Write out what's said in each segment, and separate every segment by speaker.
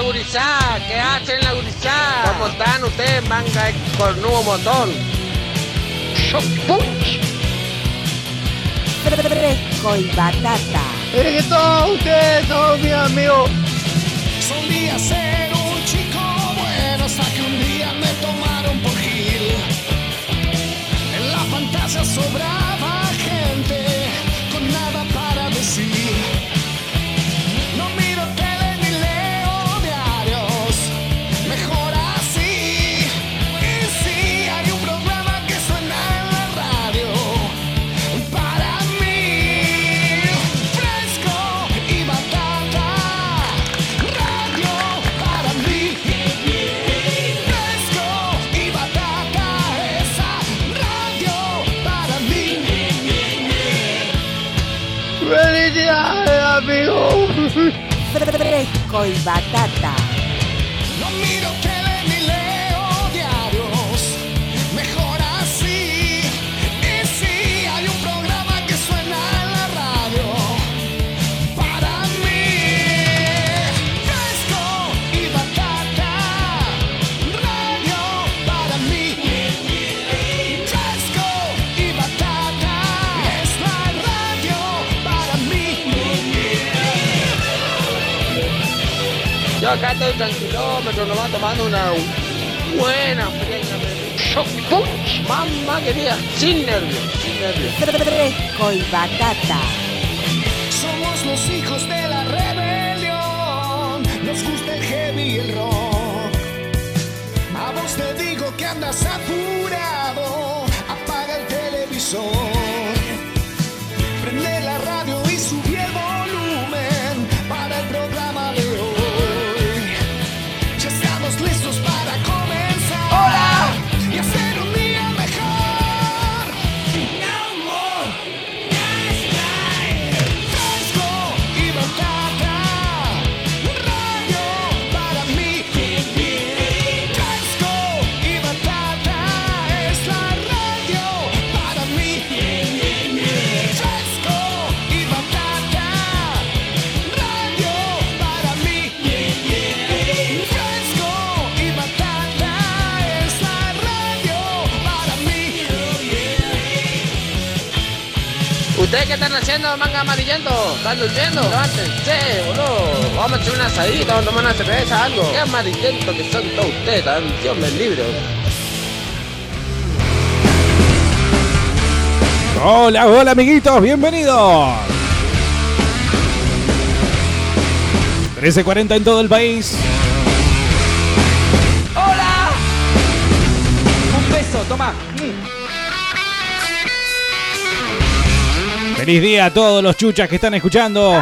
Speaker 1: gurizá? ¿Qué hacen la gurizá? ¿Cómo están ustedes, manga de cornudo botón?
Speaker 2: Shock Punch.
Speaker 3: Fresco y batata.
Speaker 2: Es que todos ustedes son mis amigos.
Speaker 4: Solía ser un chico bueno hasta que un día me tomaron por Gil. En la fantasía sobraba gente con nada para decir. No miro tele ni leo diarios, mejor así. Y si hay un programa que suena en la radio, para mí, fresco y batata. Radio para mí, fresco y batata, esa radio para mí.
Speaker 2: ¡Felicidades, amigos!
Speaker 3: Fresco y batata.
Speaker 4: No miro tele ni leo diarios, mejor así. Y si hay un programa que suena en la radio, para mí, fresco y batata. Radio para mí, fresco y batata. Es la radio para mí.
Speaker 1: Yo acá estoy tranquilo, me nomás tomando una buena fría.
Speaker 2: Shock Punch.
Speaker 1: Mamá querida, sin nervios, sin nervios.
Speaker 3: Fresco y batata.
Speaker 4: Somos los hijos de la rebelión. Nos gusta el heavy y el rock. A vos te digo que andas apurado. Apaga el televisor. Prende la radio y subí el volumen para el programa de hoy. Ya estamos listos para comenzar. ¡Hola! Y hacer un día mejor. No more. Fresco y batata, radio para mí. Fresco y batata es la radio para mí. Fresco y batata, radio para mí. Fresco y batata es la radio para mí.
Speaker 1: ¿Ustedes qué están haciendo, manga amarillento? ¿Están durmiendo? Levántense, boludo. Vamos a echar una asadita, vamos a tomar una cerveza, algo. Qué amarillento que son todos ustedes, tan- Dios me libre.
Speaker 5: Hola, hola amiguitos, bienvenidos. 13.40 en todo el país.
Speaker 6: ¡Hola! Un beso, toma.
Speaker 5: Feliz día a todos los chuchas que están escuchando.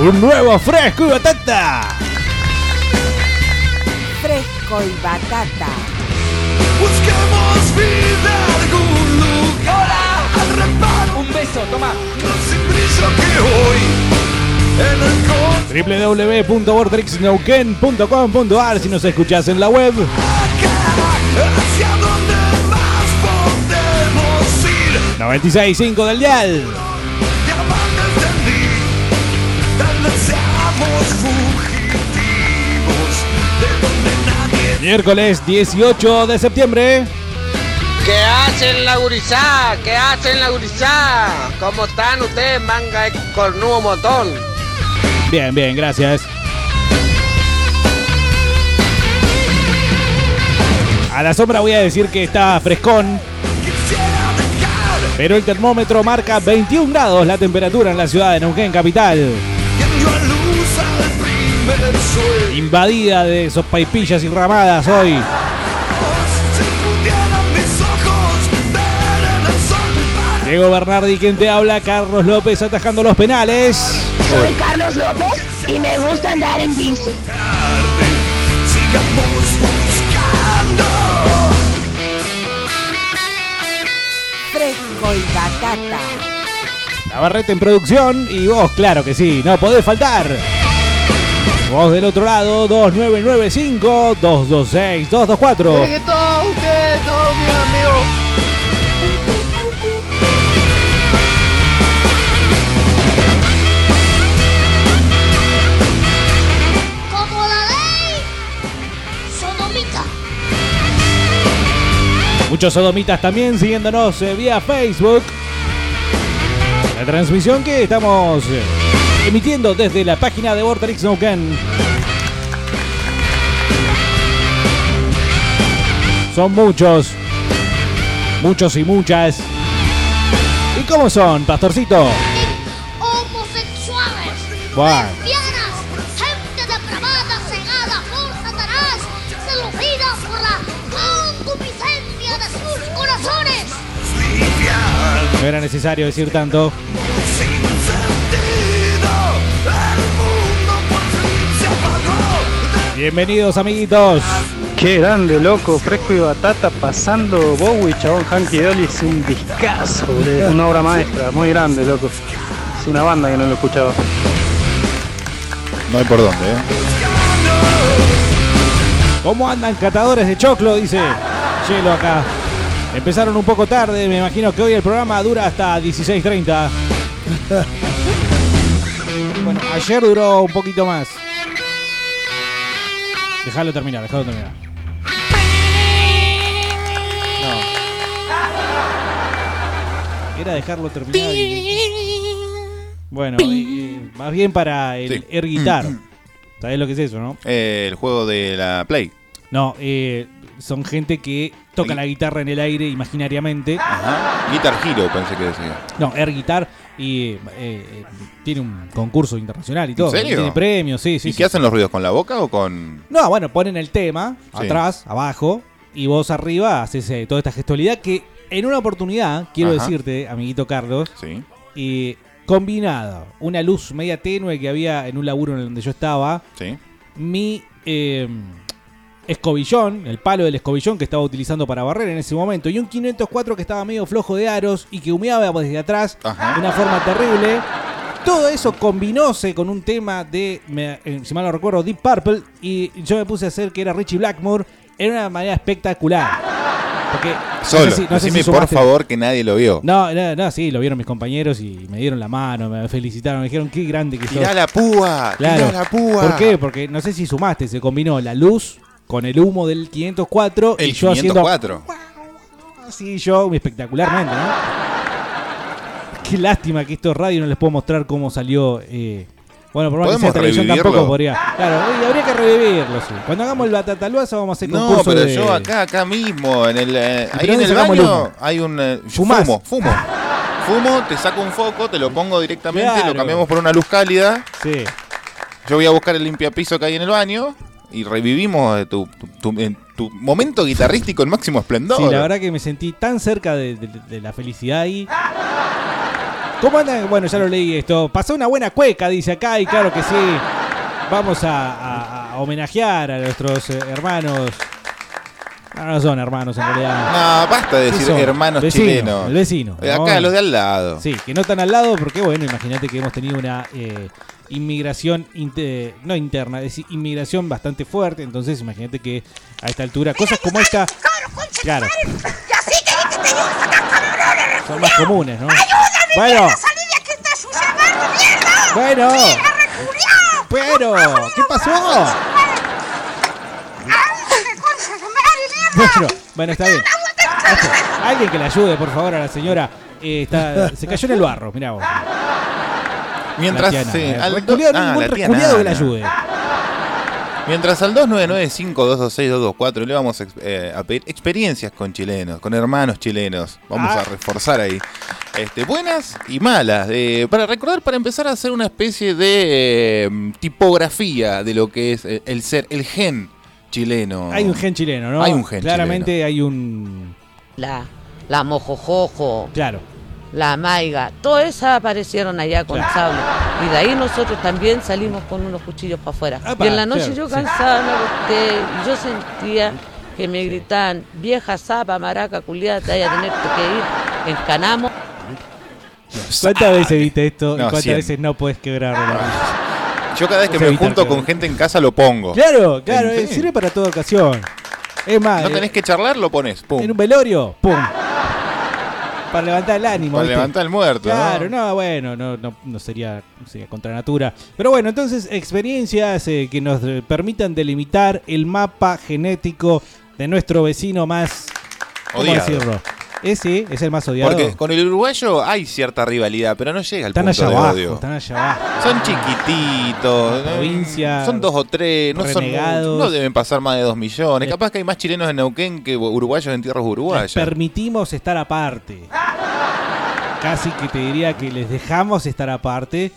Speaker 5: Un nuevo fresco y batata.
Speaker 3: Fresco y batata.
Speaker 4: Buscamos vida en algún lugar
Speaker 6: ¡Hola!
Speaker 4: al reparo
Speaker 6: Un beso, toma.
Speaker 4: sin brillo que hoy en el coche
Speaker 5: www.vortexneuquén.com.ar si nos escuchás en la web.
Speaker 4: hacia donde más podemos ir
Speaker 5: 96.5 del dial.
Speaker 4: ya cuando entendí tal vez seamos fugitivos de donde nadie
Speaker 5: Miércoles 18 de septiembre.
Speaker 1: ¿Qué hacen la gurizá? ¿Qué hacen la gurizá? ¿Cómo están ustedes, manga de cornudo motón?
Speaker 5: Bien, bien, gracias. A la sombra voy a decir que está frescón,
Speaker 4: quisiera dejar
Speaker 5: pero el termómetro marca 21 grados la temperatura en la ciudad de Neuquén Capital,
Speaker 4: y dio a luz al primer sol
Speaker 5: invadida de esos paipillas y ramadas hoy.
Speaker 4: si pudieran mis ojos ver en el sol para
Speaker 5: Diego Bernardi, quien te habla, Carlos López atajando los penales.
Speaker 7: Soy Carlos López y me gusta andar en bici.
Speaker 4: tarde sigamos buscando
Speaker 3: Fresco y batata.
Speaker 5: Navarrete en producción y vos, claro que sí, no podés faltar. Vos del otro lado, 2995-226-224.
Speaker 2: Es que todos ustedes son mis amigos.
Speaker 5: muchos sodomitas también siguiéndonos eh, vía Facebook. La transmisión que estamos eh, emitiendo desde la página de Vortex Naucan. Son muchos, muchos y muchas. ¿Y cómo son, pastorcito?
Speaker 8: homosexuales,
Speaker 5: Buah.
Speaker 8: lesbianas, gente depravada, cegada por Satanás, seducida por la concupiscencia de sus corazones.
Speaker 5: No era necesario decir tanto. Bienvenidos amiguitos.
Speaker 9: Qué grande, loco, fresco y batata pasando Bowie, chabón, Hanky Dolly es un discazo, boludo. Una obra maestra, muy grande, loco. Es una banda que no lo escuchaba.
Speaker 10: No hay por dónde, ¿eh?
Speaker 5: ¿Cómo andan catadores de choclo? Dice Chelo acá. Empezaron un poco tarde, me imagino que hoy el programa dura hasta 16.30. bueno, ayer duró un poquito más. Dejalo terminar, dejalo terminar. No. Era dejarlo terminar. y- Bueno, eh, más bien para el
Speaker 10: Sí.
Speaker 5: air guitar. ¿Sabés lo que es eso, no?
Speaker 10: Eh, El juego de la Play.
Speaker 5: No, eh, son gente que toca la guitarra en el aire imaginariamente.
Speaker 10: Ah. Ajá. Guitar Hero pensé que decía.
Speaker 5: No, air guitar y eh, eh, tiene un concurso internacional y todo.
Speaker 10: serio?
Speaker 5: Tiene premios, sí, sí.
Speaker 10: ¿Y
Speaker 5: sí.
Speaker 10: qué hacen los ruidos? ¿Con la boca o con.?
Speaker 5: No, bueno, ponen el tema
Speaker 10: Sí.
Speaker 5: atrás, abajo, y vos arriba haces eh, toda esta gestualidad que en una oportunidad, quiero
Speaker 10: Ajá.
Speaker 5: decirte, amiguito Carlos,
Speaker 10: Sí.
Speaker 5: eh, combinado una luz media tenue que había en un laburo en donde yo estaba,
Speaker 10: Sí.
Speaker 5: mi eh, escobillón, el palo del escobillón que estaba utilizando para barrer en ese momento, y un 504 que estaba medio flojo de aros y que humeaba desde atrás
Speaker 10: Ajá.
Speaker 5: de una forma terrible. Todo eso combinóse con un tema de, me- eh, si mal no recuerdo, Deep Purple, y yo me puse a hacer que era Richie Blackmore en una manera espectacular. Porque, no sé
Speaker 10: Solo.
Speaker 5: si- no sé si
Speaker 10: Decime por
Speaker 5: sumaste-
Speaker 10: favor que nadie lo vio.
Speaker 5: No, no, no, sí, lo vieron mis compañeros y me dieron la mano, me felicitaron, me dijeron qué grande que sos.
Speaker 10: Tirá la púa.
Speaker 5: Claro.
Speaker 10: Tirá Ah, la púa.
Speaker 5: ¿Por qué? Porque no sé si sumaste, se combinó la luz con el humo del 504 y
Speaker 10: El
Speaker 5: yo haciendo
Speaker 10: 504.
Speaker 5: así yo espectacularmente, ¿no? Qué lástima que esto es radio y no les puedo mostrar cómo salió. eh, Bueno, por más que sea
Speaker 10: ¿Podemos
Speaker 5: televisión
Speaker 10: revivirlo?
Speaker 5: tampoco podría. Claro, y habría que revivirlo, sí. Cuando hagamos el Batataluaza vamos a hacer
Speaker 10: No,
Speaker 5: concurso
Speaker 10: pero
Speaker 5: de-
Speaker 10: yo acá, acá mismo, en el, eh,
Speaker 5: ¿Y
Speaker 10: ahí
Speaker 5: pero
Speaker 10: en
Speaker 5: dónde
Speaker 10: el
Speaker 5: sacamos el
Speaker 10: baño
Speaker 5: humo?
Speaker 10: hay un... eh, yo
Speaker 5: ¿Fumás?
Speaker 10: Fumo, fumo. Fumo, te saco un foco, te lo pongo directamente,
Speaker 5: Claro.
Speaker 10: lo cambiamos por una luz cálida.
Speaker 5: Sí.
Speaker 10: Yo voy a buscar el limpiapiso que hay en el baño y revivimos eh, tu, tu- tu- eh, tu momento guitarrístico en máximo esplendor.
Speaker 5: Sí, la verdad que me sentí tan cerca de, de- de la felicidad ahí. ¿Cómo andan? Bueno, ya lo leí esto. Pasó una buena cueca, dice acá, y claro que sí. Vamos a, a- a homenajear a nuestros eh, hermanos. No, Ah, no son hermanos en realidad.
Speaker 10: No, basta de
Speaker 5: ¿Qué
Speaker 10: decir
Speaker 5: son?
Speaker 10: hermanos
Speaker 5: Vecino,
Speaker 10: chilenos.
Speaker 5: el vecino,
Speaker 10: Eh, Acá,
Speaker 5: ¿no?
Speaker 10: los de al lado.
Speaker 5: Sí, que no están al lado porque, bueno, imagínate que hemos tenido una eh, inmigración, inte- no interna, es decir, inmigración bastante fuerte. Entonces, imagínate que a esta altura, cosas como esta, claro,
Speaker 7: Y así que te digo,
Speaker 5: son más comunes, ¿no? Bueno,
Speaker 7: salí de aquí, estás sucia, barro, mierda,
Speaker 5: bueno,
Speaker 7: refugiado.
Speaker 5: pero, ¿qué pasó?
Speaker 7: Ah,
Speaker 5: Bueno, bueno, está bien. Alguien que le ayude, por favor, a la señora. Eh, está- se cayó en el barro, mirá vos.
Speaker 10: Mientras,
Speaker 5: La tiana,
Speaker 10: sí,
Speaker 5: eh.
Speaker 10: al-
Speaker 5: Reculeado,
Speaker 10: ah,
Speaker 5: ningún
Speaker 10: la tiana,
Speaker 5: reculeado que le
Speaker 10: Ana.
Speaker 5: ayude.
Speaker 10: Mientras al 299-5226224 le vamos a ex- eh, a pedir experiencias con chilenos, con hermanos chilenos. Vamos
Speaker 5: Ah.
Speaker 10: a reforzar ahí. Este, buenas y malas. eh, para recordar, para empezar a hacer una especie de eh, tipografía de lo que es eh, el ser, el gen chileno.
Speaker 5: Hay un gen chileno, ¿no?
Speaker 10: Hay un gen
Speaker 5: Claramente hay un.
Speaker 11: la, la mojojojo,
Speaker 5: Claro.
Speaker 11: la maiga, todas esas aparecieron allá con
Speaker 5: Claro.
Speaker 11: sable. Y de ahí nosotros también salimos con unos cuchillos para afuera.
Speaker 5: Apa,
Speaker 11: y en la noche
Speaker 5: Ah, claro,
Speaker 11: yo
Speaker 5: sí.
Speaker 11: cansada me acosté y yo sentía que me gritaban, vieja zapa, maraca, culiada, te vaya a tener que ir. Encanamos.
Speaker 5: ¿Cuántas veces viste esto? y
Speaker 10: Ah, No,
Speaker 5: ¿Cuántas
Speaker 10: cien.
Speaker 5: veces no puedes quebrarlo?
Speaker 10: Yo cada vez que
Speaker 5: Es
Speaker 10: me
Speaker 5: evitar
Speaker 10: junto
Speaker 5: que-
Speaker 10: con gente en casa lo pongo.
Speaker 5: Claro, claro,
Speaker 10: En
Speaker 5: eh,
Speaker 10: fin.
Speaker 5: sirve para toda ocasión. Es más,
Speaker 10: No
Speaker 5: eh,
Speaker 10: tenés que charlar, lo pones. Pum.
Speaker 5: en un
Speaker 10: Oh,
Speaker 5: velorio, ¡pum! Para levantar el ánimo.
Speaker 10: Para
Speaker 5: ¿viste?
Speaker 10: levantar el muerto. ¿no?
Speaker 5: Claro, no, bueno, no, no, no sería, sería contra natura. Pero bueno, entonces experiencias eh, que nos eh, permitan delimitar el mapa genético de nuestro vecino más ¿Cómo
Speaker 10: Odiado.
Speaker 5: decirlo? Ese es el más odiado.
Speaker 10: Porque con el uruguayo hay cierta rivalidad, pero no llega al
Speaker 5: están
Speaker 10: punto
Speaker 5: allá
Speaker 10: de
Speaker 5: abajo,
Speaker 10: odio. Ah,
Speaker 5: están allá abajo.
Speaker 10: Son chiquititos, ¿no?
Speaker 5: provincia,
Speaker 10: son dos o tres, no, son,
Speaker 5: renegados.
Speaker 10: no deben pasar más de dos millones. Capaz que hay más chilenos en Neuquén que uruguayos en tierras
Speaker 5: Les
Speaker 10: uruguayas.
Speaker 5: permitimos estar aparte. Casi que te diría que les dejamos estar aparte.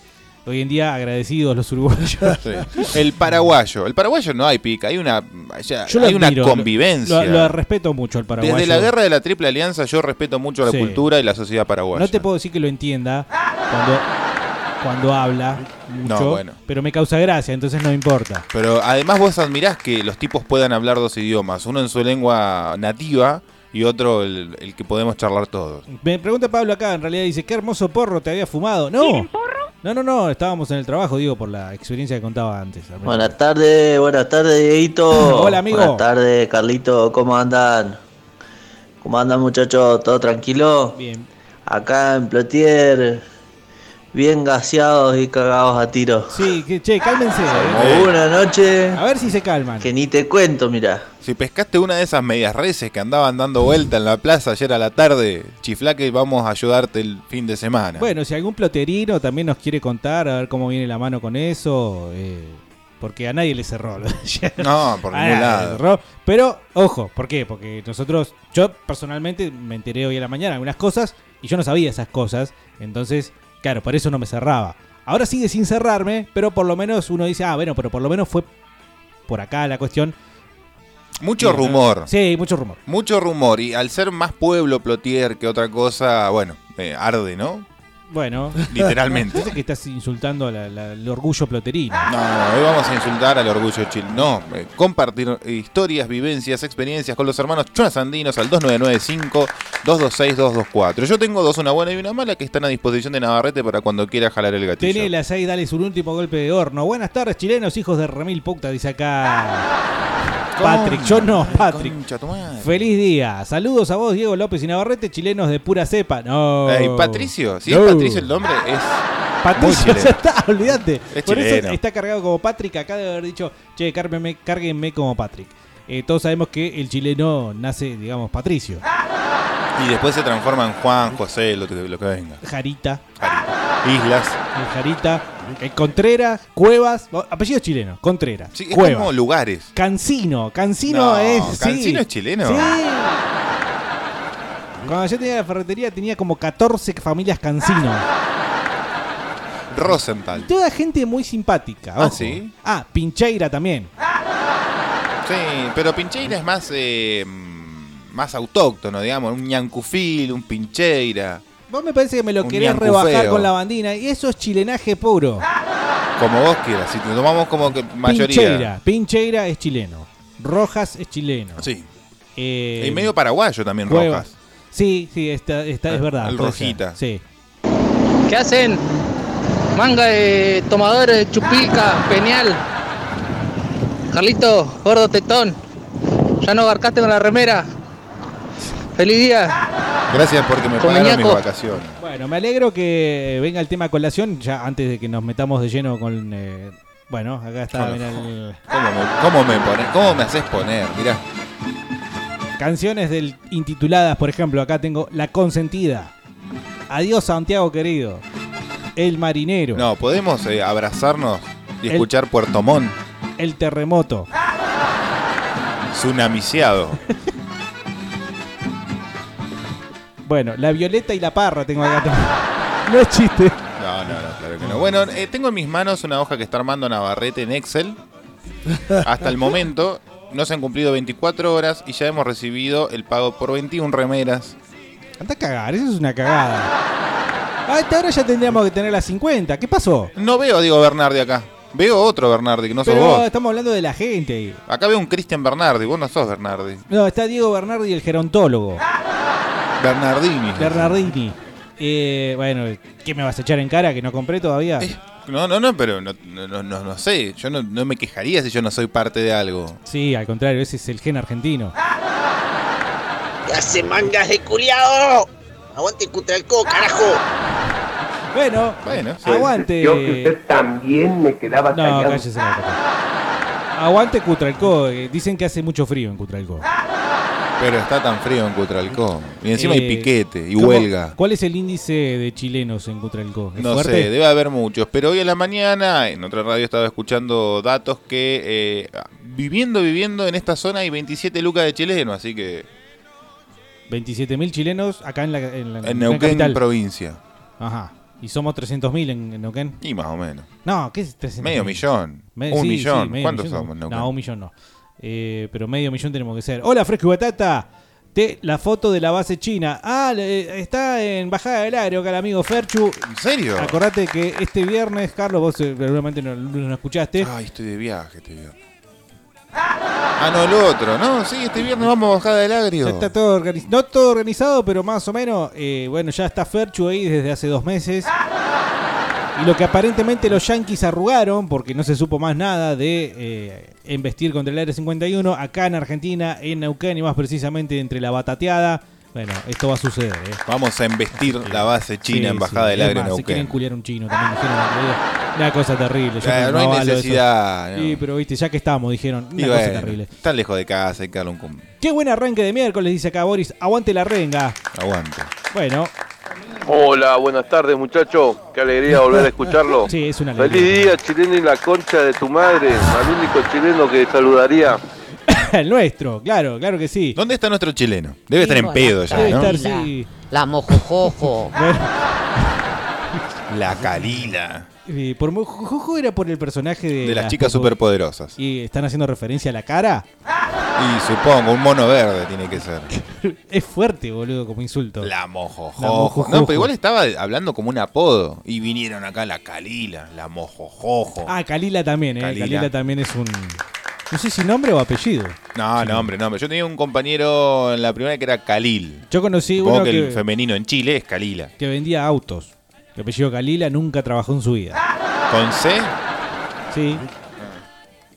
Speaker 5: Hoy en día agradecidos los uruguayos.
Speaker 10: Sí. El paraguayo, el paraguayo no hay pica, hay una, ya-
Speaker 5: Yo lo
Speaker 10: hay una
Speaker 5: admiro, lo-
Speaker 10: convivencia.
Speaker 5: Lo, lo respeto mucho al paraguayo.
Speaker 10: Desde la guerra de la Triple Alianza yo respeto mucho la
Speaker 5: Sí.
Speaker 10: cultura y la sociedad paraguaya.
Speaker 5: No te puedo decir que lo entienda cuando, cuando habla mucho,
Speaker 10: No, bueno.
Speaker 5: pero me causa gracia, entonces no me importa.
Speaker 10: Pero además vos admirás que los tipos puedan hablar dos idiomas, uno en su lengua nativa y otro el, el que podemos charlar todos.
Speaker 5: Me pregunta Pablo acá, en realidad dice, qué hermoso porro te había fumado. No. No, no, no, estábamos en el trabajo, digo, por la experiencia que contaba antes.
Speaker 12: Buenas tardes, buenas tardes, Dieguito.
Speaker 5: Hola, amigo.
Speaker 12: Buenas tardes, Carlito. ¿Cómo andan? ¿Cómo andan, muchachos? ¿Todo tranquilo?
Speaker 5: Bien.
Speaker 12: Acá en Plotier, bien gaseados y cagados a tiro.
Speaker 5: Sí, que- che, cálmense. eh.
Speaker 12: Como una noche.
Speaker 5: A ver si se calman.
Speaker 12: Que ni te cuento, mirá.
Speaker 10: Si pescaste una de esas medias reses que andaban dando vuelta en la plaza ayer a la tarde, chiflá que vamos a ayudarte el fin de semana.
Speaker 5: Bueno, si algún ploterino también nos quiere contar, a ver cómo viene la mano con eso, eh, porque a nadie le cerró. lo de ayer.
Speaker 10: No, por
Speaker 5: A
Speaker 10: ningún
Speaker 5: nadie
Speaker 10: lado.
Speaker 5: le cerró. Pero, ojo, ¿por qué? Porque nosotros, yo personalmente me enteré hoy a la mañana de algunas cosas y yo no sabía esas cosas, entonces, claro, por eso no me cerraba. Ahora sigue sin cerrarme, pero por lo menos uno dice, ah, bueno, pero por lo menos fue por acá la cuestión.
Speaker 10: Mucho
Speaker 5: Sí,
Speaker 10: rumor.
Speaker 5: Sí, mucho rumor.
Speaker 10: Mucho rumor. Y al ser más pueblo plotier que otra cosa, bueno, eh, arde, ¿no?
Speaker 5: Bueno,
Speaker 10: Literalmente.
Speaker 5: Parece que estás insultando a la- la- el orgullo ploterino.
Speaker 10: No, hoy vamos a insultar al orgullo chil. No, eh, compartir historias, vivencias, experiencias con los hermanos transandinos al 2995-226-224. Yo tengo dos, una buena y una mala, que están a disposición de Navarrete para cuando quiera jalar el gatillo.
Speaker 5: Tené las 6, dale su último golpe de horno. Buenas tardes, chilenos, hijos de Remil Puta, dice acá. Patrick, yo no, Patrick. Feliz día. Saludos a vos, Diego López y Navarrete, chilenos de pura cepa. No.
Speaker 10: Ey, Patricio, si
Speaker 5: No.
Speaker 10: es Patricio el nombre, es. muy
Speaker 5: Patricio,
Speaker 10: chileno.
Speaker 5: ya está, olvídate.
Speaker 10: Es
Speaker 5: Por eso
Speaker 10: chileno.
Speaker 5: está cargado como Patrick. Acá de haber dicho, che, cárguenme, cárguenme como Patrick. Eh, todos sabemos que el chileno nace, digamos, Patricio.
Speaker 10: Y después se transforma en Juan, José, lo que, lo que venga.
Speaker 5: Jarita,
Speaker 10: Islas.
Speaker 5: el Jarita, el Contreras, Cuevas, no, apellido chileno, Contreras.
Speaker 10: Sí, es
Speaker 5: Cuevas.
Speaker 10: como lugares.
Speaker 5: Cancino, Cancino
Speaker 10: No,
Speaker 5: es. sí.
Speaker 10: Cancino es chileno.
Speaker 5: Sí. Cuando yo tenía la ferretería tenía como 14 familias Cancino.
Speaker 10: Rosenthal.
Speaker 5: Toda gente muy simpática.
Speaker 10: Ah,
Speaker 5: ojo.
Speaker 10: ¿sí?
Speaker 5: Ah, Pincheira también.
Speaker 10: Sí, pero Pincheira es más eh, mm, más autóctono, digamos, un ñancufil, un Pincheira,
Speaker 5: Vos me parece que me lo
Speaker 10: Un
Speaker 5: querés
Speaker 10: ñancu
Speaker 5: rebajar
Speaker 10: feo.
Speaker 5: con la bandina y eso es chilenaje puro.
Speaker 10: como vos quieras, si te tomamos como que mayoría.
Speaker 5: Pincheira, Pincheira es chileno. Rojas es chileno.
Speaker 10: Sí.
Speaker 5: Eh,
Speaker 10: Y medio paraguayo también,
Speaker 5: Cuevas.
Speaker 10: Rojas.
Speaker 5: Sí, sí, esta, esta es verdad.
Speaker 10: al
Speaker 5: Ah, puede
Speaker 10: Rojita.
Speaker 5: ser, Sí.
Speaker 13: ¿Qué hacen? Manga de tomadores, chupica, peñal. Carlito, gordo tetón. Ya no abarcaste con la remera. Feliz día.
Speaker 10: Gracias porque me
Speaker 13: Con
Speaker 10: pagaron mis
Speaker 13: Iñaco.
Speaker 10: vacaciones.
Speaker 5: Bueno, me alegro que venga el tema a colación, ya antes de que nos metamos de lleno con... eh, bueno, acá está,
Speaker 10: Bueno.
Speaker 5: Ah, mirá el-
Speaker 10: ¿Cómo me, cómo me pones? ¿Cómo me haces poner? Mirá.
Speaker 5: canciones del intituladas, por ejemplo, acá tengo La Consentida, Adiós Santiago querido, El Marinero,
Speaker 10: No, podemos eh, abrazarnos y escuchar Puerto Montt,
Speaker 5: El Terremoto,
Speaker 10: tsunamiciado.
Speaker 5: bueno, La Violeta y la Parra tengo acá también. No es chiste.
Speaker 10: No, no, no, claro que no. Bueno, eh, tengo en mis manos una hoja que está armando Navarrete en Excel. Hasta el momento no se han cumplido 24 horas y ya hemos recibido el pago por 21 remeras.
Speaker 5: Anda a cagar, eso es una cagada. A esta hora ya tendríamos que tener las 50, ¿qué pasó?
Speaker 10: No veo a Diego Bernardi acá. Veo otro Bernardi, que no sos
Speaker 5: Pero
Speaker 10: vos.
Speaker 5: estamos hablando de la gente. ahí.
Speaker 10: Acá veo un Cristian Bernardi, vos no sos Bernardi.
Speaker 5: No, está Diego Bernardi, el gerontólogo.
Speaker 10: Bernardini.
Speaker 5: Bernardini. Eh, bueno, ¿qué me vas a echar en cara que no compré todavía?
Speaker 10: Eh. No, no, no, pero no, no, no, no- no sé. Yo no, no me quejaría si yo no soy parte de algo.
Speaker 5: Sí, al contrario, ese es el gen argentino.
Speaker 10: Ah,
Speaker 14: ¿Qué hace mangas de culiado? Aguante Cutralcó, carajo.
Speaker 5: Bueno,
Speaker 10: bueno,
Speaker 5: aguante.
Speaker 15: Yo que usted también me quedaba
Speaker 5: No,
Speaker 15: callado.
Speaker 5: cállese la boca. Aguante Cutralcó. eh, Dicen que hace mucho frío en Cutralcó.
Speaker 10: Pero está tan frío en Cutralcó. Y encima hay
Speaker 5: Eh,
Speaker 10: piquete y
Speaker 5: ¿cómo-
Speaker 10: huelga.
Speaker 5: ¿Cuál es el índice de chilenos en Cutralcó? ¿Es
Speaker 10: No
Speaker 5: fuerte?
Speaker 10: sé, debe haber muchos. Pero hoy a la mañana, en otra radio estaba escuchando datos que eh, viviendo, viviendo en esta zona hay 27 lucas de chileno, así que
Speaker 5: 27.000 chilenos acá en la en, la-
Speaker 10: en
Speaker 5: en la
Speaker 10: Neuquén
Speaker 5: capital.
Speaker 10: provincia.
Speaker 5: Ajá. Y somos 300.000 en, en Neuquén.
Speaker 10: Y más o menos.
Speaker 5: No, ¿qué es 300.000?
Speaker 10: Medio millón, un millón. ¿Cuántos somos,
Speaker 5: No,
Speaker 10: Neuquén?
Speaker 5: un millón no. Eh, pero medio millón tenemos que ser. Hola, Fresco y Batata. Te, la foto de la base china. Ah, le- está en Bajada del Agrio acá el amigo Ferchu.
Speaker 10: ¿En serio?
Speaker 5: Acordate que este viernes, Carlos, vos eh, seguramente no, no lo escuchaste.
Speaker 10: Ay, estoy de viaje este viernes. Ah, no, el otro, ¿no? Sí, este viernes vamos a Bajada del
Speaker 5: Ya
Speaker 10: Agrio.
Speaker 5: está todo organizado. No todo organizado, pero más o menos. eh, bueno, ya está Ferchu ahí desde hace dos meses. Y lo que aparentemente los Yankees arrugaron, porque no se supo más nada de eh, embestir contra el Área 51, acá en Argentina, en Neuquén y más precisamente entre la batateada. Bueno, esto va a suceder. ¿eh?
Speaker 10: Vamos a investir la base china en Bajada del
Speaker 5: Es
Speaker 10: Agrio en
Speaker 5: más, Se quieren
Speaker 10: Neuquén.
Speaker 5: culiar un chino también, dijeron el otro día. Una cosa terrible. yo
Speaker 10: Eh, no hay
Speaker 5: avalo eso.
Speaker 10: necesidad, no.
Speaker 5: Sí, pero viste, ya que estamos, dijeron. Una
Speaker 10: Y
Speaker 5: cosa
Speaker 10: bueno,
Speaker 5: terrible.
Speaker 10: Está lejos de casa, hay que darle un cum-
Speaker 5: Qué buen arranque de miércoles, dice acá Boris. Aguante la renga.
Speaker 10: aguante.
Speaker 5: Bueno,
Speaker 16: Hola, buenas tardes muchachos. Qué alegría volver a escucharlo.
Speaker 5: Sí, es una alegría.
Speaker 16: Feliz día chileno y la concha de tu madre. Al único chileno que saludaría.
Speaker 5: el nuestro, claro, claro que sí.
Speaker 10: ¿Dónde está nuestro chileno? Debe estar en pedo ya,
Speaker 5: Debe
Speaker 10: ¿no?
Speaker 5: estar, sí.
Speaker 11: La
Speaker 10: Oh.
Speaker 11: mojojojo.
Speaker 10: La Calila.
Speaker 5: Eh, por mo- Jojo era por el personaje de,
Speaker 10: De las chicas superpoderosas.
Speaker 5: Y están haciendo referencia a la cara.
Speaker 10: Y supongo, un mono verde tiene que ser.
Speaker 5: Es fuerte, boludo, como insulto.
Speaker 10: La mojojojo.
Speaker 5: La mojojojo.
Speaker 10: No, pero igual estaba hablando como un apodo. Y vinieron acá la Calila, la mojojojo.
Speaker 5: Ah, Calila también, eh.
Speaker 10: Kalila.
Speaker 5: Calila. también es un. No sé si nombre o apellido.
Speaker 10: No, no, hombre, no, hombre. Yo tenía un compañero en la primera que era Calil.
Speaker 5: Yo conocí
Speaker 10: Supongo
Speaker 5: uno
Speaker 10: que,
Speaker 5: que,
Speaker 10: el femenino en Chile es Calila.
Speaker 5: que vendía autos. El apellido Calila nunca trabajó en su vida.
Speaker 10: ¿Con C?
Speaker 5: Sí.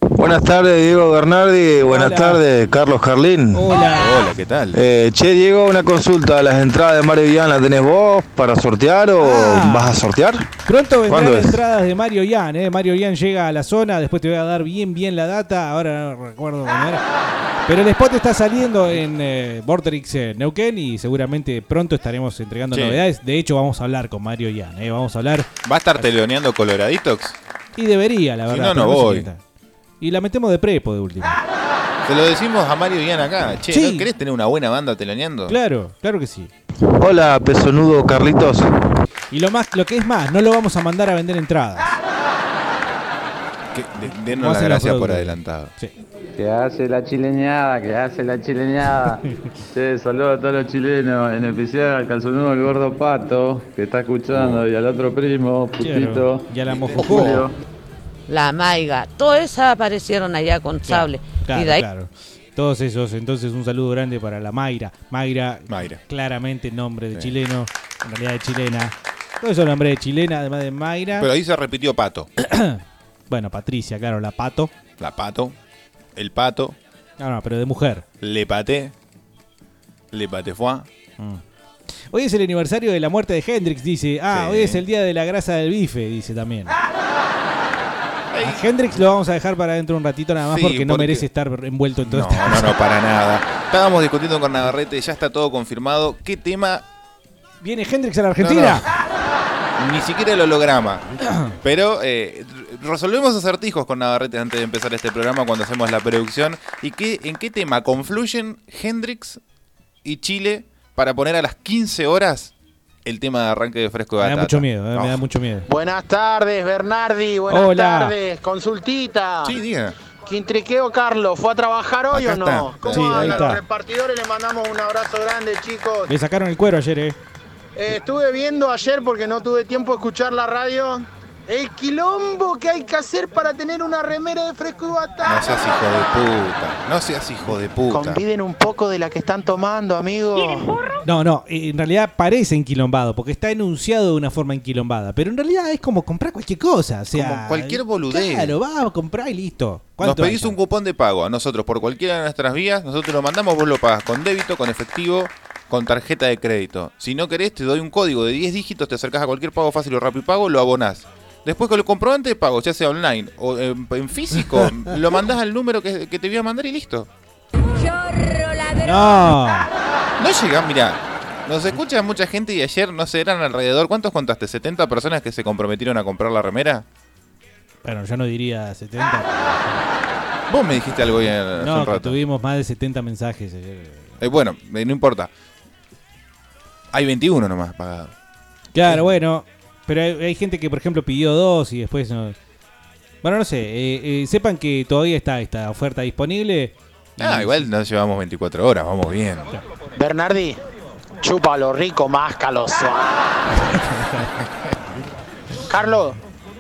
Speaker 17: Buenas tardes, Diego Bernardi. Buenas
Speaker 5: Hola.
Speaker 17: tardes, Carlos Carlín.
Speaker 5: Hola.
Speaker 10: Hola, ¿qué tal?
Speaker 17: Eh, che, Diego, una consulta. ¿Las entradas de Mario Vian las tenés vos para sortear o vas a sortear?
Speaker 5: Ah. Pronto vendrán
Speaker 17: ¿Cuándo es?
Speaker 5: entradas de Mario Ian, ¿eh? Mario Ian llega a la zona, después te voy a dar bien, bien la data, ahora no recuerdo cómo era. Pero el spot está saliendo en eh, Vorterix eh, Neuquén y seguramente pronto estaremos entregando
Speaker 10: Sí.
Speaker 5: novedades. De hecho, vamos a hablar con Mario Ian, ¿eh? Vamos a hablar
Speaker 10: ¿Va a estar teloneando Coloraditos?
Speaker 5: y debería, la
Speaker 10: Si no,
Speaker 5: verdad.
Speaker 10: no
Speaker 5: pero sé
Speaker 10: voy.
Speaker 5: quién está. Y la metemos de prepo de último.
Speaker 10: Te lo decimos a Mario Ian acá. Che,
Speaker 5: Sí.
Speaker 10: ¿no querés tener una buena banda teloneando?
Speaker 5: Claro, claro que sí.
Speaker 17: Hola, pesonudo Carlitos.
Speaker 5: Y lo más, lo que es más, no lo vamos a mandar a vender entradas.
Speaker 10: Que- de-
Speaker 5: Vamos a
Speaker 10: Denos las
Speaker 5: hacer los
Speaker 10: gracias por
Speaker 5: productos.
Speaker 10: adelantado.
Speaker 18: Que hace la chileñada, que hace la chileñada. che, saludos a todos los chilenos, en especial al calzonudo el gordo pato, que está escuchando, y al otro primo, putito. Este,
Speaker 5: Y a la
Speaker 18: Julio.
Speaker 11: La maiga. Todas esas aparecieron allá con sable.
Speaker 5: Claro,
Speaker 11: y de ahí
Speaker 5: claro. Todos esos, entonces un saludo grande para la Mayra. Mayra, claramente nombre de
Speaker 10: Sí.
Speaker 5: chileno, en realidad de chilena. Todos esos nombres de chilena, además de Mayra.
Speaker 10: Pero ahí se repitió Pato.
Speaker 5: Bueno, Patricia, claro, la pato.
Speaker 10: La Pato, el Pato,
Speaker 5: No, no, pero de mujer.
Speaker 10: le paté, le paté fue.
Speaker 5: Mm. Hoy es el aniversario de la muerte de Hendrix, dice. Ah,
Speaker 10: Sí.
Speaker 5: hoy es el día de la grasa del bife, dice también. A Hendrix lo vamos a dejar para dentro un ratito nada más
Speaker 10: Sí,
Speaker 5: porque no
Speaker 10: porque-
Speaker 5: merece estar envuelto en todo
Speaker 10: No,
Speaker 5: esto.
Speaker 10: no, no, para nada. Estábamos discutiendo con Navarrete, ya está todo confirmado. ¿Qué tema?
Speaker 5: ¿Viene Hendrix a la Argentina?
Speaker 10: Ni siquiera el holograma. Pero eh, resolvemos acertijos con Navarrete antes de empezar este programa cuando hacemos la producción. ¿Y qué, en qué tema confluyen Hendrix y Chile para poner a las 15 horas el tema de arranque de fresco de
Speaker 5: Me da
Speaker 10: batata?
Speaker 5: mucho miedo, eh, me
Speaker 10: Oh.
Speaker 5: da mucho miedo.
Speaker 19: Buenas tardes, Bernardi. Buenas
Speaker 5: Hola.
Speaker 19: tardes. Consultita.
Speaker 10: Sí, diga.
Speaker 19: Quintriqueo Carlos, ¿fue a trabajar hoy
Speaker 5: Acá
Speaker 19: o no?
Speaker 5: está.
Speaker 19: ¿Cómo
Speaker 5: Sí,
Speaker 19: andan
Speaker 5: ahí está.
Speaker 19: los repartidores? Les mandamos un abrazo grande, chicos.
Speaker 5: Le sacaron el cuero ayer, eh.
Speaker 19: Eh, estuve viendo ayer porque no tuve tiempo de escuchar la radio. El quilombo que hay que hacer para tener una remera de fresco y
Speaker 10: No
Speaker 19: batata.
Speaker 10: seas hijo de puta. No seas hijo de puta.
Speaker 19: Conviden un poco de la que están tomando, amigo.
Speaker 5: No, no, eh, en realidad parece enquilombado, porque está enunciado de una forma enquilombada, pero en realidad es como comprar cualquier cosa, o sea,
Speaker 10: Como cualquier boludez.
Speaker 5: Claro, va a comprar y listo.
Speaker 10: Nos
Speaker 5: ¿Cuánto
Speaker 10: pedís
Speaker 5: hay?
Speaker 10: un cupón de pago a nosotros por cualquiera de nuestras vías, nosotros lo mandamos, vos lo pagas con débito, con efectivo, con tarjeta de crédito. Si no querés, te doy un código de 10 dígitos, te acercás a cualquier pago fácil o rápido pago, lo abonás. Después con el comprobante de pago, ya sea online o en, en físico, lo mandás al número que, que te voy a mandar y listo.
Speaker 3: Chorro la de
Speaker 5: No.
Speaker 10: No llegan, mirá. Nos escucha mucha gente y ayer, no sé, eran alrededor. ¿Cuántos contaste? ¿70 personas que se comprometieron a comprar la remera?
Speaker 5: Bueno, yo no diría 70.
Speaker 10: Vos me dijiste algo bien Ah. hace
Speaker 5: No,
Speaker 10: un
Speaker 5: que
Speaker 10: rato.
Speaker 5: tuvimos más de 70 mensajes ayer.
Speaker 10: Eh, bueno, eh, no importa. Hay 21 nomás pagados.
Speaker 5: Claro, bueno. Pero hay, hay gente que, por ejemplo, pidió dos y después no. Bueno, no sé. eh, eh, sepan que todavía está esta oferta disponible.
Speaker 10: Ah, igual nos llevamos 24 horas, vamos bien.
Speaker 19: Bernardi, chúpalo rico, máscalo suave. Carlos,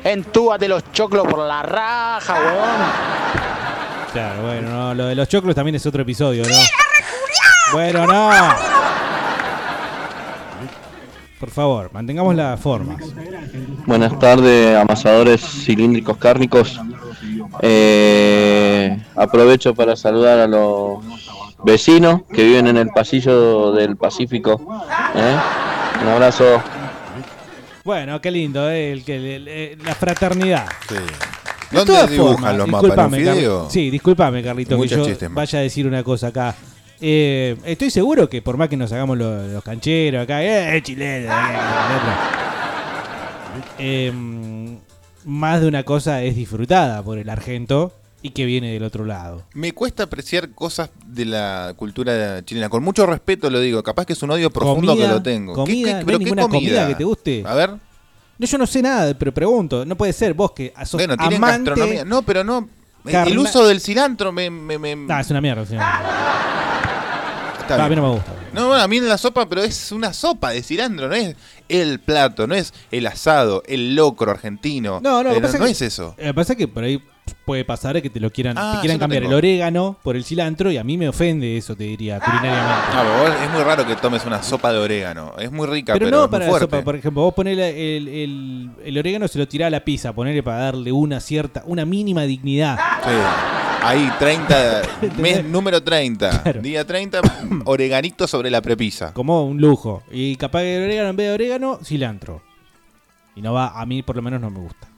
Speaker 19: entúbate los choclos por la raja, weón.
Speaker 5: Claro, bueno, no, lo de los choclos también es otro episodio, ¿no? Bueno, no. Por favor, mantengamos las formas.
Speaker 20: Buenas tardes, amasadores cilíndricos cárnicos. Eh, aprovecho para saludar a los vecinos que viven en el pasillo del Pacífico. ¿eh? Un abrazo.
Speaker 5: Bueno, qué lindo, eh, el, que- el- el- la fraternidad.
Speaker 10: Sí.
Speaker 5: De
Speaker 10: ¿Dónde
Speaker 5: todas
Speaker 10: dibujan
Speaker 5: formas,
Speaker 10: los mapas? ¿En un
Speaker 5: disculpame, Carl-
Speaker 10: fideo?
Speaker 5: Sí, discúlpame, Carlito, que
Speaker 10: Muchos
Speaker 5: yo
Speaker 10: chistes más.
Speaker 5: vaya a decir una cosa acá. Eh, estoy seguro que por más que nos hagamos lo- los, cancheros acá, eh, chileno, eh, el otro. Em, más de una cosa es disfrutada por el argento y que viene del otro lado.
Speaker 10: Me cuesta apreciar cosas de la cultura chilena. Con mucho respeto lo digo. Capaz que es un odio profundo
Speaker 5: Comida,
Speaker 10: que lo tengo. ¿Qué-
Speaker 5: comida,
Speaker 10: qué-
Speaker 5: no hay
Speaker 10: pero qué
Speaker 5: ninguna comida? que te guste.
Speaker 10: A ver.
Speaker 5: No, yo no sé nada, pero pregunto. No puede ser vos que sos
Speaker 10: Bueno, tienen
Speaker 5: amante-
Speaker 10: gastronomía. No, pero no. El- El
Speaker 5: Carna-
Speaker 10: uso del cilantro me. me, me-
Speaker 5: Ah, es una mierda. sí.
Speaker 10: Está
Speaker 5: Ah, a mí
Speaker 10: bien.
Speaker 5: no me gusta.
Speaker 10: No, bueno, a mí en la sopa, pero es una sopa de cilantro, no es el plato, no es el asado, el locro argentino.
Speaker 5: No, no, lo
Speaker 10: Eh,
Speaker 5: que pasa
Speaker 10: no
Speaker 5: que-
Speaker 10: es eso.
Speaker 5: Lo que pasa es que por ahí puede pasar que te lo quieran,
Speaker 10: Ah,
Speaker 5: te
Speaker 10: yo
Speaker 5: quieran
Speaker 10: lo
Speaker 5: cambiar
Speaker 10: tengo.
Speaker 5: el orégano por el cilantro y a mí me ofende eso, te diría, culinariamente.
Speaker 10: No, pero ah, vos- es muy raro que tomes una sopa de orégano. Es muy rica,
Speaker 5: Pero,
Speaker 10: pero,
Speaker 5: no
Speaker 10: es
Speaker 5: para
Speaker 10: muy
Speaker 5: la
Speaker 10: fuerte.
Speaker 5: sopa, por ejemplo, vos ponés la- el, el- el orégano, se lo tirá a la pizza, ponele para darle una cierta, una mínima dignidad.
Speaker 10: Sí. Ahí, 30, mes número 30. Día 30, oreganito sobre la prepisa.
Speaker 5: Como un lujo. Y capaz que el orégano, en vez de orégano, cilantro. Y no va, a mí por lo menos no me gusta.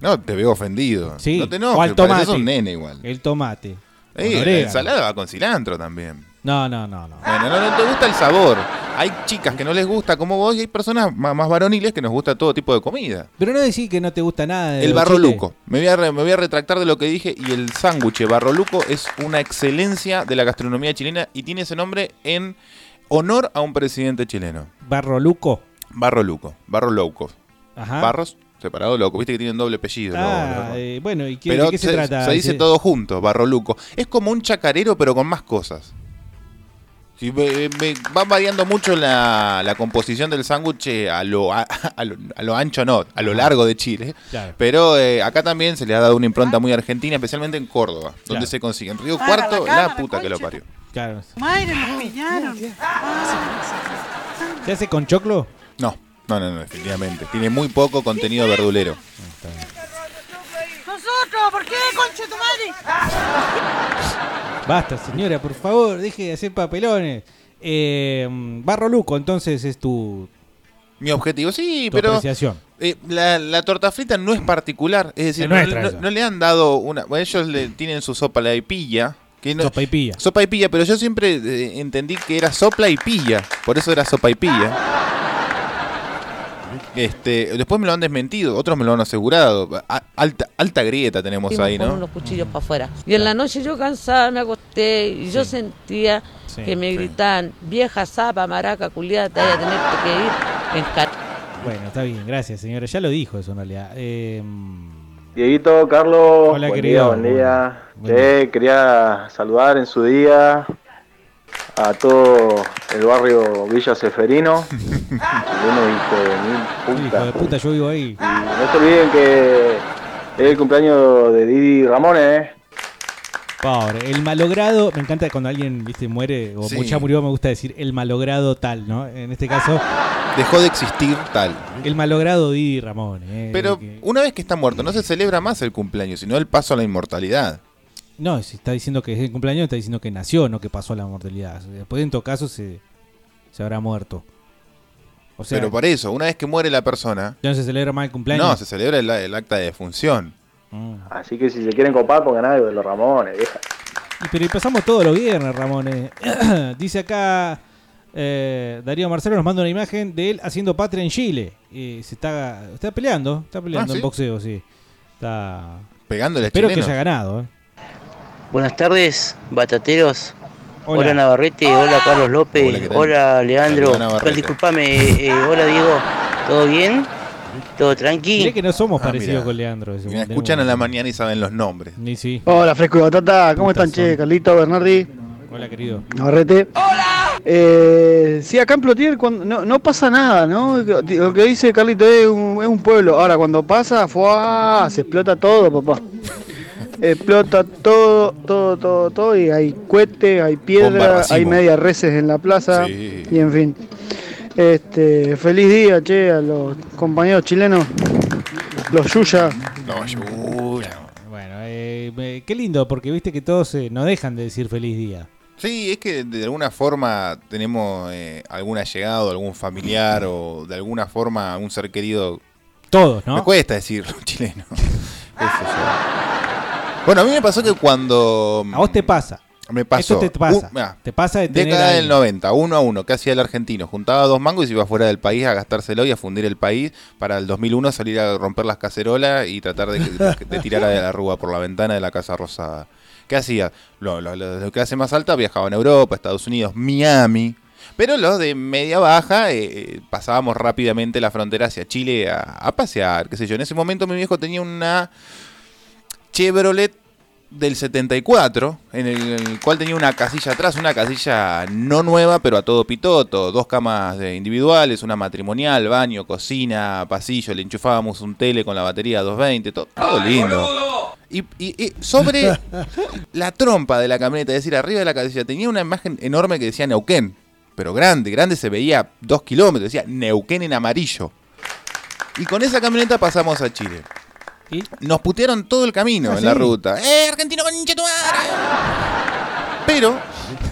Speaker 10: No, te veo ofendido.
Speaker 5: Sí,
Speaker 10: no te
Speaker 5: o
Speaker 10: enojes,
Speaker 5: al
Speaker 10: pareces
Speaker 5: tomate.
Speaker 10: un nene igual.
Speaker 5: El tomate. con
Speaker 10: Ey, la
Speaker 5: orégano.
Speaker 10: ensalada va con cilantro también.
Speaker 5: No, no, no, no.
Speaker 10: Bueno, no, no te gusta el sabor. Hay chicas que no les gusta como vos y hay personas ma- más varoniles que nos gusta todo tipo de comida.
Speaker 5: Pero no decís que no te gusta nada de
Speaker 10: El
Speaker 5: los chiles.
Speaker 10: barroluco. Me voy, a re- me voy a retractar de lo que dije y el sándwich barroluco es una excelencia de la gastronomía chilena y tiene ese nombre en honor a un presidente chileno.
Speaker 5: Barroluco.
Speaker 10: Barroluco, barroloco.
Speaker 5: Ajá.
Speaker 10: Barros separado loco, viste que tienen doble apellido. los-
Speaker 5: Ah,
Speaker 10: los-
Speaker 5: eh, bueno, ¿y qué,
Speaker 10: Pero
Speaker 5: de qué se, trata?
Speaker 10: dice
Speaker 5: Sí.
Speaker 10: todo junto, barroluco. Es como un chacarero pero con más cosas. Sí, me- me- va variando mucho la, la composición del sándwich eh, a lo, a, a lo, a lo ancho, no, a lo largo de Chile.
Speaker 5: Ah. Claro.
Speaker 10: Pero eh, acá también se le ha dado una impronta muy argentina, especialmente en Córdoba, donde se consigue. En Río
Speaker 21: Para la
Speaker 10: Cuarto, la,
Speaker 21: cámara,
Speaker 10: puta que lo parió.
Speaker 5: Claro.
Speaker 21: Madre, nos pillaron. Ah.
Speaker 5: ¿Se hace con choclo?
Speaker 10: No, no, no, no, definitivamente. Tiene muy poco contenido verdulero.
Speaker 21: Nosotros, ¿por qué, conche tu madre?
Speaker 5: Basta, señora, por favor, deje de hacer papelones. Eh, barroluco, entonces es tu,
Speaker 10: Mi objetivo, sí,
Speaker 5: tu
Speaker 10: pero
Speaker 5: apreciación.
Speaker 10: Eh, la, la torta frita no es particular, es decir,
Speaker 5: Es
Speaker 10: no,
Speaker 5: nuestra
Speaker 10: no-
Speaker 5: esa.
Speaker 10: no le han dado una. Bueno, ellos le tienen su sopa la y pilla. Que no, sopa
Speaker 5: y pilla.
Speaker 10: Sopa y pilla, pero yo siempre eh, entendí que era sopla y pilla, por eso era sopa y pilla. Este, después me lo han desmentido, otros me lo han asegurado. A- alta, alta grieta tenemos
Speaker 11: Fuimos
Speaker 10: ahí,
Speaker 11: con
Speaker 10: ¿no?
Speaker 11: unos
Speaker 5: Mm.
Speaker 11: cuchillos para afuera. Y en la noche yo cansada me acosté y yo sentía
Speaker 10: Sí,
Speaker 11: que me
Speaker 10: sí.
Speaker 11: gritaban, vieja zapa, maraca, culiada, te vaya a tener que ir en car-
Speaker 5: Bueno, está bien, gracias, señora. Ya lo dijo eso en realidad. Eh,
Speaker 22: Dieguito, Carlos,
Speaker 5: Hola,
Speaker 22: buen
Speaker 5: querido.
Speaker 22: día, buen día.
Speaker 5: Buen
Speaker 22: Che, quería saludar en su día a todo el barrio Villa Seferino, chileno hijo de mil putas.
Speaker 5: hijo de puta, yo vivo ahí.
Speaker 22: No se olviden que es el cumpleaños de Didi Ramones, ¿eh?
Speaker 5: Pobre, el malogrado, me encanta cuando alguien viste muere o
Speaker 22: Sí.
Speaker 5: mu- ya murió, me gusta decir el malogrado tal, ¿no? En este caso,
Speaker 10: Dejó de existir tal.
Speaker 5: el malogrado Didi Ramón. eh,
Speaker 10: Pero
Speaker 5: que-
Speaker 10: una vez que está muerto, no se celebra más el cumpleaños, sino el paso a la inmortalidad.
Speaker 5: no, si está diciendo que es el cumpleaños, está diciendo que nació, no que pasó a la mortalidad. Después, en todo caso, se, se habrá muerto. O sea,
Speaker 10: Pero por eso, una vez que muere la persona,
Speaker 5: ya no se celebra más el cumpleaños.
Speaker 10: no, se celebra el, el acta de defunción.
Speaker 1: Ah,
Speaker 22: Así que si se quieren copar, pongan algo de los Ramones, vieja.
Speaker 5: Y, pero y pasamos todos los viernes, Ramón. eh. Dice acá eh, Darío Marcelo nos manda una imagen de él haciendo patria en Chile. Y se está, está peleando, está peleando
Speaker 10: Ah, ¿sí?
Speaker 5: en boxeo, sí. Está
Speaker 10: Pegándole a
Speaker 5: Espero
Speaker 10: chileno.
Speaker 5: que haya ganado. eh.
Speaker 1: Buenas tardes, batateros.
Speaker 5: Hola,
Speaker 1: Hola, Navarrete, hola,
Speaker 10: Hola,
Speaker 1: Carlos
Speaker 10: ¿qué
Speaker 1: López,
Speaker 10: tal?
Speaker 1: hola, Leandro.
Speaker 10: Saluda, Navarrete.
Speaker 1: Cal- Disculpame, eh, eh, hola Diego, ¿todo bien? ¿Todo tranqui?
Speaker 5: Mirá que no somos
Speaker 10: Ah,
Speaker 5: parecidos
Speaker 10: mirá.
Speaker 5: con Leandro. es un-
Speaker 10: Mirá, escuchan a la mañana y saben los nombres.
Speaker 5: Ni sí.
Speaker 6: Hola, Fresco y Batata, ¿cómo
Speaker 5: Puta son.
Speaker 6: están, che? Carlito, Bernardi,
Speaker 5: Hola, querido.
Speaker 6: Navarrete. ¡Hola! Eh, sí, acá en Plotier cuando, no, no pasa nada, ¿no? Lo que dice Carlito es un, es un pueblo. Ahora, cuando pasa, ¡fua! se explota todo, papá. Explota todo, todo, todo, todo. Y hay cohetes, hay
Speaker 23: Bomba
Speaker 6: piedra,
Speaker 23: racimo.
Speaker 6: hay medias reses en la plaza.
Speaker 23: Sí.
Speaker 6: Y en fin. Este, feliz día, che, a los compañeros chilenos. Los Yuya.
Speaker 10: No, yo-
Speaker 5: Bueno, eh, eh, qué lindo, porque viste que todos eh, no dejan de decir feliz día.
Speaker 10: Sí, es que de alguna forma tenemos eh, algún allegado, algún familiar o de alguna forma un ser querido.
Speaker 5: Todos, ¿no?
Speaker 10: Me cuesta decirlo, chileno. Qué sé yo. Bueno, a mí me pasó que cuando. A vos
Speaker 5: te pasa.
Speaker 10: Me pasó.
Speaker 5: Esto te pasa.
Speaker 10: Un- ah,
Speaker 5: te pasa de tener.
Speaker 10: Década
Speaker 5: a-
Speaker 10: del 90, uno a uno, ¿qué hacía el argentino? Juntaba dos mangos y se iba fuera del país a gastárselo y a fundir el país para el 2001 salir a romper las cacerolas y tratar de, de tirar a la rúa por la ventana de la Casa Rosada. ¿Qué hacía? Lo- lo- lo- Los de clase más alta viajaban a Europa, Estados Unidos, Miami. Pero los de media baja eh, eh, pasábamos rápidamente la frontera hacia Chile a, a pasear, qué sé yo. En ese momento mi viejo tenía una Chevrolet del 74, en el, en el cual tenía una casilla atrás, una casilla no nueva, pero a todo pitoto, dos camas eh, individuales, una matrimonial, baño, cocina, pasillo, le enchufábamos un tele con la batería 220, to- todo lindo. Y, y- y sobre la trompa de la camioneta, es decir, arriba de la casilla, tenía una imagen enorme que decía Neuquén, pero grande, grande, se veía dos kilómetros, decía Neuquén en amarillo. Y con esa camioneta pasamos a Chile. Nos putearon todo el camino
Speaker 23: Ah,
Speaker 10: en la
Speaker 23: ¿sí?
Speaker 10: ruta. ¡Eh, argentino, concha tu madre! Pero,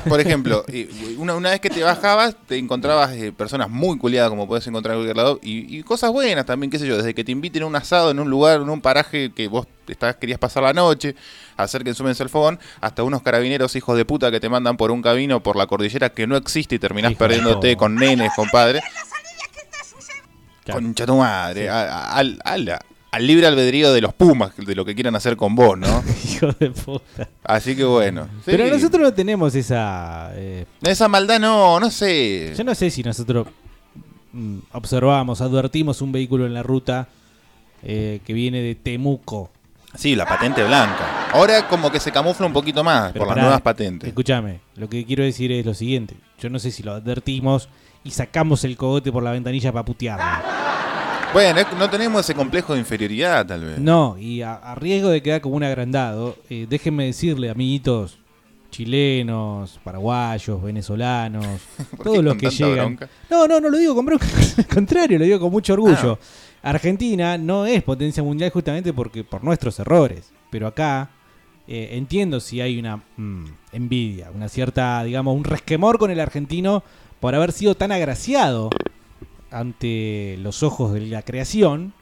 Speaker 10: por ejemplo, eh, una, una vez que te bajabas, te encontrabas eh, personas muy culiadas, como puedes encontrar en cualquier lado, y, y cosas buenas también, qué sé yo, desde que te inviten a un asado en un lugar, en un paraje que vos estás, querías pasar la noche, hacer que ensumen el fogón, hasta unos carabineros hijos de puta que te mandan por un camino, por la cordillera que no existe y terminás
Speaker 5: Hijo de
Speaker 10: perdiéndote
Speaker 5: todo.
Speaker 10: con nenes, compadre. Concha tu madre, a- a- al, al- al libre albedrío de los pumas, de lo que quieran hacer con vos, ¿no?
Speaker 5: Hijo de puta.
Speaker 10: Así que bueno. sí.
Speaker 5: Pero nosotros no tenemos esa. eh,
Speaker 10: Esa maldad no, no sé.
Speaker 5: yo no sé si nosotros mm, observamos, advertimos un vehículo en la ruta eh, que viene de Temuco.
Speaker 10: Sí, la patente blanca. Ahora como que se camufla un poquito más
Speaker 5: Pero
Speaker 10: por las
Speaker 5: pará,
Speaker 10: nuevas patentes.
Speaker 5: Escúchame, lo que quiero decir es lo siguiente. Yo no sé si lo advertimos y sacamos el cogote por la ventanilla para
Speaker 10: Ah.
Speaker 5: putearlo.
Speaker 10: Bueno, es- no tenemos ese complejo de inferioridad, tal vez.
Speaker 5: No, y a, a riesgo de quedar como un agrandado, eh, déjenme decirle, amiguitos chilenos, paraguayos, venezolanos, todos
Speaker 10: qué
Speaker 5: los
Speaker 10: con
Speaker 5: que
Speaker 10: tanta
Speaker 5: llegan.
Speaker 10: bronca?
Speaker 5: No, no, no lo digo con bronca, al contrario, lo digo con mucho orgullo. Argentina no es potencia mundial justamente porque por nuestros errores, pero acá eh, entiendo si hay una mm, envidia, una cierta, digamos, un resquemor con el argentino por haber sido tan agraciado ante los ojos de la creación.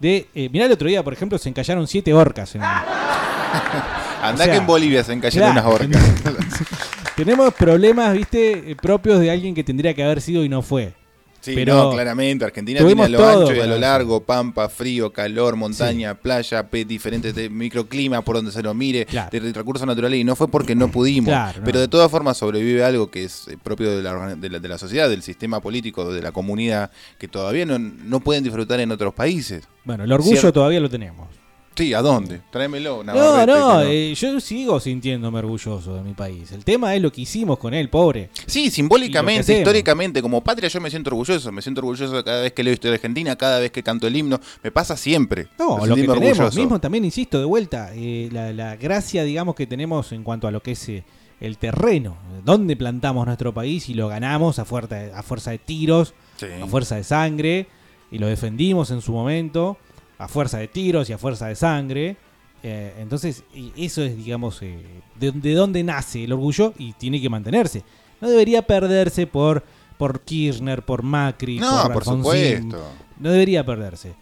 Speaker 5: De, eh, mirá, el otro día, por ejemplo, se encallaron siete orcas. En,
Speaker 10: Andá
Speaker 5: o sea,
Speaker 10: que en Bolivia se encallan
Speaker 5: claro.
Speaker 10: unas orcas.
Speaker 5: tenemos problemas, viste, eh, propios de alguien que tendría que haber sido y no fue.
Speaker 10: Sí,
Speaker 5: Pero
Speaker 10: no, claramente. Argentina tiene
Speaker 5: tuvimos
Speaker 10: a lo
Speaker 5: todo
Speaker 10: ancho y a
Speaker 5: para
Speaker 10: lo
Speaker 5: eso.
Speaker 10: largo, pampa, frío, calor, montaña, playa, pe- diferentes de- microclimas por donde se lo mire, de re- recursos naturales, y no fue porque no pudimos.
Speaker 5: Claro, no.
Speaker 10: Pero de todas formas sobrevive algo que es eh, propio de la, orga- de la, de la sociedad, del sistema político, de la comunidad, que todavía no, no pueden disfrutar en otros países.
Speaker 5: Bueno, el orgullo
Speaker 10: Cier-
Speaker 5: todavía lo tenemos.
Speaker 10: Sí, ¿a dónde? Tráemelo,
Speaker 5: No,
Speaker 10: Navarrete,
Speaker 5: no,
Speaker 10: que no.
Speaker 5: eh, yo sigo sintiéndome orgulloso de mi país. El tema es lo que hicimos con él, pobre.
Speaker 10: Sí, simbólicamente,
Speaker 5: Y lo que hacemos.
Speaker 10: históricamente, como patria yo me siento orgulloso, me siento orgulloso cada vez que leo historia argentina, cada vez que canto el himno, me pasa siempre.
Speaker 5: No,
Speaker 10: Me
Speaker 5: lo que
Speaker 10: sentirme
Speaker 5: tenemos
Speaker 10: orgulloso.
Speaker 5: mismo también, insisto, de vuelta, eh, la, la gracia, digamos, que tenemos en cuanto a lo que es eh, el terreno, eh, dónde plantamos nuestro país y lo ganamos a fuerza, de- a fuerza de tiros,
Speaker 10: Sí.
Speaker 5: a fuerza de sangre, y lo defendimos en su momento, a fuerza de tiros y a fuerza de sangre. Eh, entonces, y eso es, digamos, eh, de, de dónde nace el orgullo y tiene que mantenerse. No debería perderse por, por Kirchner, por Macri,
Speaker 10: No, por
Speaker 5: Alfonsín.
Speaker 10: supuesto.
Speaker 5: No debería perderse.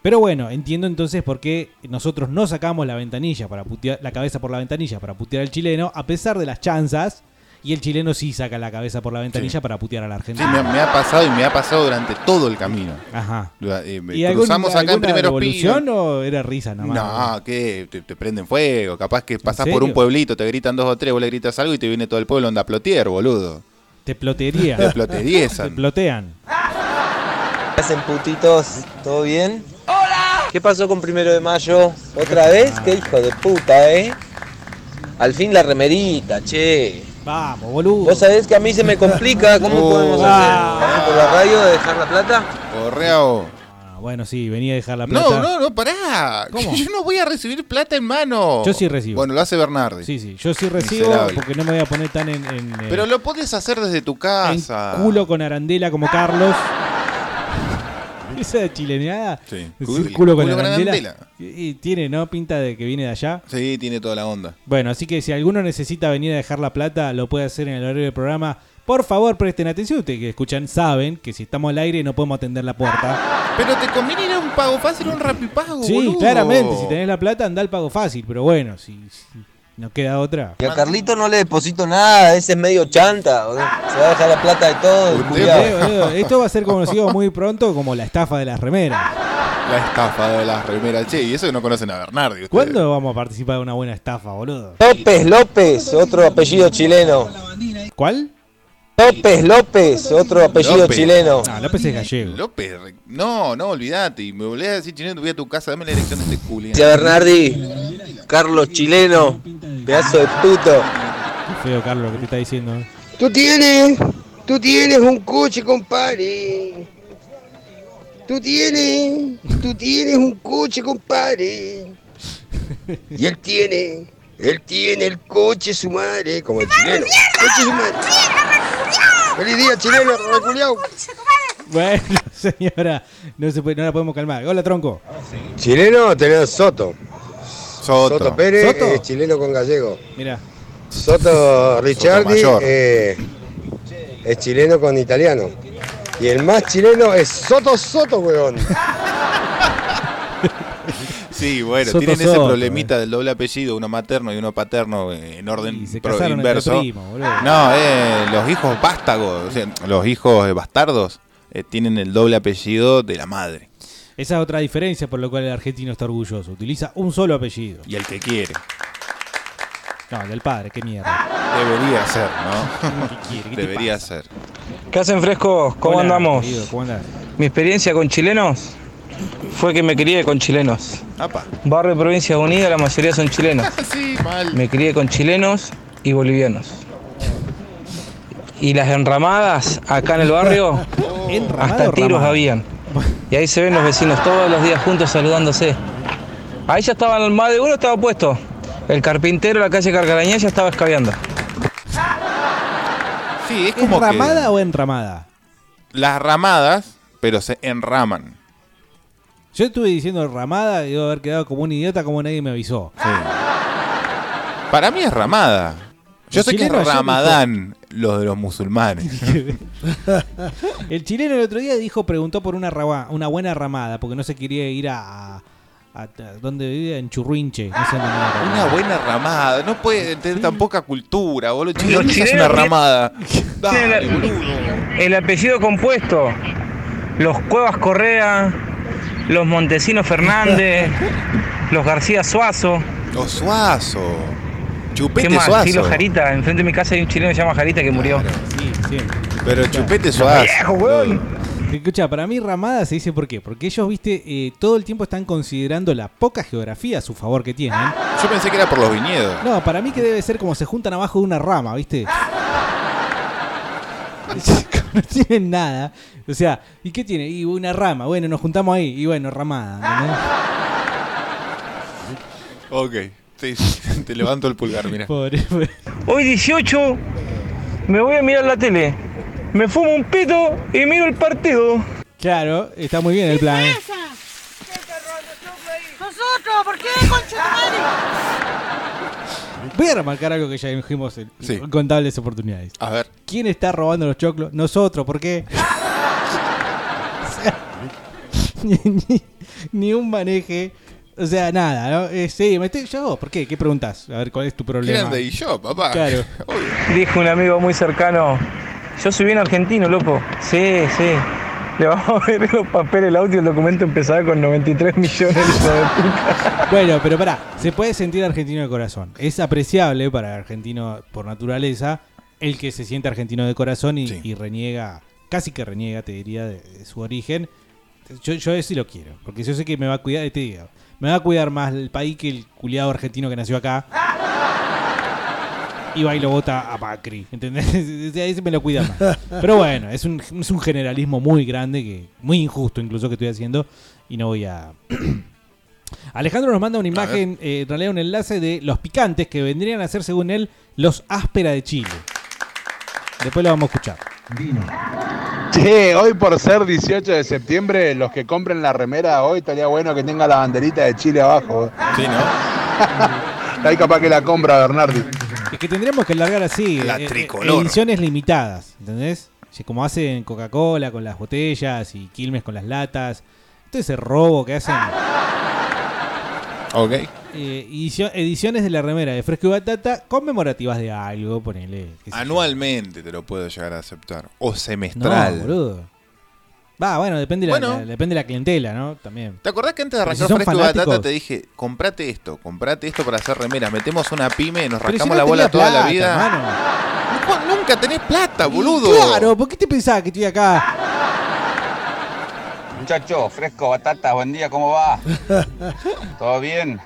Speaker 5: Pero bueno, entiendo entonces por qué nosotros no sacamos la ventanilla para putear, la cabeza por la ventanilla para putear al chileno, a pesar de las chanzas, y el chileno sí saca la cabeza por la ventanilla para putear al
Speaker 10: Sí,
Speaker 5: argentino.
Speaker 10: me, me ha pasado y me ha pasado durante todo el camino.
Speaker 5: Ajá.
Speaker 10: Eh, me-
Speaker 5: ¿Y algún-
Speaker 10: cruzamos acá en
Speaker 5: alguna
Speaker 10: primero
Speaker 5: revolución
Speaker 10: piso.
Speaker 5: o era risa nomás?
Speaker 10: No, que te, te prenden fuego. Capaz que pasás por
Speaker 5: serio?
Speaker 10: un pueblito, te gritan dos o tres, vos le gritas algo y te viene todo el pueblo onda plotier, boludo.
Speaker 5: Te plotería.
Speaker 10: Te ploterían.
Speaker 5: Te plotean.
Speaker 12: ¿Qué hacen putitos? ¿Todo bien? ¡Hola! ¿Qué pasó con primero de mayo? ¿Otra vez? ¡Qué hijo de puta, eh! Al fin la remerita, che.
Speaker 5: Vamos, boludo. Uh,
Speaker 12: Vos sabés que a mí se me complica. ¿Cómo podemos hacer? ¿Vamos Ah. ¿Por la radio de dejar la plata?
Speaker 10: Correo.
Speaker 5: Ah, bueno, sí, venía a dejar la plata.
Speaker 10: No, no, no, pará.
Speaker 5: ¿Cómo?
Speaker 10: Yo no voy a recibir plata en mano.
Speaker 5: Yo sí recibo.
Speaker 10: Bueno, lo hace Bernardi.
Speaker 5: Sí, sí, yo sí recibo
Speaker 10: Miserable.
Speaker 5: porque no me voy a poner tan en, en, eh,
Speaker 10: Pero lo podés hacer desde tu
Speaker 5: en
Speaker 10: casa.
Speaker 5: culo con arandela como Carlos. Esa chileneada.
Speaker 10: Sí.
Speaker 5: Decir
Speaker 10: Culo-
Speaker 5: Culo, con
Speaker 10: culo con
Speaker 5: arandela.
Speaker 10: arandela.
Speaker 5: Y, y tiene, ¿no? Pinta de que viene de allá.
Speaker 10: Sí, tiene toda la onda.
Speaker 5: Bueno, así que si alguno necesita venir a dejar la plata, lo puede hacer en el horario del programa. Por favor, presten atención. Ustedes que escuchan saben que si estamos al aire no podemos atender la puerta.
Speaker 10: Pero te conviene ir a un pago fácil o un rapipago,
Speaker 5: Sí,
Speaker 10: Ah, boludo.
Speaker 5: claramente, si tenés la plata anda el pago fácil, pero bueno, si, si no queda otra.
Speaker 12: Y a Carlito no le deposito nada, ese es medio chanta. o sea, Se va a dejar la plata de todo, el culiao.
Speaker 5: Eh, boludo, esto va a ser conocido muy pronto como la estafa de las remeras.
Speaker 10: La estafa de las remeras. Che, y eso que no conocen a Bernardi. ustedes.
Speaker 5: ¿Cuándo vamos a participar de una buena estafa, boludo?
Speaker 12: López, López, otro apellido chileno.
Speaker 5: ¿Cuál?
Speaker 12: López, López, otro apellido
Speaker 10: López.
Speaker 12: chileno.
Speaker 5: No, López es gallego.
Speaker 10: López, re- no, no, olvidate. Y me volvés a decir, chino, te voy a tu casa, dame la dirección de este culián.
Speaker 12: Gracias, Bernardi. Carlos chileno. Pedazo de puto.
Speaker 5: Qué feo, Carlos, que te está diciendo. eh.
Speaker 2: Tú tienes, tú tienes un coche, compadre. Tú tienes, tú tienes un coche, compadre. Y él tiene, él tiene el coche su madre, como el chileno. Coche su madre. Feliz día, chileno, reculeado.
Speaker 5: Bueno, señora, no, se puede- no la podemos calmar. Hola, tronco.
Speaker 2: Chileno tenés Soto.
Speaker 10: Soto.
Speaker 2: Soto Pérez
Speaker 5: Soto.
Speaker 2: es chileno con gallego.
Speaker 5: Mira.
Speaker 2: Soto Ricciardi
Speaker 5: mayor.
Speaker 2: eh, es chileno con italiano. Y el más chileno es Soto Soto, weón.
Speaker 10: Sí, bueno,
Speaker 5: Soto,
Speaker 10: tienen ese
Speaker 5: Soto,
Speaker 10: problemita del doble apellido, uno materno y uno paterno eh, en orden pro-
Speaker 5: casaron entre
Speaker 10: inverso.
Speaker 5: primos, boludo. Ah,
Speaker 10: no, eh, los hijos vástagos, o sea, los hijos eh, bastardos eh, tienen el doble apellido de la madre
Speaker 5: Esa es otra diferencia por lo cual el argentino está orgulloso. Utiliza un solo apellido.
Speaker 10: y el que quiere.
Speaker 5: No, el del padre, qué mierda.
Speaker 10: Debería ser, ¿no?
Speaker 5: ¿Qué quiere? ¿Qué te
Speaker 10: Debería ser.
Speaker 13: ¿Qué hacen frescos? ¿Cómo
Speaker 5: Hola,
Speaker 13: andamos?
Speaker 5: querido, ¿Cómo andás?
Speaker 13: Mi experiencia con chilenos fue que me crié con chilenos.
Speaker 10: Apa.
Speaker 13: Barrio Provincias Unidas, la mayoría son chilenos.
Speaker 10: sí, mal.
Speaker 13: Me crié con chilenos y bolivianos. Y las enramadas acá en el barrio,
Speaker 5: Enramado,
Speaker 13: hasta tiros
Speaker 5: ramado.
Speaker 13: habían. Y ahí se ven los vecinos todos los días juntos saludándose. Ahí ya estaban, más de uno estaba puesto. El carpintero de la calle Carcarañá ya estaba escabeando.
Speaker 10: Sí, es como
Speaker 5: ¿Es
Speaker 10: que
Speaker 5: ramada o enramada?
Speaker 10: las ramadas, pero se enraman.
Speaker 5: Yo estuve diciendo ramada y debo haber quedado como un idiota como nadie me avisó.
Speaker 10: Para mí es ramada. Yo
Speaker 5: El
Speaker 10: sé que es
Speaker 5: chileno ayer
Speaker 10: ramadán, los de los musulmanes.
Speaker 5: El chileno el otro día dijo, preguntó por una, raba- una buena ramada, porque no se quería ir a... a- a- a- ¿Dónde vivía? En Churrinche. No sé dónde era.
Speaker 10: Una buena ramada. No puede tener tan poca cultura, boludo. Chino,
Speaker 13: Los
Speaker 10: ¿qué es una
Speaker 13: chilenos-
Speaker 10: ramada.
Speaker 13: Tiene
Speaker 10: Dale,
Speaker 13: la-
Speaker 10: boludo.
Speaker 13: El apellido compuesto. Los Cuevas Correa, los Montesinos Fernández, los García Suazo.
Speaker 10: Los Suazo.
Speaker 13: ¿Qué
Speaker 10: Chupete
Speaker 13: más? Sí,
Speaker 10: suazo.
Speaker 13: los Jarita. Enfrente de mi casa hay un chileno que se llama Jarita que murió.
Speaker 5: Sí, siempre.
Speaker 10: Pero chupete suazo.
Speaker 5: Escucha, para mí ramada se dice por qué. Porque ellos, viste, eh, todo el tiempo están considerando la poca geografía a su favor que tienen.
Speaker 10: Yo pensé que era por los viñedos.
Speaker 5: No, para mí que debe ser como se juntan abajo de una rama, ¿viste? no tienen nada. O sea, ¿y qué tiene? Y una rama. Bueno, nos juntamos ahí. Y bueno, ramada.
Speaker 10: Ok. Sí, sí, te levanto el pulgar, mira.
Speaker 5: Pobre,
Speaker 13: Hoy 18 me voy a mirar la tele. Me fumo un pito y miro el partido.
Speaker 5: Claro, está muy bien el plan. ¿eh?
Speaker 21: Nosotros, ¿por qué, concha de tu madre?
Speaker 5: Voy a remarcar algo que ya dijimos en
Speaker 10: Sí.
Speaker 5: contables oportunidades.
Speaker 10: A ver.
Speaker 5: ¿Quién está robando los choclos? Nosotros, ¿por qué? O sea, ni, ni- ni un maneje. O sea, nada, ¿no? Eh, sí, me estoy- yo, ¿por qué? ¿Qué preguntas? A ver, ¿cuál es tu problema?
Speaker 10: Grande y yo, papá.
Speaker 5: Claro.
Speaker 13: Dijo un amigo muy cercano, yo soy bien argentino, loco. Sí, sí. Le vamos a ver los papeles, el auto y el documento empezaba con 93 millones de
Speaker 5: Bueno, pero pará, se puede sentir argentino de corazón. Es apreciable para el argentino por naturaleza el que se siente argentino de corazón y, y reniega, casi que reniega, te diría, de, de su origen. Yo, yo eso sí lo quiero, porque yo sé que me va a cuidar, y te digo, me va a cuidar más el país que el culiado argentino que nació acá. Y va y lo vota a Macri, ¿entendés? O sea, ese me lo cuida más. Pero bueno, es un, es un generalismo muy grande, que muy injusto incluso que estoy haciendo, y no voy a... Alejandro nos manda una imagen, eh, en realidad un enlace de los picantes que vendrían a ser, según él, los áspera de Chile. Después lo vamos a escuchar.
Speaker 4: Che, hoy por ser 18 de septiembre, los que compren la remera hoy estaría bueno que tenga la banderita de Chile abajo.
Speaker 10: Sí,
Speaker 4: ¿no? Ahí capaz que la compra Bernardi.
Speaker 5: Es que tendríamos que largar así.
Speaker 4: La
Speaker 5: eh, eh,
Speaker 4: tricolor.
Speaker 5: Ediciones limitadas, ¿entendés? Si Como hacen Coca-Cola con las botellas y Quilmes con las latas. Todo ese robo que hacen.
Speaker 10: Ok.
Speaker 5: Eh, edicio- ediciones de la remera de Fresco y Batata conmemorativas de algo, ponele. qué sé yo.
Speaker 10: Anualmente te lo puedo llegar a aceptar. O
Speaker 5: No,
Speaker 10: semestral.
Speaker 5: boludo. Va, bueno, depende, la-
Speaker 10: Bueno.
Speaker 5: la- depende de la clientela, ¿no? También.
Speaker 10: ¿Te acordás que antes de
Speaker 5: Pero si
Speaker 10: arrancar
Speaker 5: son
Speaker 10: Fresco y
Speaker 5: fanáticos-
Speaker 10: Batata te dije, comprate esto, comprate esto para hacer remeras, metemos una pyme, nos
Speaker 5: Pero si
Speaker 10: rascamos
Speaker 5: no
Speaker 10: la bola
Speaker 5: tenía
Speaker 10: toda la
Speaker 5: plata,
Speaker 10: vida?
Speaker 5: hermano.
Speaker 10: Nunca tenés plata,
Speaker 5: boludo. Claro, ¿por qué te pensabas que estoy acá?
Speaker 8: Muchachos, fresco, batata, buen día, ¿cómo va? ¿Todo bien?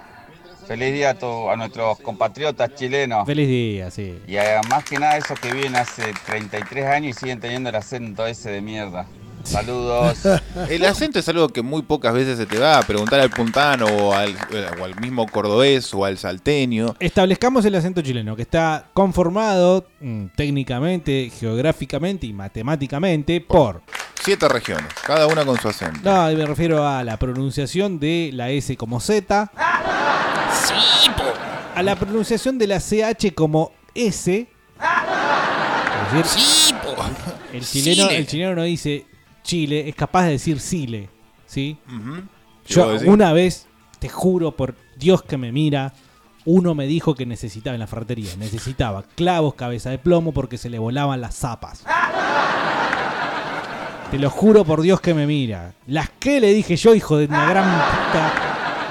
Speaker 8: Feliz día a, tu- a nuestros compatriotas chilenos.
Speaker 5: Feliz día, sí.
Speaker 8: Y a- más que nada esos que viven hace 33 años y siguen teniendo el acento ese de mierda. Saludos.
Speaker 10: El acento es algo que muy pocas veces se te va a preguntar al puntano o al, o al mismo cordobés o al salteño.
Speaker 5: Establezcamos el acento chileno, que está conformado mm, técnicamente, geográficamente y matemáticamente por...
Speaker 10: Siete regiones, cada una con su acento.
Speaker 5: No, me refiero a la pronunciación de la S como Z. A la pronunciación de la CH como S. Es decir, el chileno,
Speaker 10: Chile.
Speaker 5: el chileno no dice Chile, es capaz de decir Chile. ¿Sí?
Speaker 10: Ujú.
Speaker 5: Yo
Speaker 10: ¿Y vos decís?
Speaker 5: una vez, te juro por Dios que me mira, uno me dijo que necesitaba en la ferretería, necesitaba clavos, cabeza de plomo porque se le volaban las zapas. Te lo juro por Dios que me mira. Las que le dije yo, hijo de una gran puta.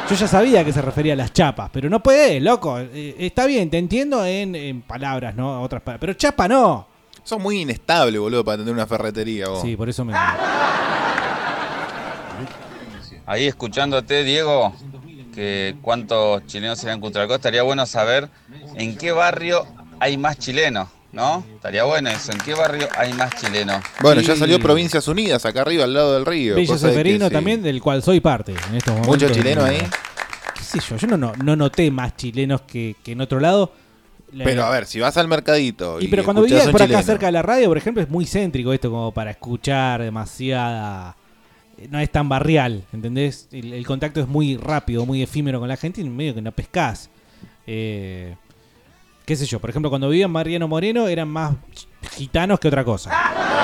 Speaker 5: Yo ya sabía que se refería a las chapas, pero no podés, loco. Eh, está bien, te entiendo en, en palabras, ¿no? Otras palabras. Pero chapa no.
Speaker 10: Son muy inestables, boludo, para tener una ferretería. vos.
Speaker 5: Sí, por eso me.
Speaker 8: Ahí escuchándote, Diego, que cuántos chilenos se en Cutralcó, estaría bueno saber en qué barrio hay más chilenos, ¿no? Estaría bueno eso, en qué barrio hay más chilenos.
Speaker 10: Bueno, ya
Speaker 8: Y-
Speaker 10: salió Provincias Unidas, acá arriba, al lado del río.
Speaker 5: Villa
Speaker 10: cosa de que
Speaker 5: Seferino
Speaker 10: sí.
Speaker 5: también, del cual soy parte en estos
Speaker 10: Mucho
Speaker 5: momentos.
Speaker 10: chileno ahí.
Speaker 5: ¿Qué sé yo? Yo no, no, no noté más chilenos que, que en otro lado. La-
Speaker 10: Pero a ver, si vas al mercadito.
Speaker 5: Y
Speaker 10: Y,
Speaker 5: pero cuando
Speaker 10: escuchás
Speaker 5: vivía
Speaker 10: a un
Speaker 5: por acá
Speaker 10: chileno,
Speaker 5: cerca de la radio, por ejemplo, es muy céntrico esto, como para escuchar demasiada. eh, No es tan barrial, ¿entendés? El, el contacto es muy rápido, muy efímero con la gente y medio que no pescás. Eh, ¿Qué sé yo? Por ejemplo, cuando vivía en Mariano Moreno eran más gitanos que otra cosa.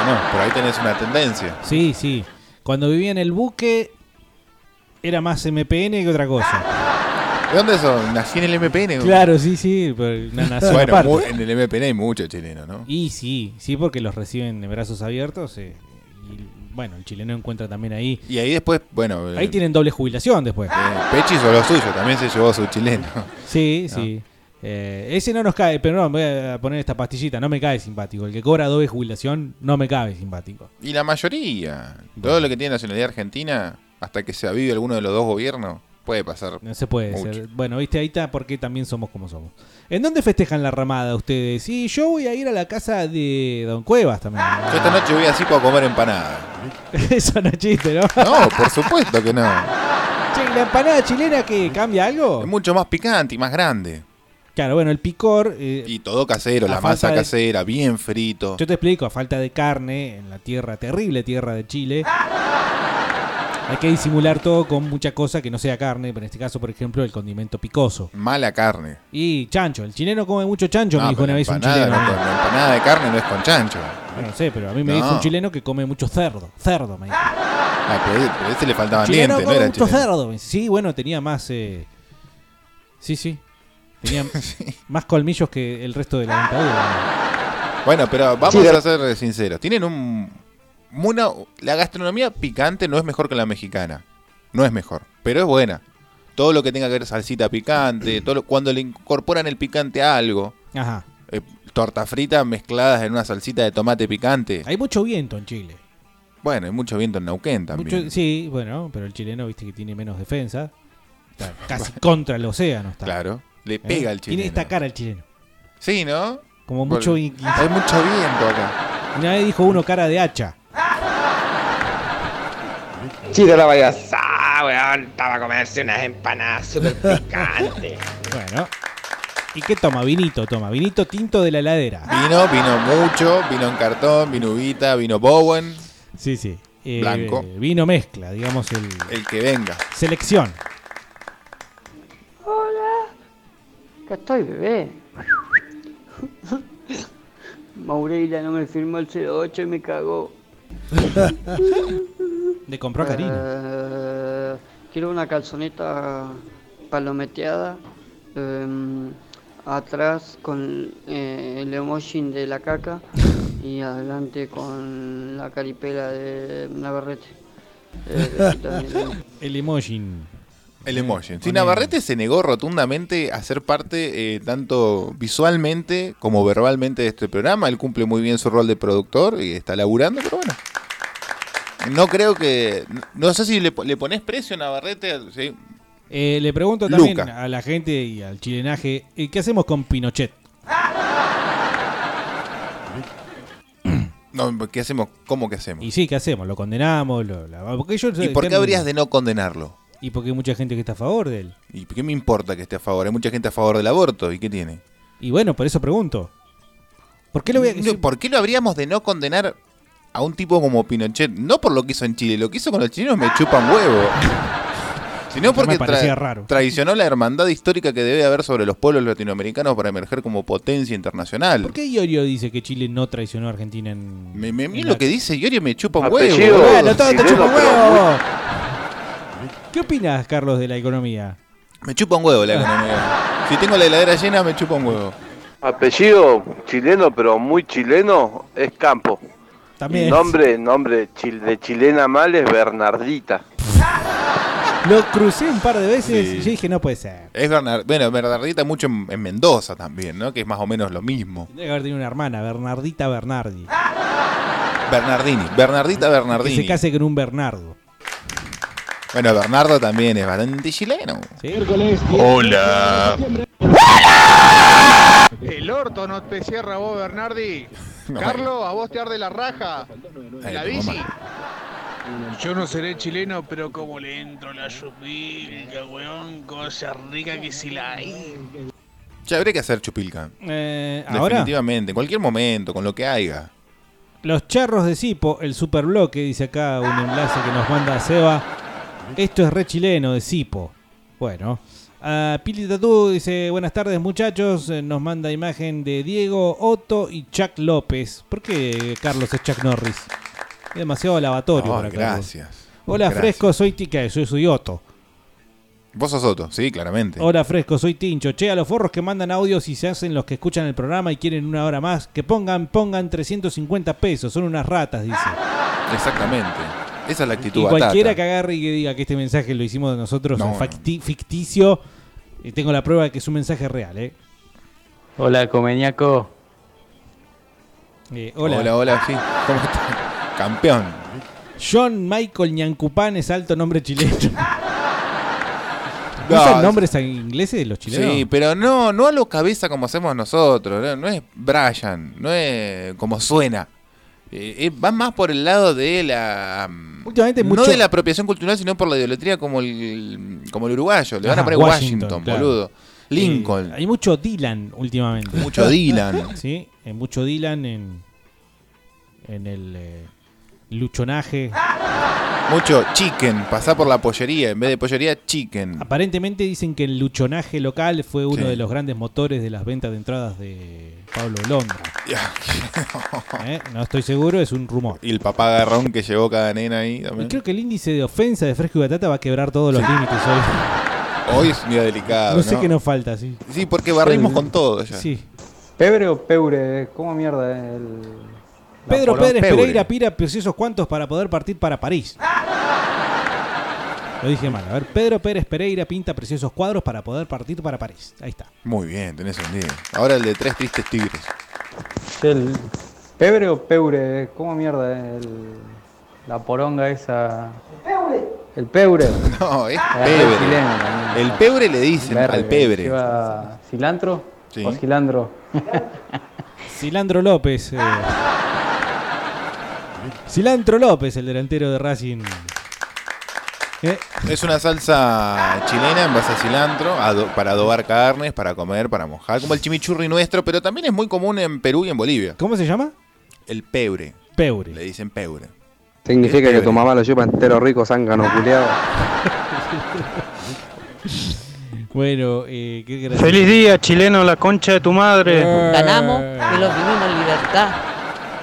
Speaker 10: Bueno, por ahí tenés una tendencia.
Speaker 5: Sí, sí. Cuando vivía en el buque era más MPN que otra cosa.
Speaker 10: ¿De dónde son? Nací en el MPN. güey.
Speaker 5: Claro, sí, sí. pero una nación
Speaker 10: Bueno,
Speaker 5: aparte.
Speaker 10: mu- en el MPN hay muchos chilenos, ¿no?
Speaker 5: Y sí, sí, porque los reciben de brazos abiertos. eh, y bueno, el chileno encuentra también ahí.
Speaker 10: Y ahí después, bueno. eh,
Speaker 5: Ahí tienen doble jubilación después.
Speaker 10: Pechi hizo lo suyo, también se llevó a su chileno.
Speaker 5: Sí, sí. Eh, ese no nos cae, pero no, me voy a poner esta pastillita, no me cae simpático. El que cobra doble jubilación no me cabe simpático.
Speaker 10: Y la mayoría. Todo lo que tiene nacionalidad argentina, hasta que se avive alguno de los dos gobiernos, puede pasar.
Speaker 5: No se puede
Speaker 10: mucho.
Speaker 5: ser. Bueno, viste, ahí está porque también somos como somos. ¿En dónde festejan la ramada ustedes? Y yo voy a ir a la casa de Don Cuevas también.
Speaker 10: Yo esta noche voy a Cipo a comer empanada.
Speaker 5: Eso no es chiste, ¿no?
Speaker 10: No, por supuesto que no.
Speaker 5: Che, ¿y la empanada chilena que cambia algo?
Speaker 10: Es mucho más picante y más grande.
Speaker 5: Claro, bueno, el picor. eh,
Speaker 10: Y todo casero,
Speaker 5: A
Speaker 10: la
Speaker 5: falta
Speaker 10: masa
Speaker 5: de-
Speaker 10: casera, bien frito.
Speaker 5: Yo te explico, a falta de carne en la tierra, terrible tierra de Chile, hay que disimular todo con mucha cosa que no sea carne, pero en este caso, por ejemplo, el condimento picoso.
Speaker 10: Mala carne.
Speaker 5: Y chancho, el chileno come mucho chancho, me
Speaker 10: No,
Speaker 5: dijo
Speaker 10: pero
Speaker 5: una
Speaker 10: la
Speaker 5: vez un
Speaker 10: empanada
Speaker 5: chileno.
Speaker 10: no- la empanada de carne no es con chancho.
Speaker 5: Bueno, no sé, pero a mí me
Speaker 10: No.
Speaker 5: dijo un chileno que come mucho cerdo, cerdo me dijo.
Speaker 10: Ah, pero, ese- pero ese le faltaba
Speaker 5: Chileno
Speaker 10: dientes, no
Speaker 5: con
Speaker 10: era
Speaker 5: gusto
Speaker 10: chileno.
Speaker 5: cerdo. Sí, bueno, tenía más. eh, Sí, sí. Tenía más colmillos que el resto de la dentadura.
Speaker 10: Bueno, pero vamos
Speaker 5: Sí,
Speaker 10: a ser sinceros. Tienen un. Una, la gastronomía picante no es mejor que la mexicana. No es mejor, pero es buena. Todo lo que tenga que ver salsita picante, todo lo- cuando le incorporan el picante a algo,
Speaker 5: Ajá.
Speaker 10: eh, torta frita mezcladas en una salsita de tomate picante.
Speaker 5: Hay mucho viento en Chile.
Speaker 10: Bueno, hay mucho viento en Neuquén también.
Speaker 5: Mucho- sí, bueno, pero el chileno, viste que tiene menos defensa. Está casi contra el océano. Está. ¿Eh?
Speaker 10: Claro, le pega al
Speaker 5: Tiene
Speaker 10: chileno.
Speaker 5: esta cara el chileno.
Speaker 10: Sí, ¿no?
Speaker 5: Como mucho.
Speaker 10: Porque Hay mucho viento acá.
Speaker 5: Una vez dijo uno cara de hacha.
Speaker 2: Chido la payasada, weón. Estaba a comerse unas empanadas súper picantes.
Speaker 5: Bueno. ¿Y qué toma? Vinito, toma. Vinito tinto de la heladera.
Speaker 10: Vino, vino mucho, vino en cartón, vino Ubita, vino Bowen.
Speaker 5: Sí, sí. Eh,
Speaker 10: Blanco.
Speaker 5: Vino mezcla, digamos el.
Speaker 10: El que venga.
Speaker 5: Selección.
Speaker 7: Acá estoy, bebé. Maureira no me firmó el 08 y me cagó.
Speaker 5: Le compró a Karina.
Speaker 7: Eh, quiero una calzoneta palometeada. em, atrás con eh, el emoji de la caca y adelante con la caripela de Navarrete. Eh, besitos, mi reina.
Speaker 5: El emoji.
Speaker 10: El emoji. Sí, Navarrete se negó rotundamente a ser parte eh, tanto visualmente como verbalmente de este programa. Él cumple muy bien su rol de productor y está laburando, pero bueno. No creo que. No sé si le, po- le pones precio a Navarrete. sí.
Speaker 5: Eh, le pregunto también
Speaker 10: Luca.
Speaker 5: a la gente y al chilenaje, eh, ¿qué hacemos con Pinochet?
Speaker 10: No, ¿Qué hacemos? ¿Cómo que hacemos?
Speaker 5: Y sí, ¿qué hacemos? ¿Lo condenamos? Lo- la- porque yo-
Speaker 10: ¿Y por qué
Speaker 5: tengo-
Speaker 10: habrías de no condenarlo?
Speaker 5: Y porque hay mucha gente que está a favor de él.
Speaker 10: ¿Y qué me importa que esté a favor? Hay mucha gente a favor del aborto. ¿Y qué tiene?
Speaker 5: Y bueno, por eso pregunto. ¿Por qué lo, voy a-
Speaker 10: No, ¿Por qué lo habríamos de no condenar a un tipo como Pinochet? No por lo que hizo en Chile, lo que hizo con los chilenos me chupan huevo. Sino
Speaker 5: me
Speaker 10: porque
Speaker 5: parecía raro.
Speaker 10: traicionó la hermandad histórica que debe haber sobre los pueblos latinoamericanos para emerger como potencia internacional.
Speaker 5: ¿Por qué Iorio dice que Chile no traicionó a Argentina en...
Speaker 10: Me, me-
Speaker 5: en
Speaker 10: mira lo
Speaker 5: la-
Speaker 10: que dice Iorio me chupa un
Speaker 5: Apellido
Speaker 10: huevo.
Speaker 5: Bueno, todo te
Speaker 10: chileno,
Speaker 5: chupa un
Speaker 10: pero
Speaker 5: huevo. ¿Qué opinas, Carlos, de la economía?
Speaker 10: Me chupa un huevo la economía. Si tengo la heladera llena, me chupa un huevo.
Speaker 16: Apellido chileno, pero muy chileno, es Campo.
Speaker 5: También.
Speaker 16: Nombre, nombre chil- de chilena mal es Bernardita.
Speaker 5: Lo crucé un par de veces y yo dije, no puede ser.
Speaker 10: Es Bernar- bueno, Bernardita mucho en, en Mendoza también, ¿no? Que es más o menos lo mismo.
Speaker 5: Debe haber tenido una hermana, Bernardita Bernardi.
Speaker 10: Bernardini, Bernardita
Speaker 5: Que
Speaker 10: Bernardini.
Speaker 5: se case con un Bernardo.
Speaker 10: Bueno, Bernardo también es bastante chileno.
Speaker 9: Hola.
Speaker 19: El orto no te cierra vos, Bernardi.
Speaker 10: No, eh,
Speaker 19: Carlos, a vos te arde la raja. La
Speaker 10: tu
Speaker 19: bici. Mm, Yo no seré chileno, pero como le entro la chupinca, weón, cosa rica que si la hay.
Speaker 10: Ya habría que hacer chupilca.
Speaker 5: Eh, ahora,
Speaker 10: Definitivamente, en cualquier momento, con lo que haya.
Speaker 5: los charros de Sipo, el superbloque, dice acá un enlace que nos manda Seba. Esto es re chileno de Sipo. Bueno. Ah, Pili Tatú dice, buenas tardes muchachos, Eh, nos manda imagen de Diego, Otto y Chuck López. ¿Por qué Carlos es Chuck Norris? Es demasiado lavatorio
Speaker 10: Oh,
Speaker 5: para Carlos.
Speaker 10: gracias.
Speaker 5: Hola
Speaker 10: Gracias.
Speaker 5: Fresco, soy Tica, soy, soy Otto.
Speaker 10: Vos sos Otto, sí, claramente.
Speaker 5: Hola Fresco, soy Tincho. Che, a los forros que mandan audios y se hacen los que escuchan el programa y quieren una hora más, que pongan, pongan 350 pesos, son unas ratas, dice.
Speaker 10: Exactamente. Esa es la actitud
Speaker 5: Y cualquiera
Speaker 10: batata.
Speaker 5: que agarre y que diga que este mensaje lo hicimos nosotros
Speaker 10: No,
Speaker 5: es facti- ficticio, y tengo la prueba de que es un mensaje real, ¿eh?
Speaker 9: Hola, Comeñaco.
Speaker 5: Eh, hola.
Speaker 10: Hola, hola, sí. ¿Cómo está? Campeón.
Speaker 5: John Michael Ñancupán es alto nombre chileno.
Speaker 10: No,
Speaker 5: ¿Usan
Speaker 10: es-
Speaker 5: nombres ingleses de los chilenos?
Speaker 10: Sí, pero no, no a lo cabeza como hacemos nosotros. No, No es Brian, no es como suena. Eh, eh, va más por el lado de la. mm,
Speaker 5: Últimamente
Speaker 10: no
Speaker 5: mucho-
Speaker 10: de la apropiación cultural, sino por la idolatría como el, como el uruguayo. Le van
Speaker 5: Ajá,
Speaker 10: a poner
Speaker 5: Ah, Washington,
Speaker 10: Washington,
Speaker 5: claro.
Speaker 10: boludo. Lincoln.
Speaker 5: Eh, hay mucho Dylan últimamente.
Speaker 10: Mucho Dylan.
Speaker 5: Sí, hay mucho Dylan en, en el eh, luchonaje.
Speaker 10: Mucho chicken, pasá por la pollería, en vez de pollería, chicken.
Speaker 5: Aparentemente dicen que el luchonaje local fue uno de los grandes motores de las ventas de entradas de Pablo Londra. Eh, No estoy seguro, es un rumor.
Speaker 10: Y el papá garrón que llevó cada nena ahí
Speaker 5: Y
Speaker 10: también.
Speaker 5: creo que el índice de ofensa de Fresco y Batata va a quebrar todos los límites hoy.
Speaker 10: Hoy es un día delicado.
Speaker 5: No sé qué nos falta, sí.
Speaker 10: Sí, porque barrimos con todo ya.
Speaker 5: Sí.
Speaker 14: ¿Pebre o Peure? ¿Cómo mierda es el.? la
Speaker 5: Pedro
Speaker 14: poronga?
Speaker 5: Pérez Pereira pira preciosos cuantos para poder partir para París. Lo dije mal. A ver, Pedro Pérez Pereira pinta preciosos cuadros para poder partir para París. Ahí está.
Speaker 10: Muy bien, tenés un día. Ahora el de tres tristes tigres.
Speaker 14: El ¿Pebre o Peure? ¿Cómo mierda es el- la poronga esa? ¿El Peure?
Speaker 10: No, es
Speaker 14: Ah,
Speaker 10: pebre.
Speaker 14: es chileno también.
Speaker 10: El pebre le dicen
Speaker 14: Verga,
Speaker 10: al pebre.
Speaker 14: lleva cilantro
Speaker 10: Sí.
Speaker 14: o cilantro.
Speaker 5: Cilantro López. eh. Cilantro López, el delantero de Racing.
Speaker 10: Es una salsa chilena en base a cilantro ado- para adobar carnes, para comer, para mojar, como el chimichurri nuestro, pero también es muy común en Perú y en Bolivia.
Speaker 5: ¿Cómo se llama?
Speaker 10: El pebre.
Speaker 5: Peure.
Speaker 10: Le dicen pebre.
Speaker 15: Significa que tu mamá lo lleva entero rico, zángano, culiado.
Speaker 5: Bueno, eh, qué gracioso.
Speaker 6: Feliz día, chileno, la concha de tu madre.
Speaker 11: Eh, Ganamos y
Speaker 5: Ah.
Speaker 11: los vivimos en libertad.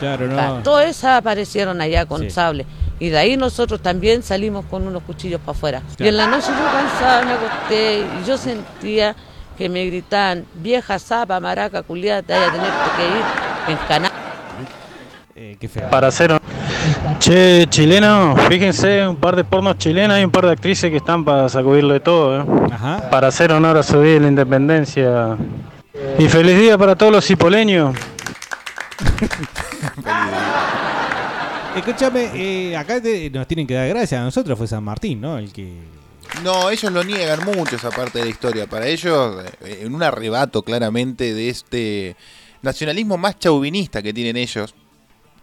Speaker 5: Claro,
Speaker 11: Ah, Todas esas aparecieron allá con sable. Y de ahí nosotros también salimos con unos cuchillos para afuera. Y en la noche yo cansada me acosté y yo sentía que me gritaban, vieja zapa, maraca, culiada, te vaya a tener que ir en canal.
Speaker 5: Eh, qué feo.
Speaker 6: Para cero. Che, chileno, fíjense, un par de pornos chilenos y un par de actrices que están para sacudirlo de todo. ¿eh? Para hacer honor a su día de la independencia. Y feliz día para todos los cipoleños.
Speaker 5: Escúchame, eh, acá te- nos tienen que dar gracias. A nosotros fue San Martín, ¿no? El que.
Speaker 10: No, ellos lo niegan mucho esa parte de la historia. Para ellos, eh, en un arrebato claramente de este nacionalismo más chauvinista que tienen ellos,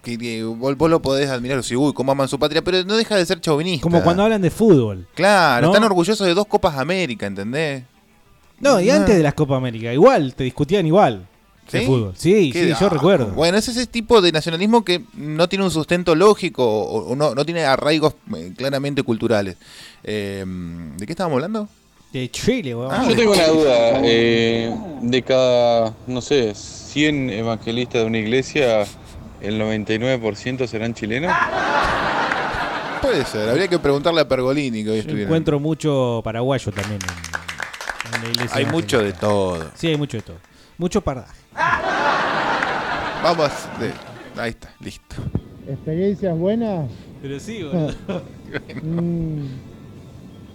Speaker 10: que, que vos, vos lo podés admirar, sí, uy, cómo aman su patria, pero no deja de ser chauvinista.
Speaker 5: Como cuando hablan de fútbol.
Speaker 10: Claro,
Speaker 5: ¿No?
Speaker 10: están orgullosos de dos Copas América, ¿entendés?
Speaker 5: No, y
Speaker 10: Ah.
Speaker 5: antes de las Copa América, igual, te discutían igual. De
Speaker 10: ¿Sí?
Speaker 5: fútbol. Sí,
Speaker 10: Qué
Speaker 5: sí, yo
Speaker 10: asco.
Speaker 5: recuerdo.
Speaker 10: Bueno, es ese tipo de nacionalismo que no tiene un sustento lógico o, o no, no tiene arraigos eh, claramente culturales. Eh, ¿De qué estábamos hablando?
Speaker 5: De Chile, weón.
Speaker 10: Ah,
Speaker 20: Yo
Speaker 10: de
Speaker 20: tengo una
Speaker 10: Chile.
Speaker 20: duda. eh, de cada, no sé, 100 evangelistas de una iglesia, ¿el 99% serán chilenos?
Speaker 10: Puede ser, habría que preguntarle a Pergolini que hoy
Speaker 5: Yo
Speaker 10: estuvieron.
Speaker 5: encuentro mucho paraguayo también en, en la iglesia.
Speaker 10: Hay mucho de todo.
Speaker 5: Sí, hay mucho de todo. Mucho pardaje.
Speaker 10: Vamos, de- ahí está, listo.
Speaker 23: ¿Experiencias buenas?
Speaker 5: Pero sí,
Speaker 23: boludo. Mm,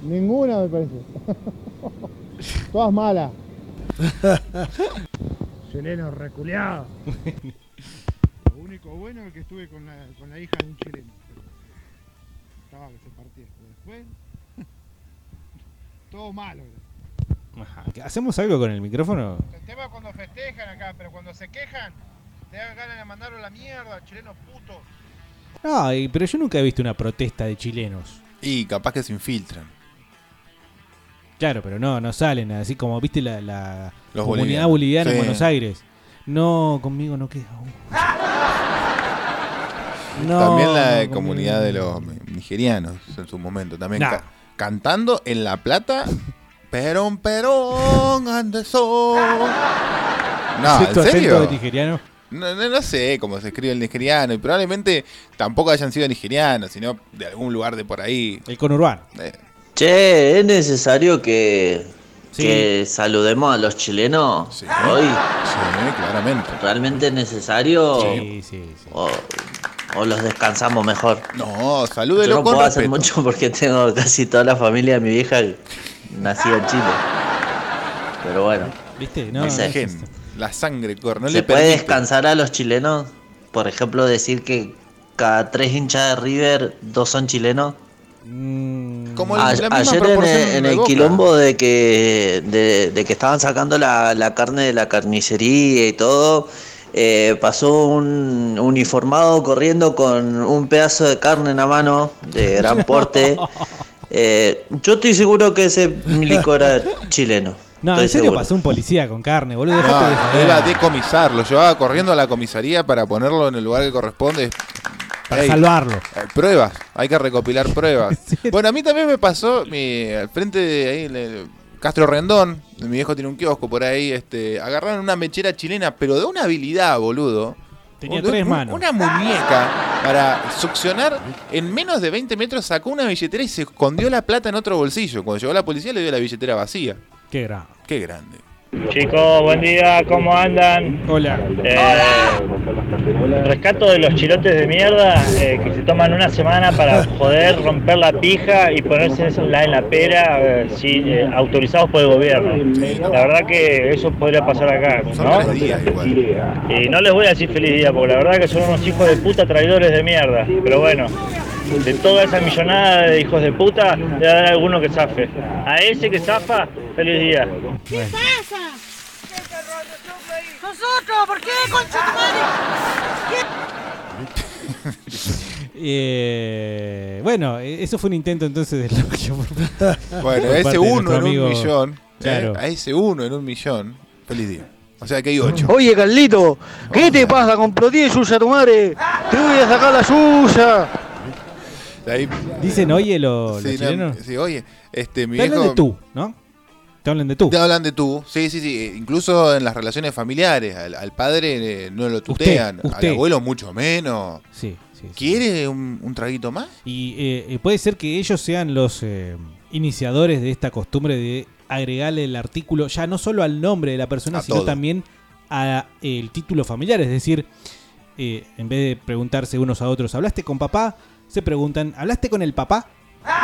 Speaker 23: ninguna me parece. Todas malas. Chileno reculeado. Lo único bueno es que estuve con la, con la hija de un chileno. Estaba que se partía. Pero Después, todo malo.
Speaker 5: ¿Hacemos algo con el micrófono?
Speaker 23: El tema es cuando festejan acá, pero cuando se quejan, te dan ganas de mandarlo a la mierda, chileno puto.
Speaker 5: No, y- pero yo nunca he visto una protesta de chilenos.
Speaker 10: Y capaz que se infiltran.
Speaker 5: Claro, pero no, no salen así como, viste, la, la
Speaker 10: Los
Speaker 5: comunidad
Speaker 10: bolivianos.
Speaker 5: boliviana
Speaker 10: Sí.
Speaker 5: en Buenos Aires. No, conmigo no queda uno. No,
Speaker 10: también la
Speaker 5: conmigo
Speaker 10: comunidad
Speaker 5: no.
Speaker 10: de los nigerianos en su momento. También
Speaker 5: Nah.
Speaker 10: ca- cantando en La Plata. Perón, Perón, Anderson. No,
Speaker 5: ¿Es
Speaker 10: ¿en
Speaker 5: tu acento
Speaker 10: serio?
Speaker 5: de nigeriano?
Speaker 10: No, no- no sé cómo se escribe el nigeriano y probablemente tampoco hayan sido nigerianos, sino de algún lugar de por ahí.
Speaker 5: El conurbano.
Speaker 24: Che, ¿es necesario que,
Speaker 5: Sí.
Speaker 24: que saludemos a los chilenos hoy?
Speaker 10: Sí, claramente.
Speaker 24: ¿Realmente es necesario?
Speaker 5: Sí, sí,
Speaker 24: O, o los descansamos mejor?
Speaker 10: No, salúdelo
Speaker 24: Yo no
Speaker 10: con
Speaker 24: puedo hacer
Speaker 10: respeto.
Speaker 24: mucho porque tengo casi toda la familia de mi vieja nacida en Chile. Pero bueno.
Speaker 5: ¿Viste?
Speaker 24: No, sé.
Speaker 10: La sangre corre. No
Speaker 24: ¿Se
Speaker 10: le
Speaker 24: puede
Speaker 10: permite.
Speaker 24: descansar a los chilenos? Por ejemplo, decir que cada tres hinchas de River, dos son chilenos.
Speaker 10: Como
Speaker 24: A-
Speaker 10: el- la misma
Speaker 24: ayer en
Speaker 10: proporción
Speaker 24: el, en
Speaker 10: de
Speaker 24: el
Speaker 10: Boca.
Speaker 24: quilombo de que, de, de que estaban sacando la, la carne de la carnicería y todo, eh, pasó un uniformado corriendo con un pedazo de carne en la mano, de gran porte. Eh, yo estoy seguro que ese milico era chileno.
Speaker 5: No,
Speaker 24: estoy
Speaker 5: en serio
Speaker 24: seguro.
Speaker 5: pasó un policía con carne, boludo.
Speaker 10: No,
Speaker 5: Dejate de joder.
Speaker 10: iba a decomisarlo, llevaba corriendo a la comisaría para ponerlo en el lugar que corresponde.
Speaker 5: Para
Speaker 10: Ey,
Speaker 5: salvarlo.
Speaker 10: eh, pruebas, hay que recopilar pruebas. Bueno, a mí también me pasó, mi, al frente de ahí, el- el Castro Rendón, mi viejo tiene un kiosco por ahí, este, agarraron una mechera chilena, pero de una habilidad, boludo.
Speaker 5: Tenía
Speaker 10: Un-
Speaker 5: tres
Speaker 10: un-
Speaker 5: manos.
Speaker 10: Una muñeca para succionar en menos de 20 metros, sacó una billetera y se escondió la plata en otro bolsillo. Cuando llegó la policía le dio la billetera vacía.
Speaker 5: Qué grande.
Speaker 10: Qué grande.
Speaker 3: Chicos, buen día, ¿cómo andan? Eh,
Speaker 5: Hola.
Speaker 3: Rescato de los chilotes de mierda eh, que se toman una semana para poder romper la pija y ponerse la en la pera, eh, sin, eh, autorizados por el gobierno. La verdad que eso podría pasar acá, ¿no? Y no les voy a decir feliz día, porque la verdad que son unos hijos de puta traidores de mierda. Pero bueno, de toda esa millonada de hijos de puta, debe haber alguno que zafe. A ese que zafa, feliz día.
Speaker 21: pasa? Nosotros, ¿por qué, concha tu madre?
Speaker 5: Eh, bueno, eh, eso fue un intento entonces de elogio por-
Speaker 10: Bueno,
Speaker 5: por
Speaker 10: a ese
Speaker 5: parte de
Speaker 10: uno
Speaker 5: nuestro
Speaker 10: en
Speaker 5: amigo.
Speaker 10: un millón. ¿eh?
Speaker 5: Claro.
Speaker 10: A ese uno en un millón. Feliz día. O sea que hay ocho.
Speaker 6: Oye, Carlito, ¿qué te pasa? Compré suya a tu madre. Te voy a sacar la suya.
Speaker 5: Dicen oye lo- los
Speaker 10: Sí, no,
Speaker 5: chilenos.
Speaker 10: sí, oye, este, mi
Speaker 5: Te hablan
Speaker 10: viejo-
Speaker 5: de tú, ¿no? Te hablan de tú.
Speaker 10: Te hablan de tú. Sí, sí, sí. eh, Incluso en las relaciones familiares. Al, al padre eh, no lo tutean.
Speaker 5: usted.
Speaker 10: Al abuelo mucho menos.
Speaker 5: Sí, sí.
Speaker 10: ¿Quiere un, un traguito más?
Speaker 5: Y eh, eh, puede ser que ellos sean los eh, iniciadores de esta costumbre de agregarle el artículo ya no solo al nombre de la persona,
Speaker 10: A
Speaker 5: sino
Speaker 10: todo.
Speaker 5: también al el título familiar. Es decir, eh, en vez de preguntarse unos a otros, ¿hablaste con papá? Se preguntan, ¿hablaste con el papá?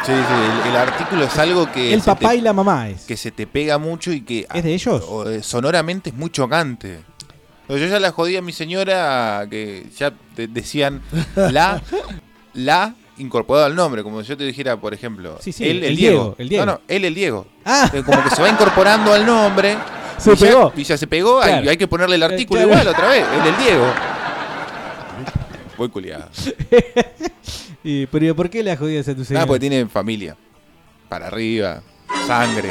Speaker 10: Sí, sí. El, el artículo es algo que.
Speaker 5: el
Speaker 10: se
Speaker 5: papá
Speaker 10: te-
Speaker 5: y la mamá es.
Speaker 10: Que se te pega mucho y que.
Speaker 5: ¿Es de ellos?
Speaker 10: o, eh, sonoramente es muy chocante. Yo ya la jodía a mi señora que ya te- decían la, la incorporado al nombre, como si yo te dijera, por ejemplo,
Speaker 5: Sí, sí,
Speaker 10: él
Speaker 5: el
Speaker 10: el, Diego.
Speaker 5: Diego, el Diego. Ah.
Speaker 10: No, no, él el Diego. Eh, Como que se va incorporando al nombre.
Speaker 5: Se
Speaker 10: y ya-
Speaker 5: pegó.
Speaker 10: y ya se pegó, hay-
Speaker 5: Claro.
Speaker 10: hay, que ponerle el
Speaker 5: Eh,
Speaker 10: artículo
Speaker 5: claro.
Speaker 10: igual otra vez, él el Diego. Voy culiado.
Speaker 5: Y, pero ¿por qué la jodías a tu señora?
Speaker 10: Ah, porque tiene familia. Para arriba, sangre.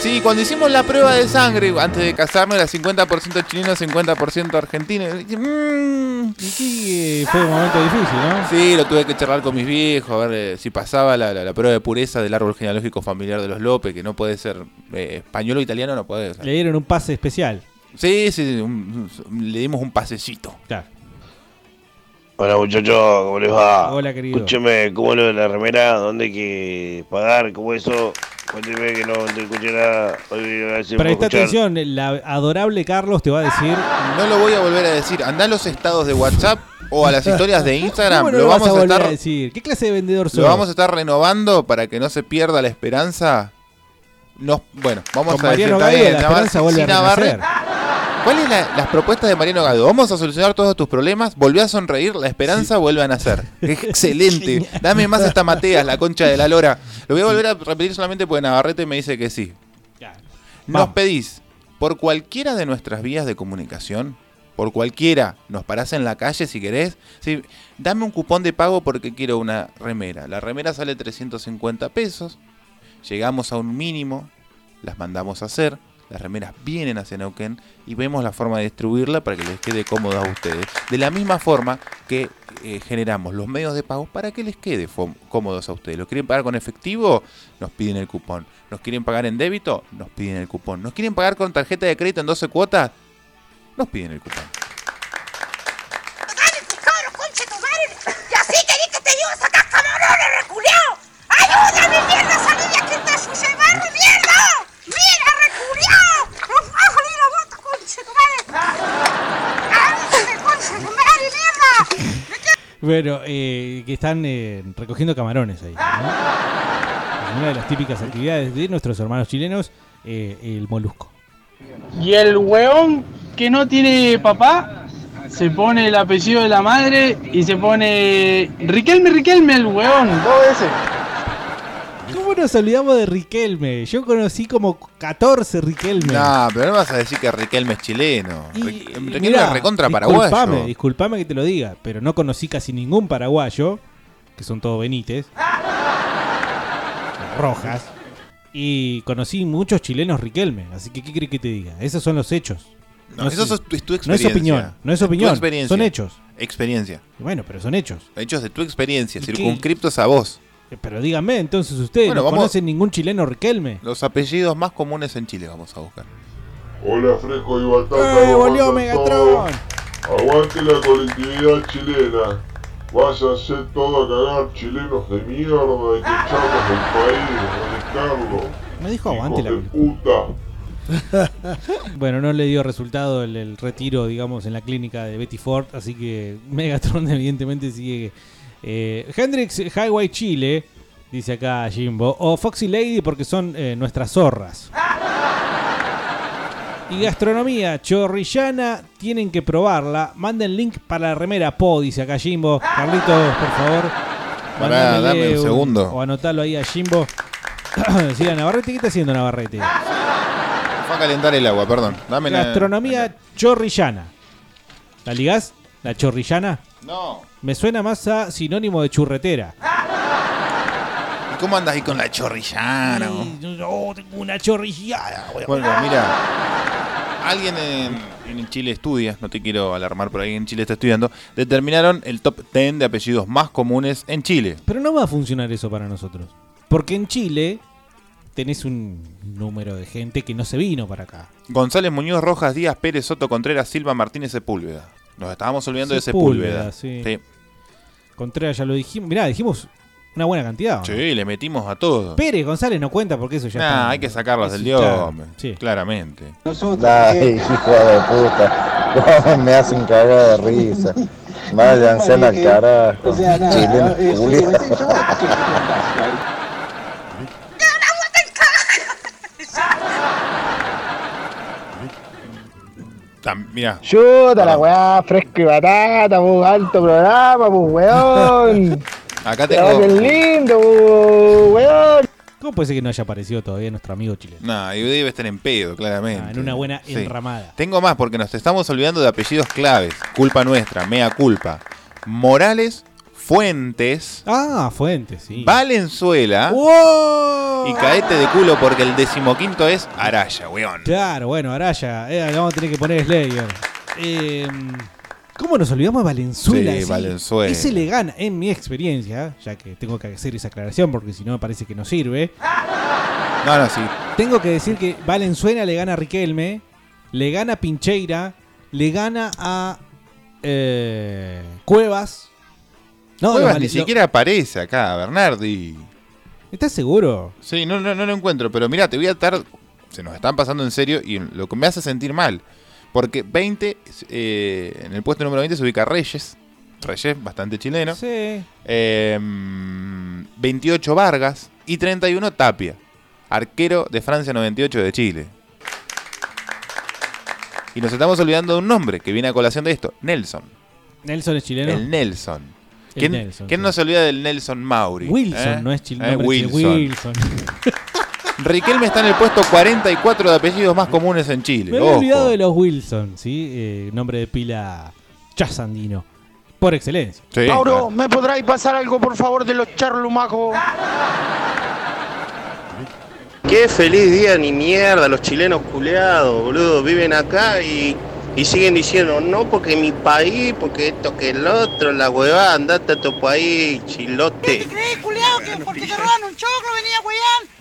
Speaker 10: Sí, cuando hicimos la prueba de sangre, antes de casarnos, era 50% chileno, 50% argentino. Mm.
Speaker 5: Sí, eh, fue un momento difícil, ¿no?
Speaker 10: Sí, lo tuve que charlar con mis viejos, a ver eh, si pasaba la, la- la prueba de pureza del árbol genealógico familiar de los López, que no puede ser eh, español o italiano, no puede ser.
Speaker 5: Le dieron un pase especial.
Speaker 10: Sí, sí, un- un- le dimos un pasecito.
Speaker 5: Claro.
Speaker 17: Hola muchachos, ¿cómo les va?
Speaker 5: Hola, querido.
Speaker 17: Escúcheme, ¿cómo es lo de la remera? ¿Dónde hay que pagar? ¿Cómo eso? Cuénteme que no te escuché nada. Hoy, a ver si puedo
Speaker 5: Presta
Speaker 17: escuchar.
Speaker 5: atención, la adorable Carlos te va a decir.
Speaker 10: No lo voy a volver a decir. Andá a los estados de WhatsApp o a las historias de Instagram.
Speaker 5: ¿Cómo no
Speaker 10: lo,
Speaker 5: vas
Speaker 10: vamos
Speaker 5: a
Speaker 10: a
Speaker 5: volver
Speaker 10: estar,
Speaker 5: a decir? ¿Qué clase de vendedor sos?
Speaker 10: lo vamos a estar renovando para que no se pierda la esperanza. Nos, bueno, vamos
Speaker 5: Con
Speaker 10: a decir
Speaker 5: Mariano
Speaker 10: está
Speaker 5: Gago,
Speaker 10: bien,
Speaker 5: la
Speaker 10: Navar-
Speaker 5: esperanza vuelve a
Speaker 10: sin Navarre.
Speaker 5: renacer.
Speaker 10: ¿Cuáles son las propuestas de Mariano Gado? Vamos a solucionar todos tus problemas, volví a sonreír, la esperanza vuelve a nacer. Excelente. Dame más esta Mateas, la concha de la lora. Lo voy a volver a repetir solamente porque Navarrete me dice que sí. Nos pedís, por cualquiera de nuestras vías de comunicación, por cualquiera, nos parás en la calle si querés, sí, dame un cupón de pago porque quiero una remera. La remera sale 350 pesos, llegamos a un mínimo, las mandamos a hacer, las remeras vienen hacia Neuquén y vemos la forma de distribuirla para que les quede cómoda a ustedes. De la misma forma que eh, generamos los medios de pago para que les quede fo- cómodos a ustedes. ¿Los quieren pagar con efectivo? Nos piden el cupón. ¿Nos quieren pagar en débito? Nos piden el cupón. ¿Nos quieren pagar con tarjeta de crédito en 12 cuotas? Nos piden el cupón.
Speaker 21: ¡Cabrón, este concha tu madre! ¡Y así querés que te llevo a sacar camarones, reculeado! ¡Ayúdame, mierda, salí de aquí, te sucio de barro, mierda! ¡Mira, reculeado! ¡No puedo salir la bota, concha tu madre! ¡Ayúdame, concha tu madre, mierda!
Speaker 5: Bueno, eh, que están eh, recogiendo camarones ahí. ¿no? Es Una de las típicas actividades de nuestros hermanos chilenos, eh, el molusco.
Speaker 18: Y el weón que no tiene papá se pone el apellido de la madre y se pone Riquelme, Riquelme, el weón, dos veces.
Speaker 5: ¿Cómo nos olvidamos de Riquelme? Yo conocí como 14 Riquelme.
Speaker 10: No, Ah, pero no vas a decir que Riquelme es chileno. Ri- Riquelme
Speaker 5: Mirá,
Speaker 10: es recontra
Speaker 5: Disculpame,
Speaker 10: paraguayo.
Speaker 5: disculpame que te lo diga, pero no conocí casi ningún paraguayo, que son todos Benítez, Rojas, y conocí muchos chilenos Riquelme, así que ¿qué crees que te diga? Esos son los hechos.
Speaker 10: No,
Speaker 5: No
Speaker 10: eso
Speaker 5: sé.
Speaker 10: es tu, es tu
Speaker 5: No es
Speaker 10: experiencia.
Speaker 5: opinión, no es
Speaker 10: tu
Speaker 5: opinión,
Speaker 10: experiencia.
Speaker 5: son hechos.
Speaker 10: Experiencia.
Speaker 5: Bueno, pero son hechos.
Speaker 10: Hechos de tu experiencia,
Speaker 5: qué?
Speaker 10: circunscriptos a vos.
Speaker 5: Pero díganme, entonces ustedes
Speaker 10: Bueno,
Speaker 5: no
Speaker 10: vamos-
Speaker 5: conocen ningún chileno Riquelme.
Speaker 10: Los apellidos más comunes en Chile vamos a buscar.
Speaker 1: Hola Fresco y Batata.
Speaker 5: ¡Eh,
Speaker 1: ¿cómo
Speaker 5: volvió
Speaker 1: andan
Speaker 5: Megatron!
Speaker 1: todos? Aguante la colectividad chilena. Váyanse todos a cagar, chilenos de mierda, de que echamos del país, Carlos.
Speaker 5: Me dijo aguante la
Speaker 1: de puta.
Speaker 5: Bueno, no le dio resultado el, el retiro, digamos, en la clínica de Betty Ford, así que Megatron evidentemente sigue. Eh, Hendrix Highway Chile, dice acá Jimbo, o Foxy Lady porque son eh, nuestras zorras. Y gastronomía, chorrillana, tienen que probarla. Manden link para la remera Po, dice acá Jimbo. Carlitos, por favor.
Speaker 10: Pará,
Speaker 5: mándale
Speaker 10: dame un segundo.
Speaker 5: O anotalo ahí a Jimbo. Decía Navarrete, ¿qué está haciendo Navarrete?
Speaker 10: Fue a calentar el agua, perdón. Dame la-
Speaker 5: Gastronomía chorrillana. ¿La ligás? ¿La chorrillana?
Speaker 10: No.
Speaker 5: Me suena más a sinónimo de churretera.
Speaker 10: ¿Y cómo andas ahí con la chorrillana? vos?
Speaker 5: No, oh, tengo una chorrillada,
Speaker 10: Bueno, mira. Alguien en, en Chile estudia, no te quiero alarmar, pero alguien en Chile está estudiando. Determinaron el top 10 de apellidos más comunes en Chile.
Speaker 5: Pero no va a funcionar eso para nosotros. Porque en Chile tenés un número de gente que no se vino para acá.
Speaker 10: González Muñoz, Rojas, Díaz, Pérez, Soto, Contreras, Silva, Martínez, Sepúlveda. Nos estábamos olvidando de Sepúlveda.
Speaker 5: Sepúlveda, sí. Contreras ya lo dijimos. Mirá, dijimos una buena cantidad. ¿o no?
Speaker 10: Sí, le metimos a todo.
Speaker 5: Ah. Pérez González no cuenta porque eso ya
Speaker 10: Nah,
Speaker 5: está.
Speaker 10: hay que sacarlos del
Speaker 5: Eso ya-
Speaker 10: diome, claramente.
Speaker 12: Dale, hijo de puta. ¿Cómo me hacen cagar de risa? Váyanse a la carajo. Chileno culiao.
Speaker 10: Mira,
Speaker 13: Chuta la weá, fresco y batata, pues alto programa, pues weón.
Speaker 10: acá
Speaker 13: Te va bien
Speaker 10: tengo.
Speaker 13: lindo, pues, weón.
Speaker 5: ¿Cómo puede ser que no haya aparecido todavía nuestro amigo chileno?
Speaker 10: Nah, y debe estar en pedo, claramente.
Speaker 5: Ah, en una buena
Speaker 10: Sí.
Speaker 5: enramada.
Speaker 10: Tengo más porque nos estamos olvidando de apellidos claves. Culpa nuestra, mea culpa. Morales, Fuentes.
Speaker 5: Ah, Fuentes, sí. ¡Oh!
Speaker 10: Valenzuela. Y caete de culo porque el decimoquinto es Araya, weón.
Speaker 5: Claro, bueno, Araya, eh, vamos a tener que poner Slayer. Eh, ¿Cómo nos olvidamos de Valenzuela?
Speaker 10: Sí, Valenzuela.
Speaker 5: Ese le gana, en mi experiencia, ya que tengo que hacer esa aclaración porque si no me parece que no sirve.
Speaker 10: No, no, sí.
Speaker 5: Tengo que decir que Valenzuela le gana a Riquelme, le gana a Pincheira, le gana a eh, Cuevas. No,
Speaker 10: Cuevas
Speaker 5: no,
Speaker 10: ni
Speaker 5: no.
Speaker 10: siquiera aparece acá, Bernardi.
Speaker 5: ¿Estás seguro?
Speaker 10: Sí, no, no, no lo encuentro, pero mira, te voy a estar. Se nos están pasando en serio y lo que me hace sentir mal. Porque 20, eh, en el puesto número 20 se ubica Reyes. Reyes, bastante chileno.
Speaker 5: Sí.
Speaker 10: Eh, 28 Vargas y 31 Tapia. Arquero de Francia 98 de Chile. Y nos estamos olvidando de un nombre que viene a colación de esto: Nelson.
Speaker 5: Nelson es chileno.
Speaker 10: El Nelson.
Speaker 5: El
Speaker 10: ¿Quién,
Speaker 5: Nelson,
Speaker 10: quién no se olvida del Nelson Mauri?
Speaker 5: Wilson,
Speaker 10: eh?
Speaker 5: no es chil-
Speaker 10: Eh,
Speaker 5: nombre chileno.
Speaker 10: Wilson.
Speaker 5: Wilson.
Speaker 10: Riquelme está en el puesto 44 de apellidos más comunes en Chile.
Speaker 5: Me había
Speaker 10: Ojo.
Speaker 5: olvidado de los Wilson, ¿sí? Eh, nombre de pila Chasandino. Por excelencia.
Speaker 19: Mauro, ¿me podráis pasar algo, por favor, de los charlumacos?
Speaker 22: Qué feliz día ni mierda, los chilenos culeados, boludo, viven acá y, y siguen diciendo, no, porque mi país, porque esto que el otro, la huevada, andate a tu país, chilote.
Speaker 21: crees, culiao, que porque te roban un choclo venía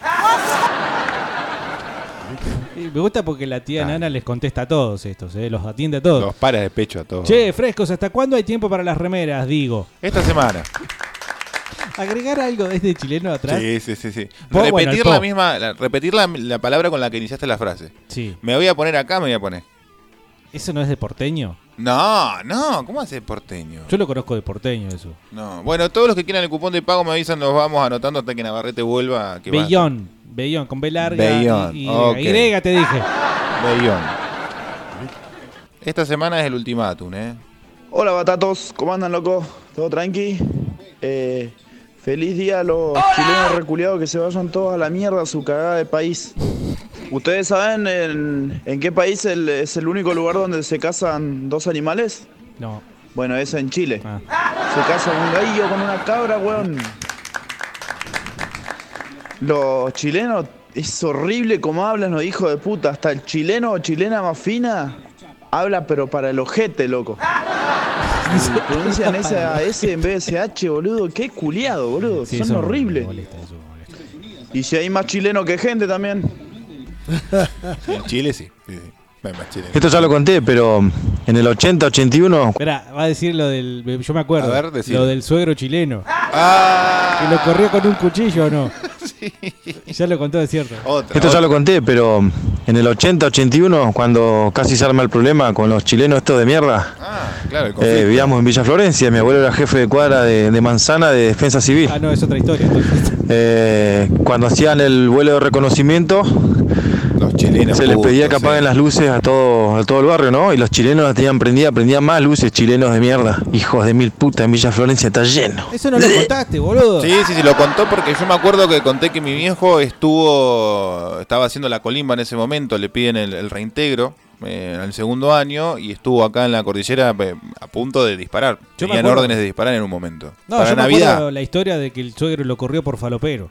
Speaker 21: a huear?
Speaker 5: Eh, Me gusta porque la tía Nana les contesta a todos estos, ¿eh? Los atiende a todos.
Speaker 10: Los para de pecho a todos.
Speaker 5: Che, frescos, ¿hasta cuándo hay tiempo para las remeras? Digo.
Speaker 10: Esta semana.
Speaker 5: Agregar algo desde chileno atrás.
Speaker 10: Sí, sí, sí. sí.
Speaker 5: Po,
Speaker 10: repetir
Speaker 5: bueno, el po.
Speaker 10: la misma, la- repetir la, la palabra con la que iniciaste la frase.
Speaker 5: Sí.
Speaker 10: Me voy a poner acá, me voy a poner.
Speaker 5: ¿Eso no es de porteño?
Speaker 10: No, no, ¿cómo hace porteño?
Speaker 5: Yo lo conozco de porteño, eso.
Speaker 10: No. Bueno, todos los que quieran el cupón de pago me avisan, nos vamos anotando hasta que Navarrete vuelva. Que va.
Speaker 5: Bellón. Bellón, con B larga.
Speaker 10: Bellón,
Speaker 5: Y, y-
Speaker 10: ok.
Speaker 5: y griega, te dije.
Speaker 10: Bellón. Esta semana es el ultimátum, ¿eh?
Speaker 22: Hola batatos, ¿cómo andan locos? ¿Todo tranqui? Eh, feliz día a los chilenos reculeados que se vayan todos a la mierda a su cagada de país. ¿Ustedes saben en, en qué país el- es el único lugar donde se casan dos animales?
Speaker 5: No.
Speaker 22: Bueno, eso en Chile. Se casa un gallo con una cabra, weón. Los chilenos, es horrible como hablan los hijos de puta. Hasta el chileno o chilena más fina habla pero para el ojete, loco. Y Pronuncian esa S en vez de SH, boludo. Qué culiado, boludo.
Speaker 5: Sí,
Speaker 22: son
Speaker 5: eso me
Speaker 22: horribles. Y si hay más chileno que gente también.
Speaker 10: En Chile sí. sí, sí. No hay más chileno.
Speaker 12: Esto ya lo conté, pero en el 80-81.
Speaker 5: Espera, va a decir lo del. Yo me acuerdo.
Speaker 12: A ver, decilo.
Speaker 5: lo del suegro chileno. Que lo corrió con un cuchillo o no. Ya lo contó, es cierto.
Speaker 12: Esto ya lo conté, pero en el 80-81, cuando casi se arma el problema con los chilenos estos de mierda,
Speaker 10: Ah, Claro, el
Speaker 12: eh,
Speaker 10: conflicto.
Speaker 12: vivíamos en Villa Florencia, mi abuelo era jefe de cuadra de, de Manzana de Defensa Civil.
Speaker 5: Ah, no, es otra historia. entonces.
Speaker 12: Eh, cuando hacían el vuelo de reconocimiento, se les pedía que apaguen las luces a todo, a todo el barrio, ¿no? Y los chilenos las tenían prendidas, prendían más luces, chilenos de mierda. Hijos de mil putas, en Villa Florencia está lleno.
Speaker 5: Eso no lo contaste, boludo.
Speaker 10: Sí, sí, sí, lo contó porque yo me acuerdo que conté que mi viejo estuvo, estaba haciendo la colimba en ese momento, le piden el, el reintegro eh, en el segundo año y estuvo acá en la cordillera eh, a punto de disparar.
Speaker 5: Yo me
Speaker 10: Tenían
Speaker 5: acuerdo.
Speaker 10: órdenes de disparar en un momento.
Speaker 5: No,
Speaker 10: Para
Speaker 5: yo me
Speaker 10: Navidad.
Speaker 5: acuerdo la historia de que el suegro lo corrió por falopero.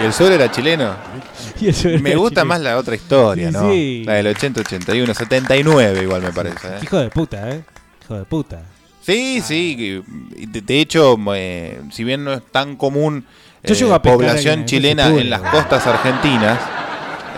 Speaker 10: Y el suegro era chileno.
Speaker 5: Y el suegro
Speaker 10: Me
Speaker 5: era
Speaker 10: gusta
Speaker 5: chileno.
Speaker 10: más la otra historia,
Speaker 5: Sí,
Speaker 10: ¿no?
Speaker 5: sí.
Speaker 10: La del 80, 81, 79 igual me parece. ¿eh?
Speaker 5: Hijo de puta, eh. Hijo de puta.
Speaker 10: Sí,
Speaker 5: Ah.
Speaker 10: sí. que- y De, de hecho, eh, si bien no es tan común
Speaker 5: Yo
Speaker 10: eh,
Speaker 5: llego a pescar
Speaker 10: población
Speaker 5: en- en
Speaker 10: chilena
Speaker 5: Sepúlveda,
Speaker 10: en las
Speaker 5: boludo.
Speaker 10: costas argentinas,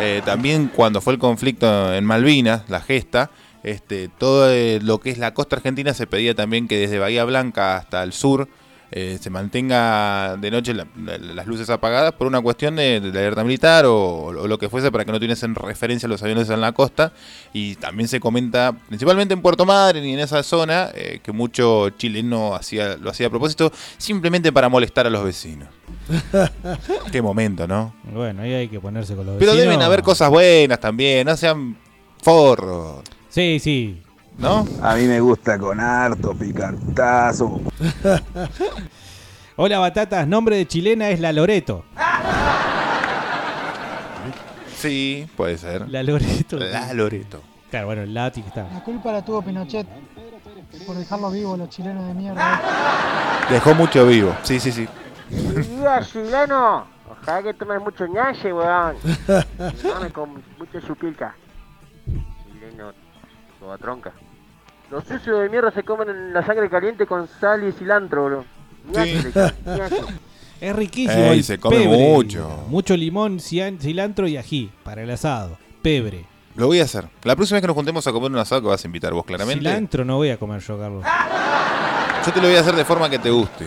Speaker 10: eh, también cuando fue el conflicto en Malvinas, la gesta, este, todo eh, lo que es la costa argentina se pedía también que desde Bahía Blanca hasta el sur eh, se mantenga de noche la- la- las luces apagadas por una cuestión de, de alerta militar o, o lo que fuese para que no tuviesen referencia a los aviones en la costa. Y también se comenta, principalmente en Puerto Madryn y en esa zona, eh, que mucho chileno hacía, lo hacía a propósito simplemente para molestar a los vecinos. Qué momento, ¿no?
Speaker 5: Bueno, ahí hay que ponerse con los
Speaker 10: Pero
Speaker 5: vecinos.
Speaker 10: deben haber cosas buenas también, no sean forros.
Speaker 5: Sí, sí.
Speaker 10: ¿No?
Speaker 25: A mí me gusta con harto picantazo.
Speaker 5: Hola, batatas. Nombre de chilena es la Loreto.
Speaker 10: Sí, puede ser.
Speaker 5: La Loreto.
Speaker 10: La Loreto.
Speaker 5: Claro, bueno, el Lati que está.
Speaker 2: La culpa la tuvo Pinochet por dejarlo vivo los chilenos de mierda.
Speaker 10: Dejó mucho vivo. Sí, sí, sí.
Speaker 2: ¡Viva chileno! Ojalá que tomes mucho ñache, weón. Dame con mucha chupica. Chileno, toda tronca. Los sucios de mierda se comen la sangre caliente con sal y cilantro, bro. Ñache, le echan, ñache.
Speaker 5: Es riquísimo.
Speaker 10: Ey,
Speaker 5: el
Speaker 10: se come
Speaker 5: pebre.
Speaker 10: mucho.
Speaker 5: Mucho limón, cian- cilantro y ají para el asado. Pebre.
Speaker 10: Lo voy a hacer. La próxima vez que nos juntemos a comer un asado que vas a invitar vos, claramente.
Speaker 5: Cilantro no voy a comer yo, Carlos.
Speaker 10: Yo te lo voy a hacer de forma que te guste.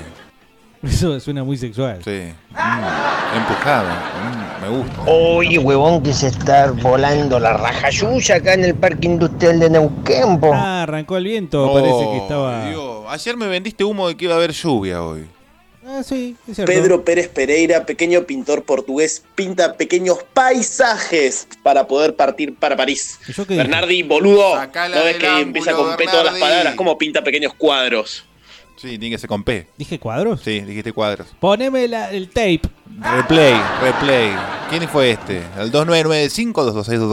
Speaker 5: Eso suena muy sexual.
Speaker 10: Sí. Mm, empujado. Mm, me gusta.
Speaker 4: Oye, huevón, que se está volando la raja suya acá en el Parque Industrial de Neuquén, po.
Speaker 5: Ah, arrancó el viento.
Speaker 10: Oh,
Speaker 5: parece que estaba.
Speaker 10: Dios. Ayer me vendiste humo de que iba a haber lluvia hoy.
Speaker 5: Ah, sí, es cierto.
Speaker 16: Pedro Pérez Pereira, pequeño pintor portugués, pinta pequeños paisajes para poder partir para París.
Speaker 5: ¿Y yo qué dije?
Speaker 16: Bernardi, boludo, no ves
Speaker 10: del
Speaker 16: que
Speaker 10: ángulo,
Speaker 16: empieza con P todas las
Speaker 10: Bernardi.
Speaker 16: palabras, cómo pinta pequeños cuadros.
Speaker 10: Sí, tiene que ser con P.
Speaker 5: ¿Dije cuadros?
Speaker 10: Sí, dijiste cuadros.
Speaker 5: Poneme la- el tape.
Speaker 10: Replay, replay. ¿Quién fue este? El 2995 226
Speaker 5: El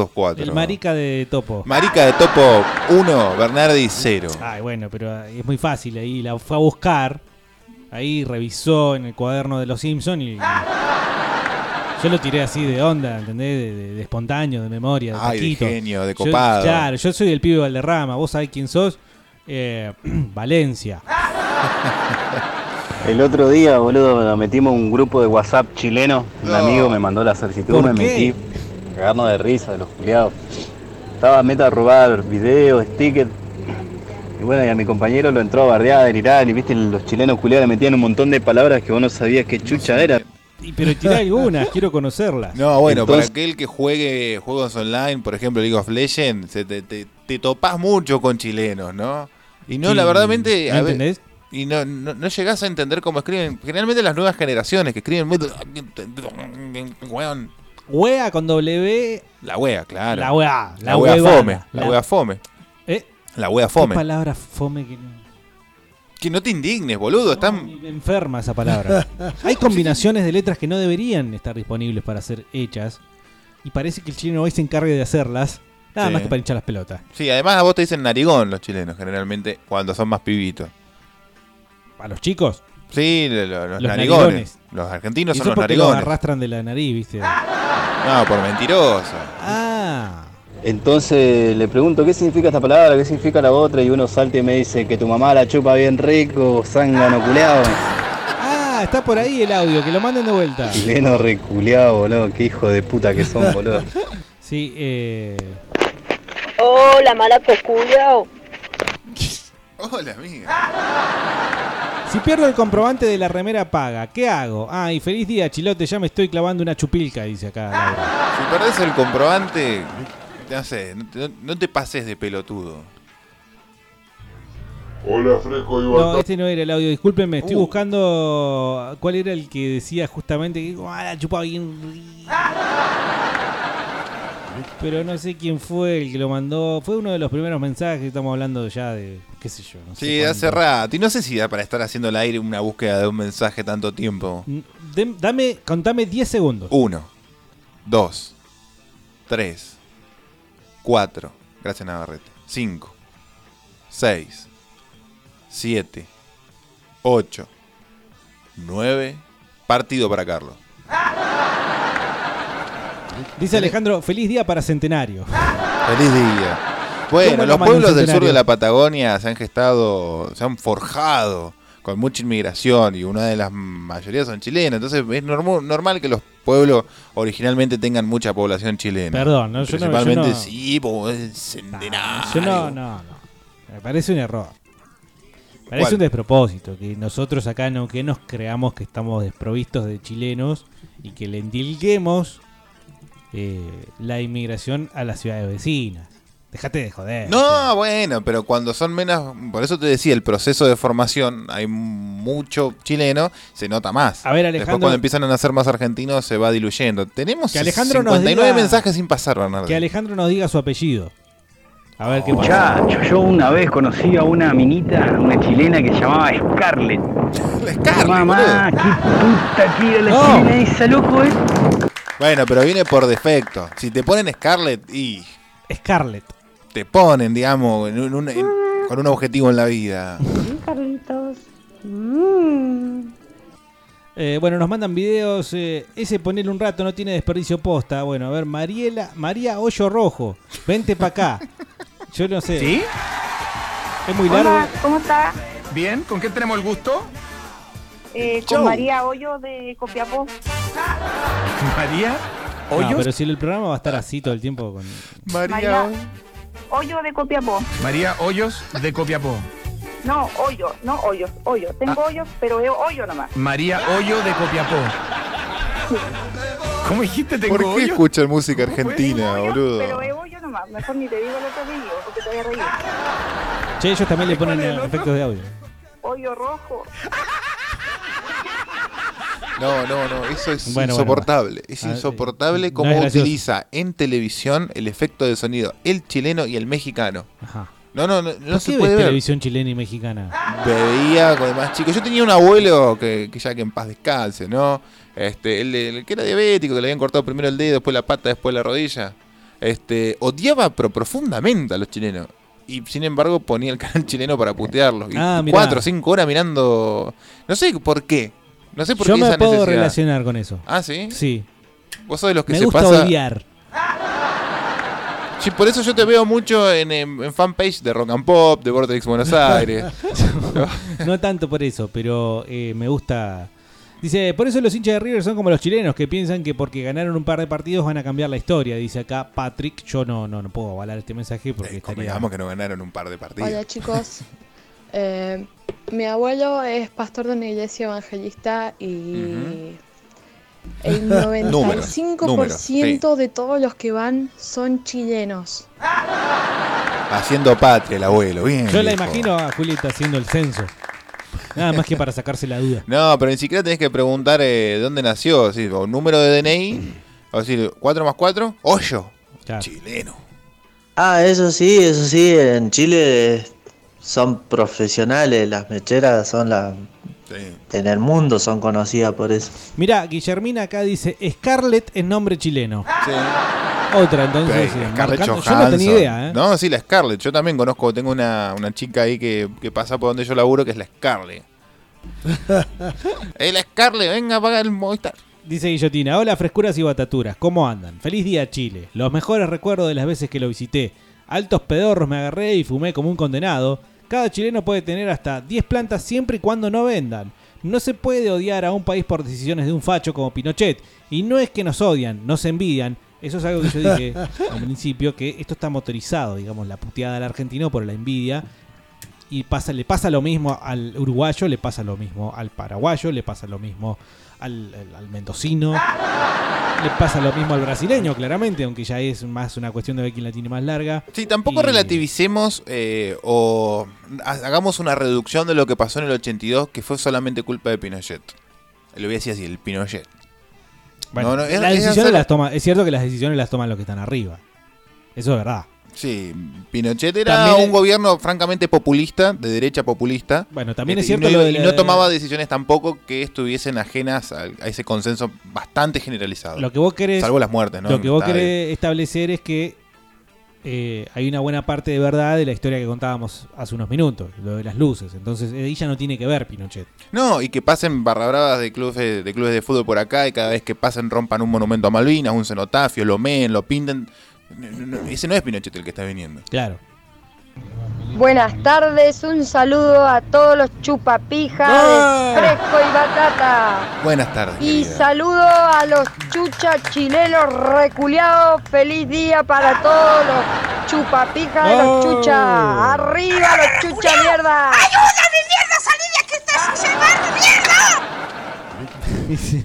Speaker 10: 224.
Speaker 5: marica de topo.
Speaker 10: Marica de Topo 1, Bernardi 0.
Speaker 5: Ay, bueno, pero ah, es muy fácil. Ahí la fue a buscar. Ahí revisó en el cuaderno de los Simpsons y. Yo lo tiré así de onda, ¿entendés? De, de- de espontáneo, de memoria, de
Speaker 10: Ay, de
Speaker 5: taquito.
Speaker 10: genio, de
Speaker 5: Yo-
Speaker 10: copado.
Speaker 5: claro, yo soy el pibe Valderrama. Vos sabés quién sos. Eh, Valencia.
Speaker 26: El otro día, boludo, metimos un grupo de WhatsApp chileno. Un amigo me mandó la solicitud,
Speaker 5: ¿Por
Speaker 26: me
Speaker 5: qué?
Speaker 26: metí. Cagarnos de risa de los culiados. Estaba meta a robar videos, stickers. Y bueno, y a mi compañero lo entró a bardear, a delirar. Y viste, los chilenos culiados le metían un montón de palabras que vos no sabías qué chucha era.
Speaker 5: Y, pero tiré algunas, quiero conocerlas.
Speaker 10: No, bueno,
Speaker 26: Entonces-
Speaker 10: para aquel que juegue juegos online, por ejemplo League of Legends, se te, te- te topás mucho con chilenos, ¿no? Y no,
Speaker 5: Sí,
Speaker 10: la verdaderamente.
Speaker 5: ¿no
Speaker 10: a ve-
Speaker 5: entendés?
Speaker 10: Y no, no, no llegás a entender cómo escriben. Generalmente las nuevas generaciones que escriben. muy- Weón.
Speaker 5: Wea con W.
Speaker 10: La wea, claro.
Speaker 5: La wea, la
Speaker 10: La wea
Speaker 5: huevada.
Speaker 10: fome. La
Speaker 5: La-
Speaker 10: wea fome.
Speaker 5: ¿Eh?
Speaker 10: La wea
Speaker 5: ¿Qué
Speaker 10: fome.
Speaker 5: palabra fome que no-
Speaker 10: Que no te indignes, boludo. Están
Speaker 5: me enferma esa palabra? Hay combinaciones de letras que no deberían estar disponibles para ser hechas. Y parece que el chileno hoy se encargue de hacerlas. Nada
Speaker 10: Sí.
Speaker 5: más que para hinchar las pelotas.
Speaker 10: Sí, además a vos te dicen narigón los chilenos, generalmente, cuando son más pibitos.
Speaker 5: ¿A los chicos?
Speaker 10: Sí, lo- lo- los,
Speaker 5: Los
Speaker 10: narigones.
Speaker 5: narigones.
Speaker 10: Los
Speaker 5: Y
Speaker 10: argentinos
Speaker 5: eso
Speaker 10: son los
Speaker 5: porque lo
Speaker 10: narigones.
Speaker 5: arrastran de la nariz, ¿viste?
Speaker 10: No, por mentiroso.
Speaker 5: Ah.
Speaker 26: Entonces le pregunto, ¿qué significa esta palabra? ¿Qué significa la otra? Y uno salta y me dice que tu mamá la chupa bien rico, zángano culeado.
Speaker 5: Ah, está por ahí el audio, que lo manden de vuelta.
Speaker 26: Chileno reculeado, boludo. Qué hijo de puta que son, boludo.
Speaker 5: Sí, eh.
Speaker 9: Hola, mala cocuyo.
Speaker 10: Hola, amiga.
Speaker 5: Si pierdo el comprobante de la remera paga, ¿qué hago? Ah, y feliz día, chilote, ya me estoy clavando una chupilca, dice acá. Laura.
Speaker 10: Si perdés el comprobante, no sé, no te, no te pases de pelotudo.
Speaker 1: Hola, Fresco y
Speaker 5: No, este no era el audio, discúlpenme,
Speaker 10: Uh.
Speaker 5: estoy buscando cuál era el que decía justamente que "Ah, la chupaba bien rico". Pero no sé quién fue el que lo mandó. Fue uno de los primeros mensajes, estamos hablando ya de, qué sé yo. no sé
Speaker 10: Sí,
Speaker 5: cuánto.
Speaker 10: hace rato. Y no sé si da para estar haciendo al aire una búsqueda de un mensaje tanto tiempo.
Speaker 5: Dem- dame, contame 10 segundos.
Speaker 10: Uno, dos, tres, cuatro. Gracias, Navarrete. Cinco, seis, siete, ocho, nueve. Partido para Carlos.
Speaker 5: Dice Alejandro, feliz día para Centenario.
Speaker 10: Feliz día.
Speaker 5: ¿Cómo
Speaker 10: Bueno,
Speaker 5: lo
Speaker 10: los
Speaker 5: mandó
Speaker 10: pueblos del
Speaker 5: Centenario?
Speaker 10: sur de la Patagonia se han gestado, se han forjado con mucha inmigración y una de las mayorías son chilenos. Entonces es normo- normal que los pueblos originalmente tengan mucha población chilena.
Speaker 5: Perdón, no, yo no- yo
Speaker 10: Principalmente
Speaker 5: no-
Speaker 10: sí, po, es centenario.
Speaker 5: Yo no, no, no. Me parece un error. Me Parece
Speaker 10: ¿Cuál?
Speaker 5: un despropósito que nosotros acá en Neuquén nos creamos que estamos desprovistos de chilenos y que le endilguemos eh, la inmigración a las ciudades vecinas. Dejate de joder.
Speaker 10: No, bueno, pero cuando son menos, por eso te decía, el proceso de formación, hay mucho chileno, se nota más.
Speaker 5: A ver,
Speaker 10: Después
Speaker 5: Alejandro-
Speaker 10: cuando empiezan a nacer más argentinos se va diluyendo. Tenemos
Speaker 5: Que Alejandro nos
Speaker 10: 59
Speaker 5: diga-
Speaker 10: mensajes sin pasar, Bernardo.
Speaker 5: Que Alejandro nos diga su apellido. A ver qué pasa.
Speaker 11: Muchacho, yo una vez conocí a una minita, una chilena que se llamaba Scarlett. Mamá, qué puta que era la chilena esa, loco, eh.
Speaker 10: Bueno, pero viene por defecto. Si te ponen Scarlett y.
Speaker 5: Scarlett.
Speaker 10: Te ponen, digamos, en un- un- en- con un objetivo en la vida.
Speaker 9: Carlitos. Mm.
Speaker 5: Eh, bueno, nos mandan videos. eh, ese ponerle un rato no tiene desperdicio posta. Bueno, a ver, Mariela, María Hoyo Rojo, vente para acá. Yo no sé. ¿Sí? Es muy largo.
Speaker 9: ¿cómo está?
Speaker 5: Bien, ¿con qué tenemos el gusto?
Speaker 9: Eh,
Speaker 5: Chau.
Speaker 9: con María Hoyo de Copiapó.
Speaker 5: María
Speaker 9: Hoyos.
Speaker 5: No, pero si el programa va a estar así todo el tiempo con
Speaker 9: María Hoyo de Copiapó.
Speaker 5: María Hoyos de Copiapó.
Speaker 9: No, Hoyo, no Hoyos, Hoyo. Tengo
Speaker 10: Ah.
Speaker 9: Hoyos, pero es Hoyo nomás.
Speaker 14: María Hoyo de Copiapó. ¿Cómo dijiste tengo
Speaker 10: ¿Por qué
Speaker 14: hoyo?
Speaker 10: escuchan música argentina,
Speaker 9: Pero
Speaker 10: boludo?
Speaker 9: es Hoyo nomás. Mejor ni te digo lo que digo, porque te voy a reír.
Speaker 5: Che, ellos también le ponen eh, efectos de audio.
Speaker 9: Hoyo rojo.
Speaker 10: No, no, no. Eso es
Speaker 5: Bueno, bueno,
Speaker 10: insoportable.
Speaker 5: bueno.
Speaker 10: Es
Speaker 5: Ah,
Speaker 10: insoportable
Speaker 5: eh,
Speaker 10: cómo
Speaker 5: no es gracioso.
Speaker 10: utiliza en televisión el efecto de sonido el chileno y el mexicano.
Speaker 5: Ajá.
Speaker 10: No, no, no, no
Speaker 5: ¿Por
Speaker 10: se
Speaker 5: qué
Speaker 10: puede
Speaker 5: ves
Speaker 10: ver.
Speaker 5: televisión chilena y mexicana?
Speaker 10: Bebía con demás chicos. Yo tenía un abuelo que, que ya que en paz descanse, ¿no? Este, el, de- el que era diabético, que le habían cortado primero el dedo, después la pata, después la rodilla. Este, odiaba pero profundamente a los chilenos. Y sin embargo ponía el canal chileno para putearlos. Y
Speaker 5: Ah, mirá.
Speaker 10: cuatro o cinco horas mirando. No sé por qué. No sé por
Speaker 5: Yo
Speaker 10: qué
Speaker 5: me
Speaker 10: esa
Speaker 5: puedo
Speaker 10: necesidad.
Speaker 5: relacionar con eso.
Speaker 10: Ah, sí.
Speaker 5: Sí.
Speaker 10: Vos sos de los que
Speaker 5: Me
Speaker 10: se
Speaker 5: gusta
Speaker 10: pasa.
Speaker 5: odiar.
Speaker 10: Sí, por eso yo te veo mucho en, en- en fanpage de Rock and Pop, de Vortex Buenos Aires.
Speaker 5: No tanto por eso, pero eh, me gusta. Dice, por eso los hinchas de River son como los chilenos que piensan que porque ganaron un par de partidos van a cambiar la historia. Dice acá Patrick, yo no, no, no puedo avalar este mensaje porque estaría...
Speaker 10: Digamos Eh, que no ganaron un par de partidos.
Speaker 15: Hola chicos, Eh, mi abuelo es pastor de una iglesia evangelista y el
Speaker 10: Números,
Speaker 15: 95%
Speaker 10: números,
Speaker 15: de todos los que van son chilenos.
Speaker 10: Haciendo patria el abuelo, bien.
Speaker 5: Yo la
Speaker 10: viejo.
Speaker 5: imagino a Julieta haciendo el censo. Nada más que para sacarse la duda.
Speaker 10: No, pero ni siquiera tenés que preguntar eh, dónde nació, sí, o número de DNI, o decir 4 más 4, hoyo. Chileno.
Speaker 24: Ah, eso sí, eso sí, en Chile eh, son profesionales, las mecheras son las... En el mundo son conocidas por eso.
Speaker 5: Mirá, Guillermina acá dice, Scarlett es nombre chileno. Otra, entonces...
Speaker 10: Sí,
Speaker 5: eh,
Speaker 10: Scarlett
Speaker 5: marcando- yo no tenía
Speaker 10: Johansson.
Speaker 5: idea, ¿eh?
Speaker 10: No, sí, la Scarlett. Yo también conozco, tengo una, una chica ahí que, que pasa por donde yo laburo, que es la Scarlett. Eh, la Scarlett, venga a pagar el Movistar.
Speaker 5: Dice Guillotina, hola frescuras y bataturas, ¿cómo andan? Feliz día Chile, los mejores recuerdos de las veces que lo visité. Altos pedorros me agarré y fumé como un condenado. Cada chileno puede tener hasta 10 plantas siempre y cuando no vendan. No se puede odiar a un país por decisiones de un facho como Pinochet. Y no es que nos odian, nos envidian. Eso es algo que yo dije al principio, que esto está motorizado, digamos, la puteada del argentino por la envidia. Y pasa, le pasa lo mismo al uruguayo, le pasa lo mismo al paraguayo, le pasa lo mismo al, al- al mendocino, le pasa lo mismo al brasileño, claramente, aunque ya es más una cuestión de ver quién la tiene más larga.
Speaker 10: Sí, tampoco relativicemos eh, o ha- hagamos una reducción de lo que pasó en el 82, que fue solamente culpa de Pinochet. Lo voy a decir así, el Pinochet.
Speaker 5: Bueno,
Speaker 10: No, no, es-
Speaker 5: las
Speaker 10: es
Speaker 5: decisiones
Speaker 10: hacer-
Speaker 5: las toma, es cierto que las decisiones las toman los que están arriba. Eso es verdad.
Speaker 10: Sí, Pinochet era
Speaker 5: También
Speaker 10: un gobierno francamente populista, de derecha populista.
Speaker 5: Bueno, también
Speaker 10: Este,
Speaker 5: es cierto
Speaker 10: y no,
Speaker 5: lo de
Speaker 10: y
Speaker 5: la-
Speaker 10: no tomaba decisiones tampoco que estuviesen ajenas al- a, ese consenso bastante generalizado.
Speaker 5: Lo que vos querés.
Speaker 10: Ah, Salvo las muertes, ¿no?
Speaker 5: Lo que vos
Speaker 10: Está bien.
Speaker 5: querés establecer es que eh, hay una buena parte de verdad de la historia que contábamos hace unos minutos, lo de las luces. Entonces, ahí ya no tiene que ver Pinochet.
Speaker 10: No, y que pasen barrabradas de clubes, eh, de clubes de fútbol por acá y cada vez que pasen rompan un monumento a Malvinas, un cenotafio, lo meen, lo pinten. No, no, no, ese no es Pinochet el que está viniendo.
Speaker 5: Claro.
Speaker 3: Buenas tardes, un saludo a todos los chupapijas
Speaker 10: ¡Ah!
Speaker 3: de Fresco y Batata.
Speaker 10: Buenas tardes.
Speaker 3: Y
Speaker 10: querida.
Speaker 3: saludo a los chuchas chilenos reculeados. Feliz día para todos los chupapijas de los
Speaker 21: ¡Oh!
Speaker 3: chuchas. ¡Arriba los chuchas mierda! Ah.
Speaker 21: ¡Ayúdame, mierda! ¡Salí de aquí! ¡Estás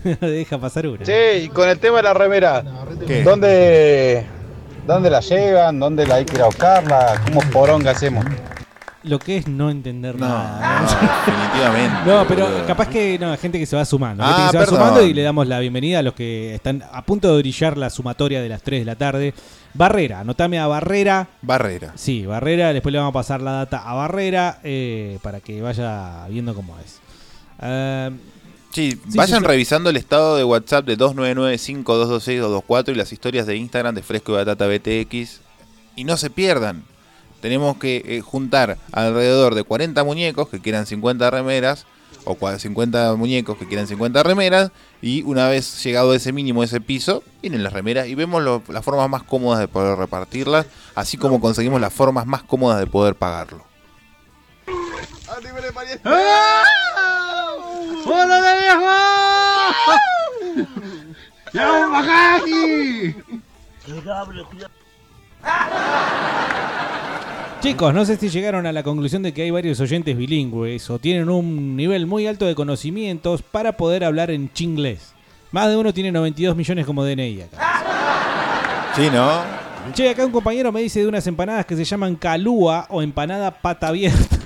Speaker 21: llevando, mierda!
Speaker 5: Deja pasar una.
Speaker 6: Che, y con el tema de la remera, ¿dónde, ¿dónde la llevan? ¿Dónde la hay que ir a buscarla? ¿Cómo poronga hacemos?
Speaker 5: Lo que es no entender
Speaker 10: nada. definitivamente.
Speaker 5: No, pero
Speaker 10: boludo.
Speaker 5: capaz que no, hay gente que se va sumando. gente
Speaker 10: Ah,
Speaker 5: que se va
Speaker 10: perdón.
Speaker 5: sumando y le damos la bienvenida a los que están a punto de brillar la sumatoria de las 3 de la tarde. Barrera, anotame a Barrera.
Speaker 10: Barrera.
Speaker 5: Sí, Barrera, después le vamos a pasar la data a Barrera eh, para que vaya viendo cómo es. Eh,
Speaker 10: Sí,
Speaker 5: sí,
Speaker 10: Vayan
Speaker 5: sí.
Speaker 10: revisando el estado de WhatsApp de 299-5226-224 y las historias de Instagram de Fresco y Batata BTX. Y no se pierdan. Tenemos que eh, juntar alrededor de 40 muñecos que quieran 50 remeras. O cua- 50 muñecos que quieran 50 remeras. Y una vez llegado a ese mínimo, ese piso, vienen las remeras y vemos lo- las formas más cómodas de poder repartirlas. Así como conseguimos las formas más cómodas de poder pagarlo.
Speaker 6: ¡Hola de viejo! ¡Ya bajá aquí!
Speaker 5: Chicos, no sé si llegaron a la conclusión de que hay varios oyentes bilingües o tienen un nivel muy alto de conocimientos para poder hablar en chinglés. Más de uno tiene 92 millones como DNI acá.
Speaker 10: Sí, ¿no?
Speaker 5: Che, acá un compañero me dice de unas empanadas que se llaman calúa o empanada pata abierta.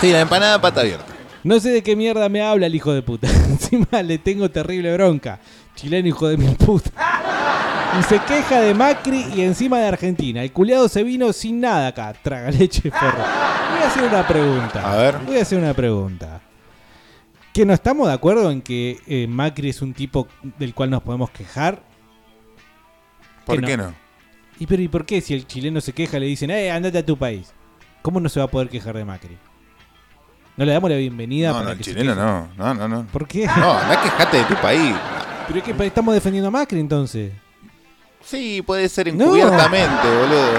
Speaker 10: Sí, la empanada pata abierta.
Speaker 5: No sé de qué mierda me habla el hijo de puta. Encima le tengo terrible bronca. Chileno hijo de mil puta. Y se queja de Macri y encima de Argentina. El culiado se vino sin nada acá. Traga leche, forro. Voy a hacer una pregunta.
Speaker 10: A ver.
Speaker 5: Voy a hacer una pregunta. Que no estamos de acuerdo en que eh, Macri es un tipo del cual nos podemos quejar.
Speaker 10: ¿Por
Speaker 5: Que
Speaker 10: qué no?
Speaker 5: ¿Y, pero, ¿Y por qué si el chileno se queja le dicen, eh, andate a tu país? ¿Cómo no se va a poder quejar de Macri? ¿No le damos la bienvenida?
Speaker 10: No,
Speaker 5: para
Speaker 10: Ah, no, el
Speaker 5: que se
Speaker 10: chileno
Speaker 5: queje?
Speaker 10: no. No, no, no.
Speaker 5: ¿Por qué?
Speaker 10: No, andá quejate de tu país.
Speaker 5: Pero es que estamos defendiendo a Macri entonces.
Speaker 10: Sí, puede ser
Speaker 5: No.
Speaker 10: encubiertamente, boludo.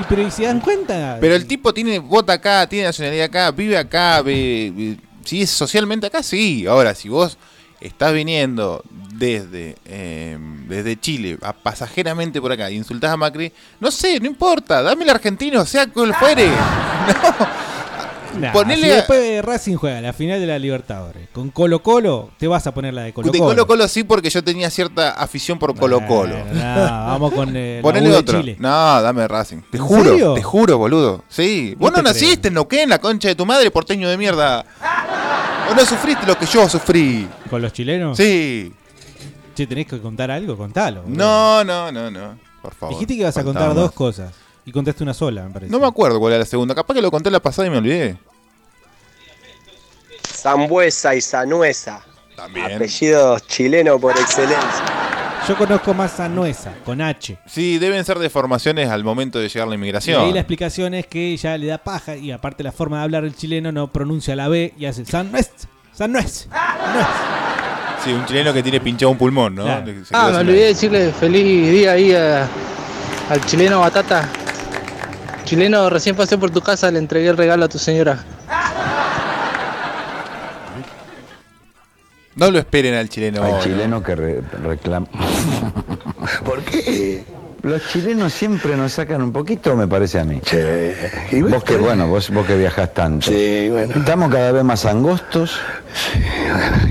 Speaker 5: Y pero ¿y se dan cuenta?
Speaker 10: Pero el tipo tiene vota acá, tiene nacionalidad acá, vive acá, ve- ve- si es socialmente acá, sí. Ahora, si vos estás viniendo desde, eh, desde Chile a- pasajeramente por acá e insultás a Macri, no sé, no importa, dame el argentino, sea cual fuere.
Speaker 5: Nah,
Speaker 10: ponele
Speaker 5: si
Speaker 10: a-
Speaker 5: después Racing juega la final de la Libertadores. Con Colo Colo te vas a poner la de Colo
Speaker 10: De
Speaker 5: Colo.
Speaker 10: Colo Colo sí, porque yo tenía cierta afición por Colo Colo.
Speaker 5: vamos con eh, la
Speaker 10: Ponele
Speaker 5: U de
Speaker 10: otro.
Speaker 5: Chile.
Speaker 10: No, dame Racing. Te
Speaker 5: ¿En
Speaker 10: juro,
Speaker 5: serio?
Speaker 10: te juro, boludo. Sí. Vos no,
Speaker 5: te
Speaker 10: naciste en Neuquén, la concha de tu madre, porteño de mierda. Vos no sufriste lo que yo sufrí.
Speaker 5: ¿Con los chilenos?
Speaker 10: Sí.
Speaker 5: Che, tenés que contar algo, contalo. boludo.
Speaker 10: No, no, no, no. Por favor.
Speaker 5: Dijiste que ibas a
Speaker 10: Faltaba
Speaker 5: contar dos
Speaker 10: más.
Speaker 5: cosas. Y contaste una sola, me parece.
Speaker 10: No me acuerdo cuál era la segunda. Capaz que lo conté la pasada y me olvidé.
Speaker 16: Zambuesa y Zanuesa.
Speaker 10: También.
Speaker 16: Apellidos chilenos por excelencia.
Speaker 5: Yo conozco más a Nuesa, con H.
Speaker 10: Sí, deben ser deformaciones al momento de llegar la
Speaker 5: Y ahí
Speaker 10: inmigración.
Speaker 5: la explicación es que ya le da paja y aparte la forma de hablar el chileno no pronuncia la B y hace San Nuez, San Nuez.
Speaker 10: Sí, un chileno que tiene pinchado un pulmón, ¿no?
Speaker 13: Claro.
Speaker 10: Se quedó
Speaker 13: Ah,
Speaker 10: sin
Speaker 13: me
Speaker 10: aire.
Speaker 13: olvidé de decirle feliz día ahí a- al chileno Batata. Chileno, recién pasé por tu casa, le entregué el regalo a tu señora.
Speaker 10: No lo esperen al chileno.
Speaker 27: Al
Speaker 10: ahora.
Speaker 27: chileno que re- reclama. ¿Por qué? Los chilenos siempre nos sacan un poquito, me parece a mí. vos que bueno, vos, vos que viajás tanto. Estamos cada vez más angostos.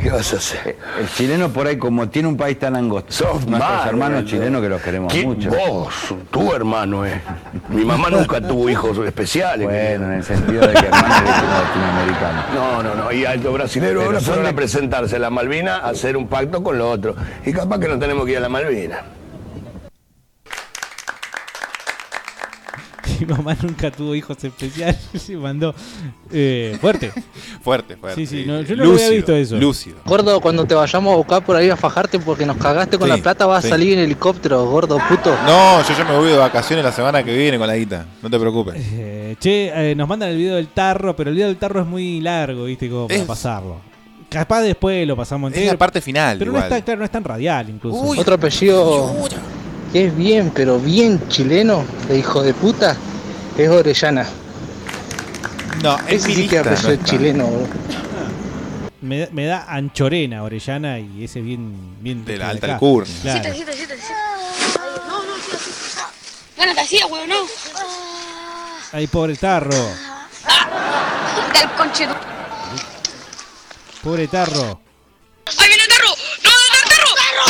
Speaker 27: ¿Qué vas a hacer? El chileno por ahí, como tiene un país tan angosto, nuestros
Speaker 28: malo,
Speaker 27: hermanos
Speaker 28: Aldo.
Speaker 27: chilenos que los queremos
Speaker 28: ¿Qué?
Speaker 27: mucho.
Speaker 28: Vos, tu hermano, eh. Mi mamá nunca tuvo hijos especiales.
Speaker 27: Bueno, en el sentido de que hermano es latinoamericano.
Speaker 28: No, no, no. Y a los brasileños
Speaker 27: Pero
Speaker 28: ahora
Speaker 27: son
Speaker 28: fueron
Speaker 27: de-
Speaker 28: a presentarse a la Malvina a hacer un pacto con los otros. Y capaz que no tenemos que ir a la Malvina.
Speaker 5: Mi mamá nunca tuvo hijos especiales. Se mandó eh, fuerte.
Speaker 10: fuerte, fuerte.
Speaker 5: Sí, sí, no, yo no lo había visto eso.
Speaker 10: Lúcido.
Speaker 13: Gordo, cuando te vayamos a buscar por ahí a fajarte porque nos cagaste con
Speaker 10: Sí,
Speaker 13: la plata, vas
Speaker 10: sí.
Speaker 13: a salir en helicóptero, gordo puto.
Speaker 10: No, yo ya me voy de vacaciones la semana que viene con la guita. No te preocupes.
Speaker 5: Eh, che, eh, nos mandan el video del tarro, pero el video del tarro es muy largo, ¿viste? Como para
Speaker 10: Es-
Speaker 5: pasarlo. Capaz después lo pasamos
Speaker 10: Es la parte final.
Speaker 5: Pero
Speaker 10: igual.
Speaker 5: no está, claro, no es tan radial incluso.
Speaker 10: Uy.
Speaker 13: Otro apellido que es bien, pero bien chileno, de hijo de puta, es Orellana.
Speaker 10: No,
Speaker 5: en
Speaker 13: Ese
Speaker 5: mi
Speaker 13: sí que apellido es
Speaker 5: lista no está.
Speaker 13: chileno, boludo.
Speaker 5: Me, da- me da anchorena, orellana, y ese bien... bien de la
Speaker 10: alta alcurnia.
Speaker 5: Claro.
Speaker 4: Siete, siete, siete, siete. No, no, siete, siete. Bueno, te hacía, weón, no.
Speaker 5: Ay, pobre tarro,
Speaker 4: Del conchetu.
Speaker 5: pobre tarro.
Speaker 4: ¡Ahí viene el tarro! ¡No, el tarro! ¡Oh!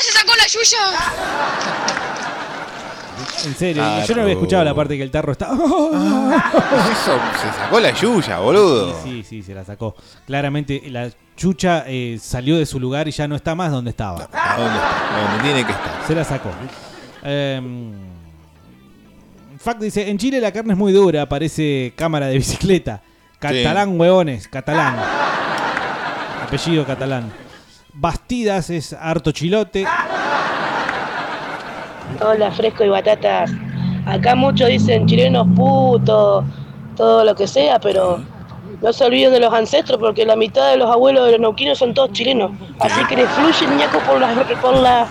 Speaker 4: ¡Se sacó la yuya!
Speaker 5: En serio,
Speaker 10: Tarro.
Speaker 5: yo no había escuchado la parte que el tarro está...
Speaker 10: Eso, se sacó la yuya, boludo.
Speaker 5: Sí, sí, sí, se la sacó. Claramente la chucha eh, salió de su lugar y ya no está más donde estaba.
Speaker 10: ¿A dónde está? ¿Dónde tiene que estar?
Speaker 5: Se la sacó. Em, Fac dice, en Chile la carne es muy dura, parece cámara de bicicleta. Catalán, huevones, catalán. Apellido catalán. Bastidas es harto chilote.
Speaker 17: Hola, fresco y batatas. Acá muchos dicen chilenos putos, todo lo que sea, pero no se olviden de los ancestros porque la mitad de los abuelos de los neuquinos son todos chilenos. Así que le fluye el ñaco por la... Por la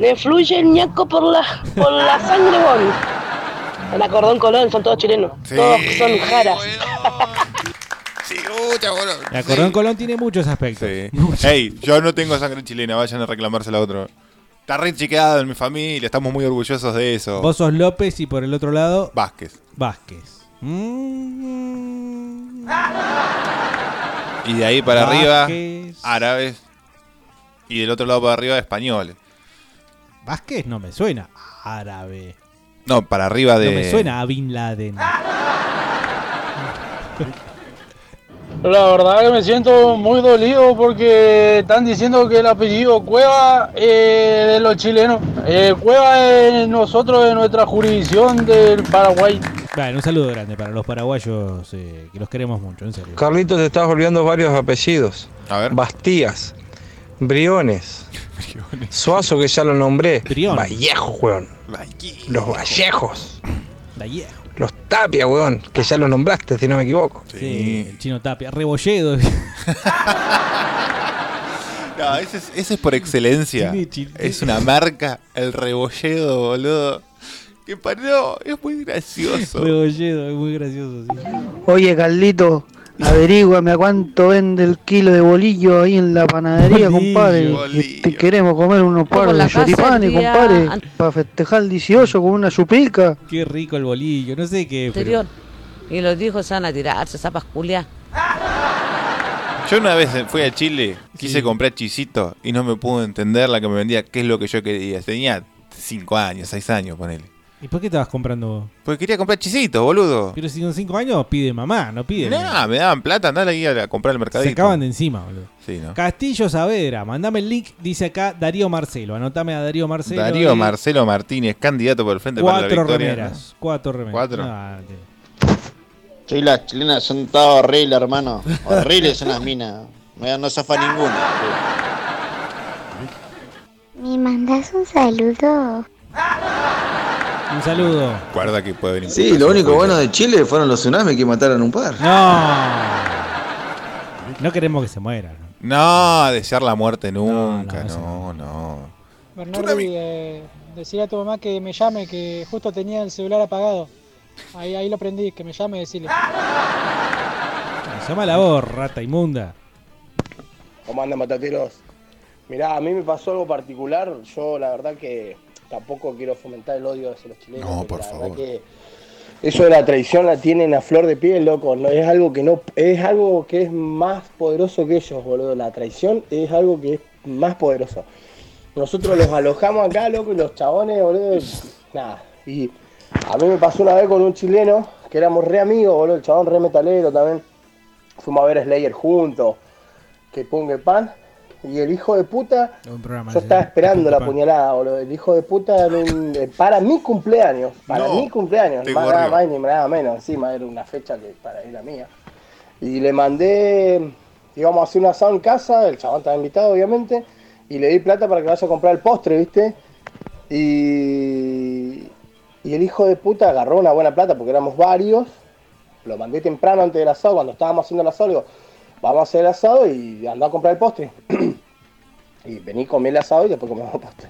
Speaker 17: le fluye el ñaco por la, por la sangre, bon. El acordón Colón, son todos chilenos.
Speaker 10: Sí,
Speaker 17: todos son jaras.
Speaker 5: La Cordón Colón tiene muchos aspectos.
Speaker 10: Ey, yo no tengo sangre chilena, vayan a reclamársela a otro. Está re chiqueado en mi familia, estamos muy orgullosos de eso.
Speaker 5: Vos sos López y por el otro lado...
Speaker 10: Vázquez.
Speaker 5: Vázquez.
Speaker 10: Y de ahí para arriba,
Speaker 5: Vázquez.
Speaker 10: árabes. Y del otro lado para arriba, españoles.
Speaker 5: Vázquez no me suena árabe.
Speaker 10: No, para arriba de.
Speaker 5: No me suena a Bin Laden.
Speaker 29: La verdad que me siento muy dolido porque están diciendo que el apellido Cueva eh, de los chilenos. Eh, Cueva es nosotros de nuestra jurisdicción del Paraguay.
Speaker 5: Bueno, un saludo grande para los paraguayos eh, que los queremos mucho, en serio.
Speaker 30: Carlitos, te estás olvidando varios apellidos.
Speaker 10: A ver.
Speaker 30: Bastías, Briones, Suazo, que ya lo nombré. Vallejo, weón. Los Vallejos.
Speaker 5: Vallejo.
Speaker 30: Los Tapia, weón, que ya los nombraste, si no me equivoco.
Speaker 5: Sí, el chino Tapia. Rebolledo.
Speaker 10: No, ese es, ese es por excelencia.
Speaker 5: Tiene chil-
Speaker 10: Es una marca, el rebolledo, boludo. Que paró, es muy gracioso.
Speaker 5: Rebolledo, es muy gracioso. sí.
Speaker 6: Oye, Carlito, averíguame a cuánto vende el kilo de bolillo ahí en la panadería,
Speaker 5: Bolillo,
Speaker 6: compadre.
Speaker 5: bolillo.
Speaker 6: Te queremos comer unos
Speaker 5: por
Speaker 6: par
Speaker 5: la
Speaker 6: de
Speaker 5: casa el
Speaker 6: choripanes,
Speaker 5: día
Speaker 6: compadre,
Speaker 5: an-
Speaker 6: para festejar el 18 con una chupica.
Speaker 5: Qué rico el bolillo, no sé qué. pero-
Speaker 2: Exterior. Y los hijos se van a tirarse, zapas culia.
Speaker 10: Yo una vez fui a Chile, quise comprar chisito y no me pudo entender la que me vendía qué es lo que yo quería. Tenía 5 años, 6 años, ponele.
Speaker 5: ¿Y por qué estabas comprando vos?
Speaker 10: Porque quería comprar chisito, boludo.
Speaker 5: Pero si con 5 años pide mamá, no pide.
Speaker 10: Nah, me daban plata, andá ahí a comprar al mercadito.
Speaker 5: eh. Se acaban de encima, boludo.
Speaker 10: Sí, ¿no?
Speaker 5: Castillo Saavedra, mandame el link, dice acá Darío Marcelo. Anotame a Darío Marcelo.
Speaker 10: Darío
Speaker 5: y-
Speaker 10: Marcelo Martínez, candidato por el Frente para la
Speaker 5: Cuatro
Speaker 10: Victoria.
Speaker 5: remeras. Cuatro remeras.
Speaker 10: Cuatro.
Speaker 5: Ah, te-
Speaker 2: Sí, las chilenas son todas horribles, hermano. Horribles son las minas. Mira, No zafa ninguna.
Speaker 31: ¿Me mandas un saludo?
Speaker 5: Un saludo.
Speaker 10: Guarda que puede venir.
Speaker 32: Sí, lo único bueno de Chile fueron los tsunamis que mataron un par.
Speaker 5: No. No queremos que se muera. ¿no?
Speaker 10: No, desear la muerte nunca, no, no.
Speaker 1: Bernardo, decirle eh, a tu mamá que me llame, que justo tenía el celular apagado. Ahí, ahí lo prendí, que me llame y decirle.
Speaker 5: Llama la voz, rata inmunda.
Speaker 2: ¿Cómo andan, matateros? Mirá, a mí me pasó algo particular. Yo, la verdad, que tampoco quiero fomentar el odio hacia los chilenos. No, por favor. eso de la traición la tienen a flor de piel, loco. No, es algo que no. Es algo que es más poderoso que ellos, boludo. La traición es algo que es más poderoso. Nosotros los alojamos acá, loco, y los chabones, boludo. Nada. Y a mí me pasó una vez con un chileno que éramos re amigos, boludo. El chabón re metalero también. Fuimos a ver Slayer juntos. Que ponga pan. Y el hijo de puta.
Speaker 5: Un programa.
Speaker 2: Yo estaba
Speaker 4: este
Speaker 2: esperando la puñalada, boludo. El hijo de puta en un- eh, para mi cumpleaños. Para
Speaker 7: No,
Speaker 2: mi cumpleaños.
Speaker 7: te
Speaker 2: Más
Speaker 7: gorrió.
Speaker 2: nada más ni nada menos. Encima era una fecha que para ir la mía. Y le mandé, íbamos a hacer un asado en casa, el chabón estaba invitado obviamente, y le di plata para que vaya a comprar el postre, ¿viste? Y, y el hijo de puta agarró una buena plata porque éramos varios. Lo mandé temprano antes del asado, cuando estábamos haciendo el asado, le digo, vamos a hacer el asado y andá a comprar el postre. y vení, comí el asado y después comemos el postre.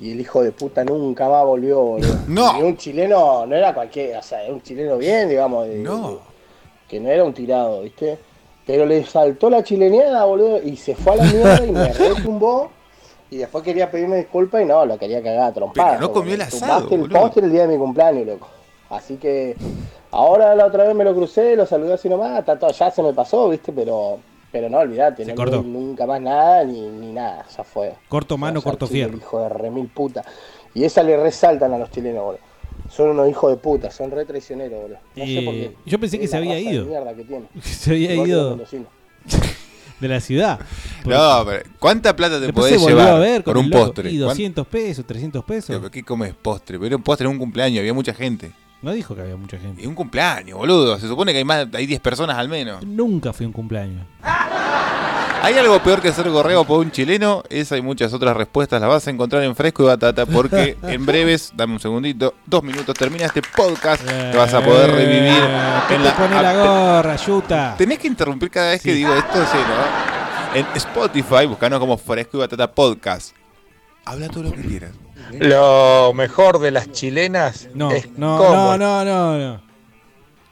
Speaker 2: Y el hijo de puta nunca más volvió, boludo.
Speaker 10: No.
Speaker 2: Y un chileno, no era cualquier, o sea, era un chileno bien, digamos. de- Que no era un tirado, ¿viste? Pero le saltó la chileneada, boludo, y se fue a la mierda y me retumbó. Y después quería pedirme disculpas y no, lo quería cagar a trompadas.
Speaker 7: Pero no comió el
Speaker 2: porque
Speaker 7: asado,
Speaker 2: tumbaste el
Speaker 7: boludo.
Speaker 2: postre el día de mi cumpleaños, loco. Así que ahora la otra vez me lo crucé, lo saludé así nomás, está todo- ya se me pasó, ¿viste? Pero pero no, olvídate,
Speaker 5: Se
Speaker 2: no,
Speaker 5: cortó.
Speaker 2: nunca más nada ni, ni nada, ya fue.
Speaker 5: Corto mano, corto
Speaker 2: Chile,
Speaker 5: fierro.
Speaker 2: Hijo de remil puta. Y esa le resaltan a los chilenos, boludo. Son unos hijos de puta, son re traicioneros, boludo. No sé por
Speaker 5: Eh,
Speaker 2: qué.
Speaker 5: yo pensé que
Speaker 2: Es
Speaker 5: se
Speaker 2: la
Speaker 5: había
Speaker 2: raza de
Speaker 5: ido.
Speaker 2: mierda que tiene.
Speaker 5: Se había
Speaker 2: Igual que los
Speaker 5: ido
Speaker 2: mendocinos.
Speaker 5: de la ciudad.
Speaker 10: No, pero ¿cuánta plata te
Speaker 5: Después se
Speaker 10: podés
Speaker 5: volvió
Speaker 10: llevar
Speaker 5: a ver
Speaker 10: por
Speaker 5: con
Speaker 10: un
Speaker 5: el loco,
Speaker 10: postre?
Speaker 5: Y
Speaker 10: ¿Cuán-
Speaker 5: 200 pesos, 300 pesos.
Speaker 10: ¿Pero ¿Qué comes postre? Pero era un postre en un cumpleaños, había mucha gente.
Speaker 5: No dijo que había mucha gente.
Speaker 10: Y un cumpleaños, boludo. Se supone que hay más, hay 10 personas al menos.
Speaker 5: Nunca fui a un cumpleaños.
Speaker 10: ¿Hay algo peor que hacer gorreo por un chileno? Esa y muchas otras respuestas las vas a encontrar en Fresco y Batata porque en breves, dame un segundito, dos minutos, termina este podcast, te vas a poder revivir
Speaker 5: Eh, ¿Qué
Speaker 10: en
Speaker 5: te pone la
Speaker 10: app-
Speaker 5: gorra, yuta?
Speaker 10: Tenés que interrumpir cada vez que digo esto, sí, ¿no? En Spotify, buscanos como Fresco y Batata Podcast. Habla todo lo que quieras.
Speaker 20: Lo mejor de las chilenas
Speaker 5: No,
Speaker 20: es
Speaker 5: no,
Speaker 20: cómo
Speaker 5: no, no, no, no.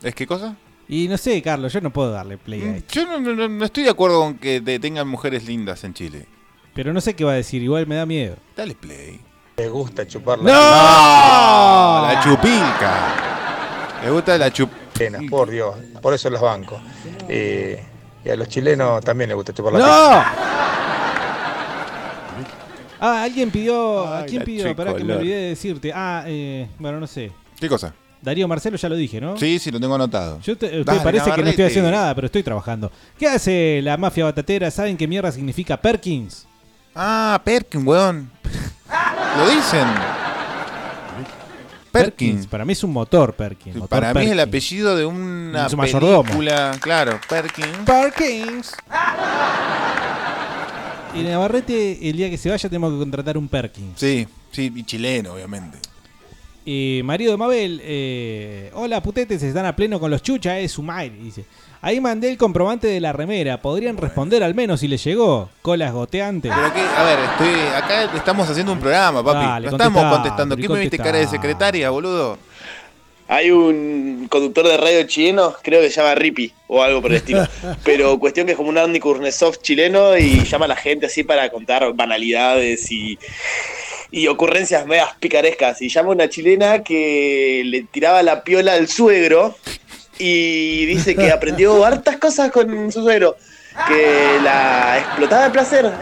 Speaker 10: ¿Es qué cosa?
Speaker 5: Y no sé, Carlos, yo no puedo darle play a esto.
Speaker 10: Yo no, no- no- no estoy de acuerdo con que te tengan mujeres lindas en Chile.
Speaker 5: Pero no sé qué va a decir, igual me da miedo.
Speaker 10: Dale play.
Speaker 20: te gusta chupar
Speaker 5: ¡No!
Speaker 10: ¡No!
Speaker 5: Ah.
Speaker 10: La chupilca. Me gusta la chup...
Speaker 20: chilenas, por Dios. Por eso las banco. Eh, y a los chilenos también les gusta chupar la
Speaker 5: ¡No! Ah, alguien pidió. ¿A quién
Speaker 10: la
Speaker 5: pidió? Pará, que me
Speaker 10: tricolor.
Speaker 5: olvidé de decirte. Ah, eh, bueno, no sé.
Speaker 10: ¿Qué cosa?
Speaker 5: Darío Marcelo ya lo dije, ¿no?
Speaker 10: Sí, sí, lo tengo anotado.
Speaker 5: Yo te- usted
Speaker 10: Dale,
Speaker 5: parece que no
Speaker 10: Navarrete.
Speaker 5: estoy haciendo nada, pero estoy trabajando. ¿Qué hace la mafia batatera? ¿Saben qué mierda significa Perkins?
Speaker 10: Ah, Perkins, weón. Lo dicen. Perkins.
Speaker 5: Para mí es un motor, Perkins. motor
Speaker 10: Para mí es el
Speaker 5: Perkins.
Speaker 10: apellido de una
Speaker 5: De su mayordomo.
Speaker 10: película. Claro, Perkins.
Speaker 5: Perkins. Y Navarrete, el día que se vaya, tenemos que contratar un Perkins.
Speaker 10: Sí, sí, y chileno, obviamente.
Speaker 5: Y marido de Mabel, eh, hola putetes, están a pleno con los chucha, es su mail. Dice. Ahí mandé el comprobante de la remera, podrían responder al menos si les llegó. Colas goteantes.
Speaker 10: Pero que, a ver, estoy, acá estamos haciendo un programa, papi.
Speaker 5: Dale,
Speaker 10: no estamos
Speaker 5: contestá,
Speaker 10: contestando.
Speaker 5: pero
Speaker 10: ¿Qué me viste
Speaker 5: contestá.
Speaker 10: cara de secretaria, boludo?
Speaker 16: Hay un conductor de radio chileno, creo que se llama Rippy o algo por el estilo. Pero cuestión que es como un Andy Kuznetsov chileno y llama a la gente así para contar banalidades y, y ocurrencias medias picarescas. Y llama a una chilena que le tiraba la piola al suegro y dice que aprendió hartas cosas con su suegro. Que la explotaba de placer.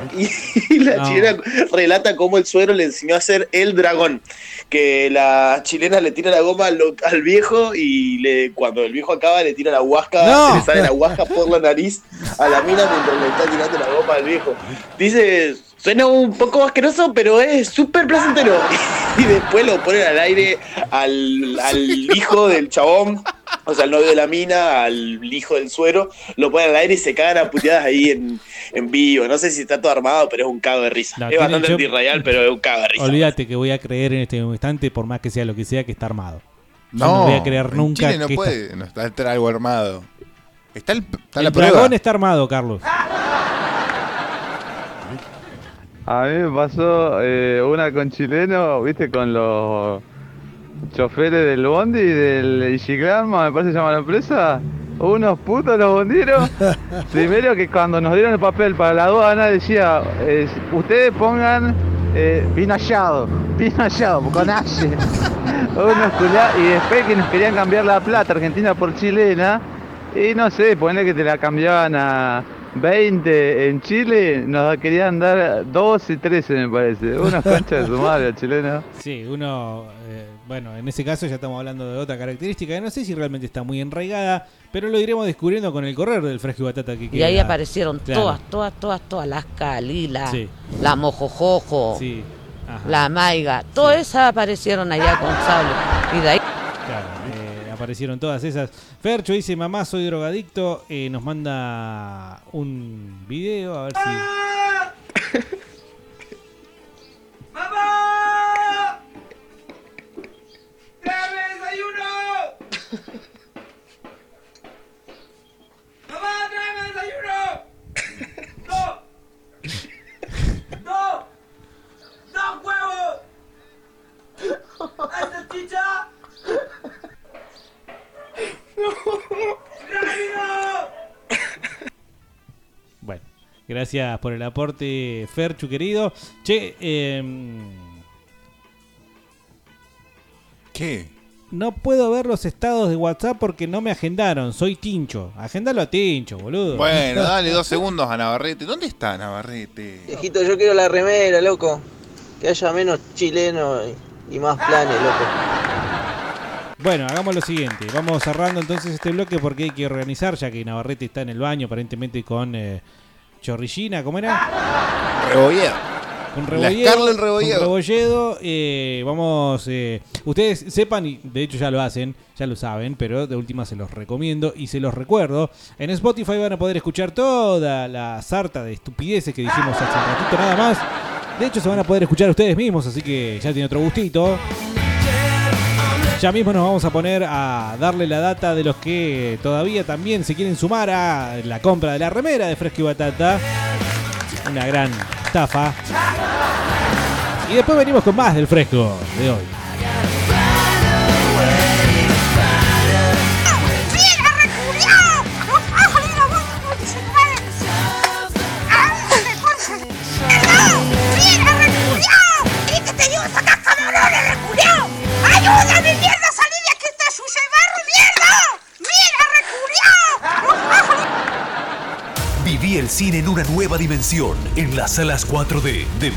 Speaker 16: Y, la
Speaker 5: No.
Speaker 16: chilena relata cómo el suegro le enseñó a hacer el dragón que la chilena le tira la goma al, lo- al viejo y le, cuando el viejo acaba le tira la huasca,
Speaker 5: ¡No!
Speaker 16: se le sale la huasca por la nariz a la mina mientras le está tirando la goma al viejo. Dice, suena un poco asqueroso, pero es súper placentero. Y después lo ponen al aire al, al hijo del chabón. O sea, al novio de la mina, al hijo del suero, lo ponen al aire y se cagan a puteadas ahí en, en vivo. No sé si está todo armado, pero es un cago de risa.
Speaker 5: No,
Speaker 16: es
Speaker 5: tiene-
Speaker 16: bastante
Speaker 5: yo-
Speaker 16: antirradial, pero es un cago de risa.
Speaker 5: Olvídate que voy a creer en este instante, por más que sea lo que sea, que está armado. Yo
Speaker 10: No,
Speaker 5: voy a creer
Speaker 10: en
Speaker 5: nunca
Speaker 10: Chile no
Speaker 5: que
Speaker 10: puede,
Speaker 5: está-
Speaker 10: no está, está algo armado. Está, el, está la
Speaker 5: el
Speaker 10: prueba.
Speaker 5: dragón está armado, Carlos.
Speaker 7: A mí me pasó eh, una con chileno, viste, con los choferes del bondi del Ishigama, me parece que se llama la empresa. Unos putos los bondiros. Primero que cuando nos dieron el papel para la aduana decía, eh, ustedes pongan eh, vino hallado, vino hallado, con H. Unos culia- y después que nos querían cambiar la plata argentina por chilena, y no sé, ponle que te la cambiaban a 20 en Chile, nos querían dar 12, 13 me parece. Unos conchas de su madre, chilena.
Speaker 5: Sí, uno, eh, bueno, en ese caso ya estamos hablando de otra característica que no sé si realmente está muy enraigada, pero lo iremos descubriendo con el correr del fresco y batata que
Speaker 11: Y ahí aparecieron todas, todas, todas, todas. Las Calila, la Mojojojo,
Speaker 5: Sí. Ajá.
Speaker 11: la Maiga, todas esas aparecieron allá con Sable. Y de ahí.
Speaker 5: Claro, eh, aparecieron todas esas. Fercho dice, mamá, soy drogadicto. Eh, nos manda un video, a ver si...
Speaker 4: ¡Dame desayuno! ¡Mamá, tráeme desayuno! ¡No! ¡No! ¡No huevos! ¡Hay salchicha! ¡No! ¡Rápido!
Speaker 5: Bueno, gracias por el aporte, Ferchu, querido. Che, em,
Speaker 10: ¿Qué?
Speaker 5: No puedo ver los estados de WhatsApp porque no me agendaron. Soy Tincho. Agendalo a Tincho, boludo.
Speaker 10: Bueno, dale dos segundos a Navarrete. ¿Dónde está Navarrete?
Speaker 24: Viejito, yo quiero la remera, loco. Que haya menos chileno y más planes, loco.
Speaker 5: Bueno, hagamos lo siguiente. Vamos cerrando entonces este bloque porque hay que organizar, ya que Navarrete está en el baño aparentemente con eh, Chorrillina, ¿cómo era?
Speaker 10: Rebolledo.
Speaker 5: Con
Speaker 10: La
Speaker 5: Rebolledo.
Speaker 10: Scarlett
Speaker 5: con
Speaker 10: Rebolledo.
Speaker 5: Rebolledo, eh, vamos... eh, ustedes sepan, y de hecho ya lo hacen, ya lo saben, pero de última se los recomiendo y se los recuerdo. En Spotify van a poder escuchar toda la sarta de estupideces que dijimos hace un ratito nada más. De hecho se van a poder escuchar ustedes mismos, así que ya tiene otro gustito. Ya mismo nos vamos a poner a darle la data de los que todavía también se quieren sumar a la compra de la remera de Fresco y Batata. Una gran estafa. Y después venimos con más del fresco de hoy.
Speaker 4: ¡Mira, reculiao! ¡No ha salido voto por 19! ¡Ah, me corta! ¡No! ¡Mira, reculiao! ¡Y que te llevo esa caca morona, reculiao! ¡Ayúdame, mierda, a salir de aquí, está sucia el barro, mierda! ¡Mira, reculiao! ¡No ha salido
Speaker 16: Viví el cine en una nueva dimensión en las salas 4D de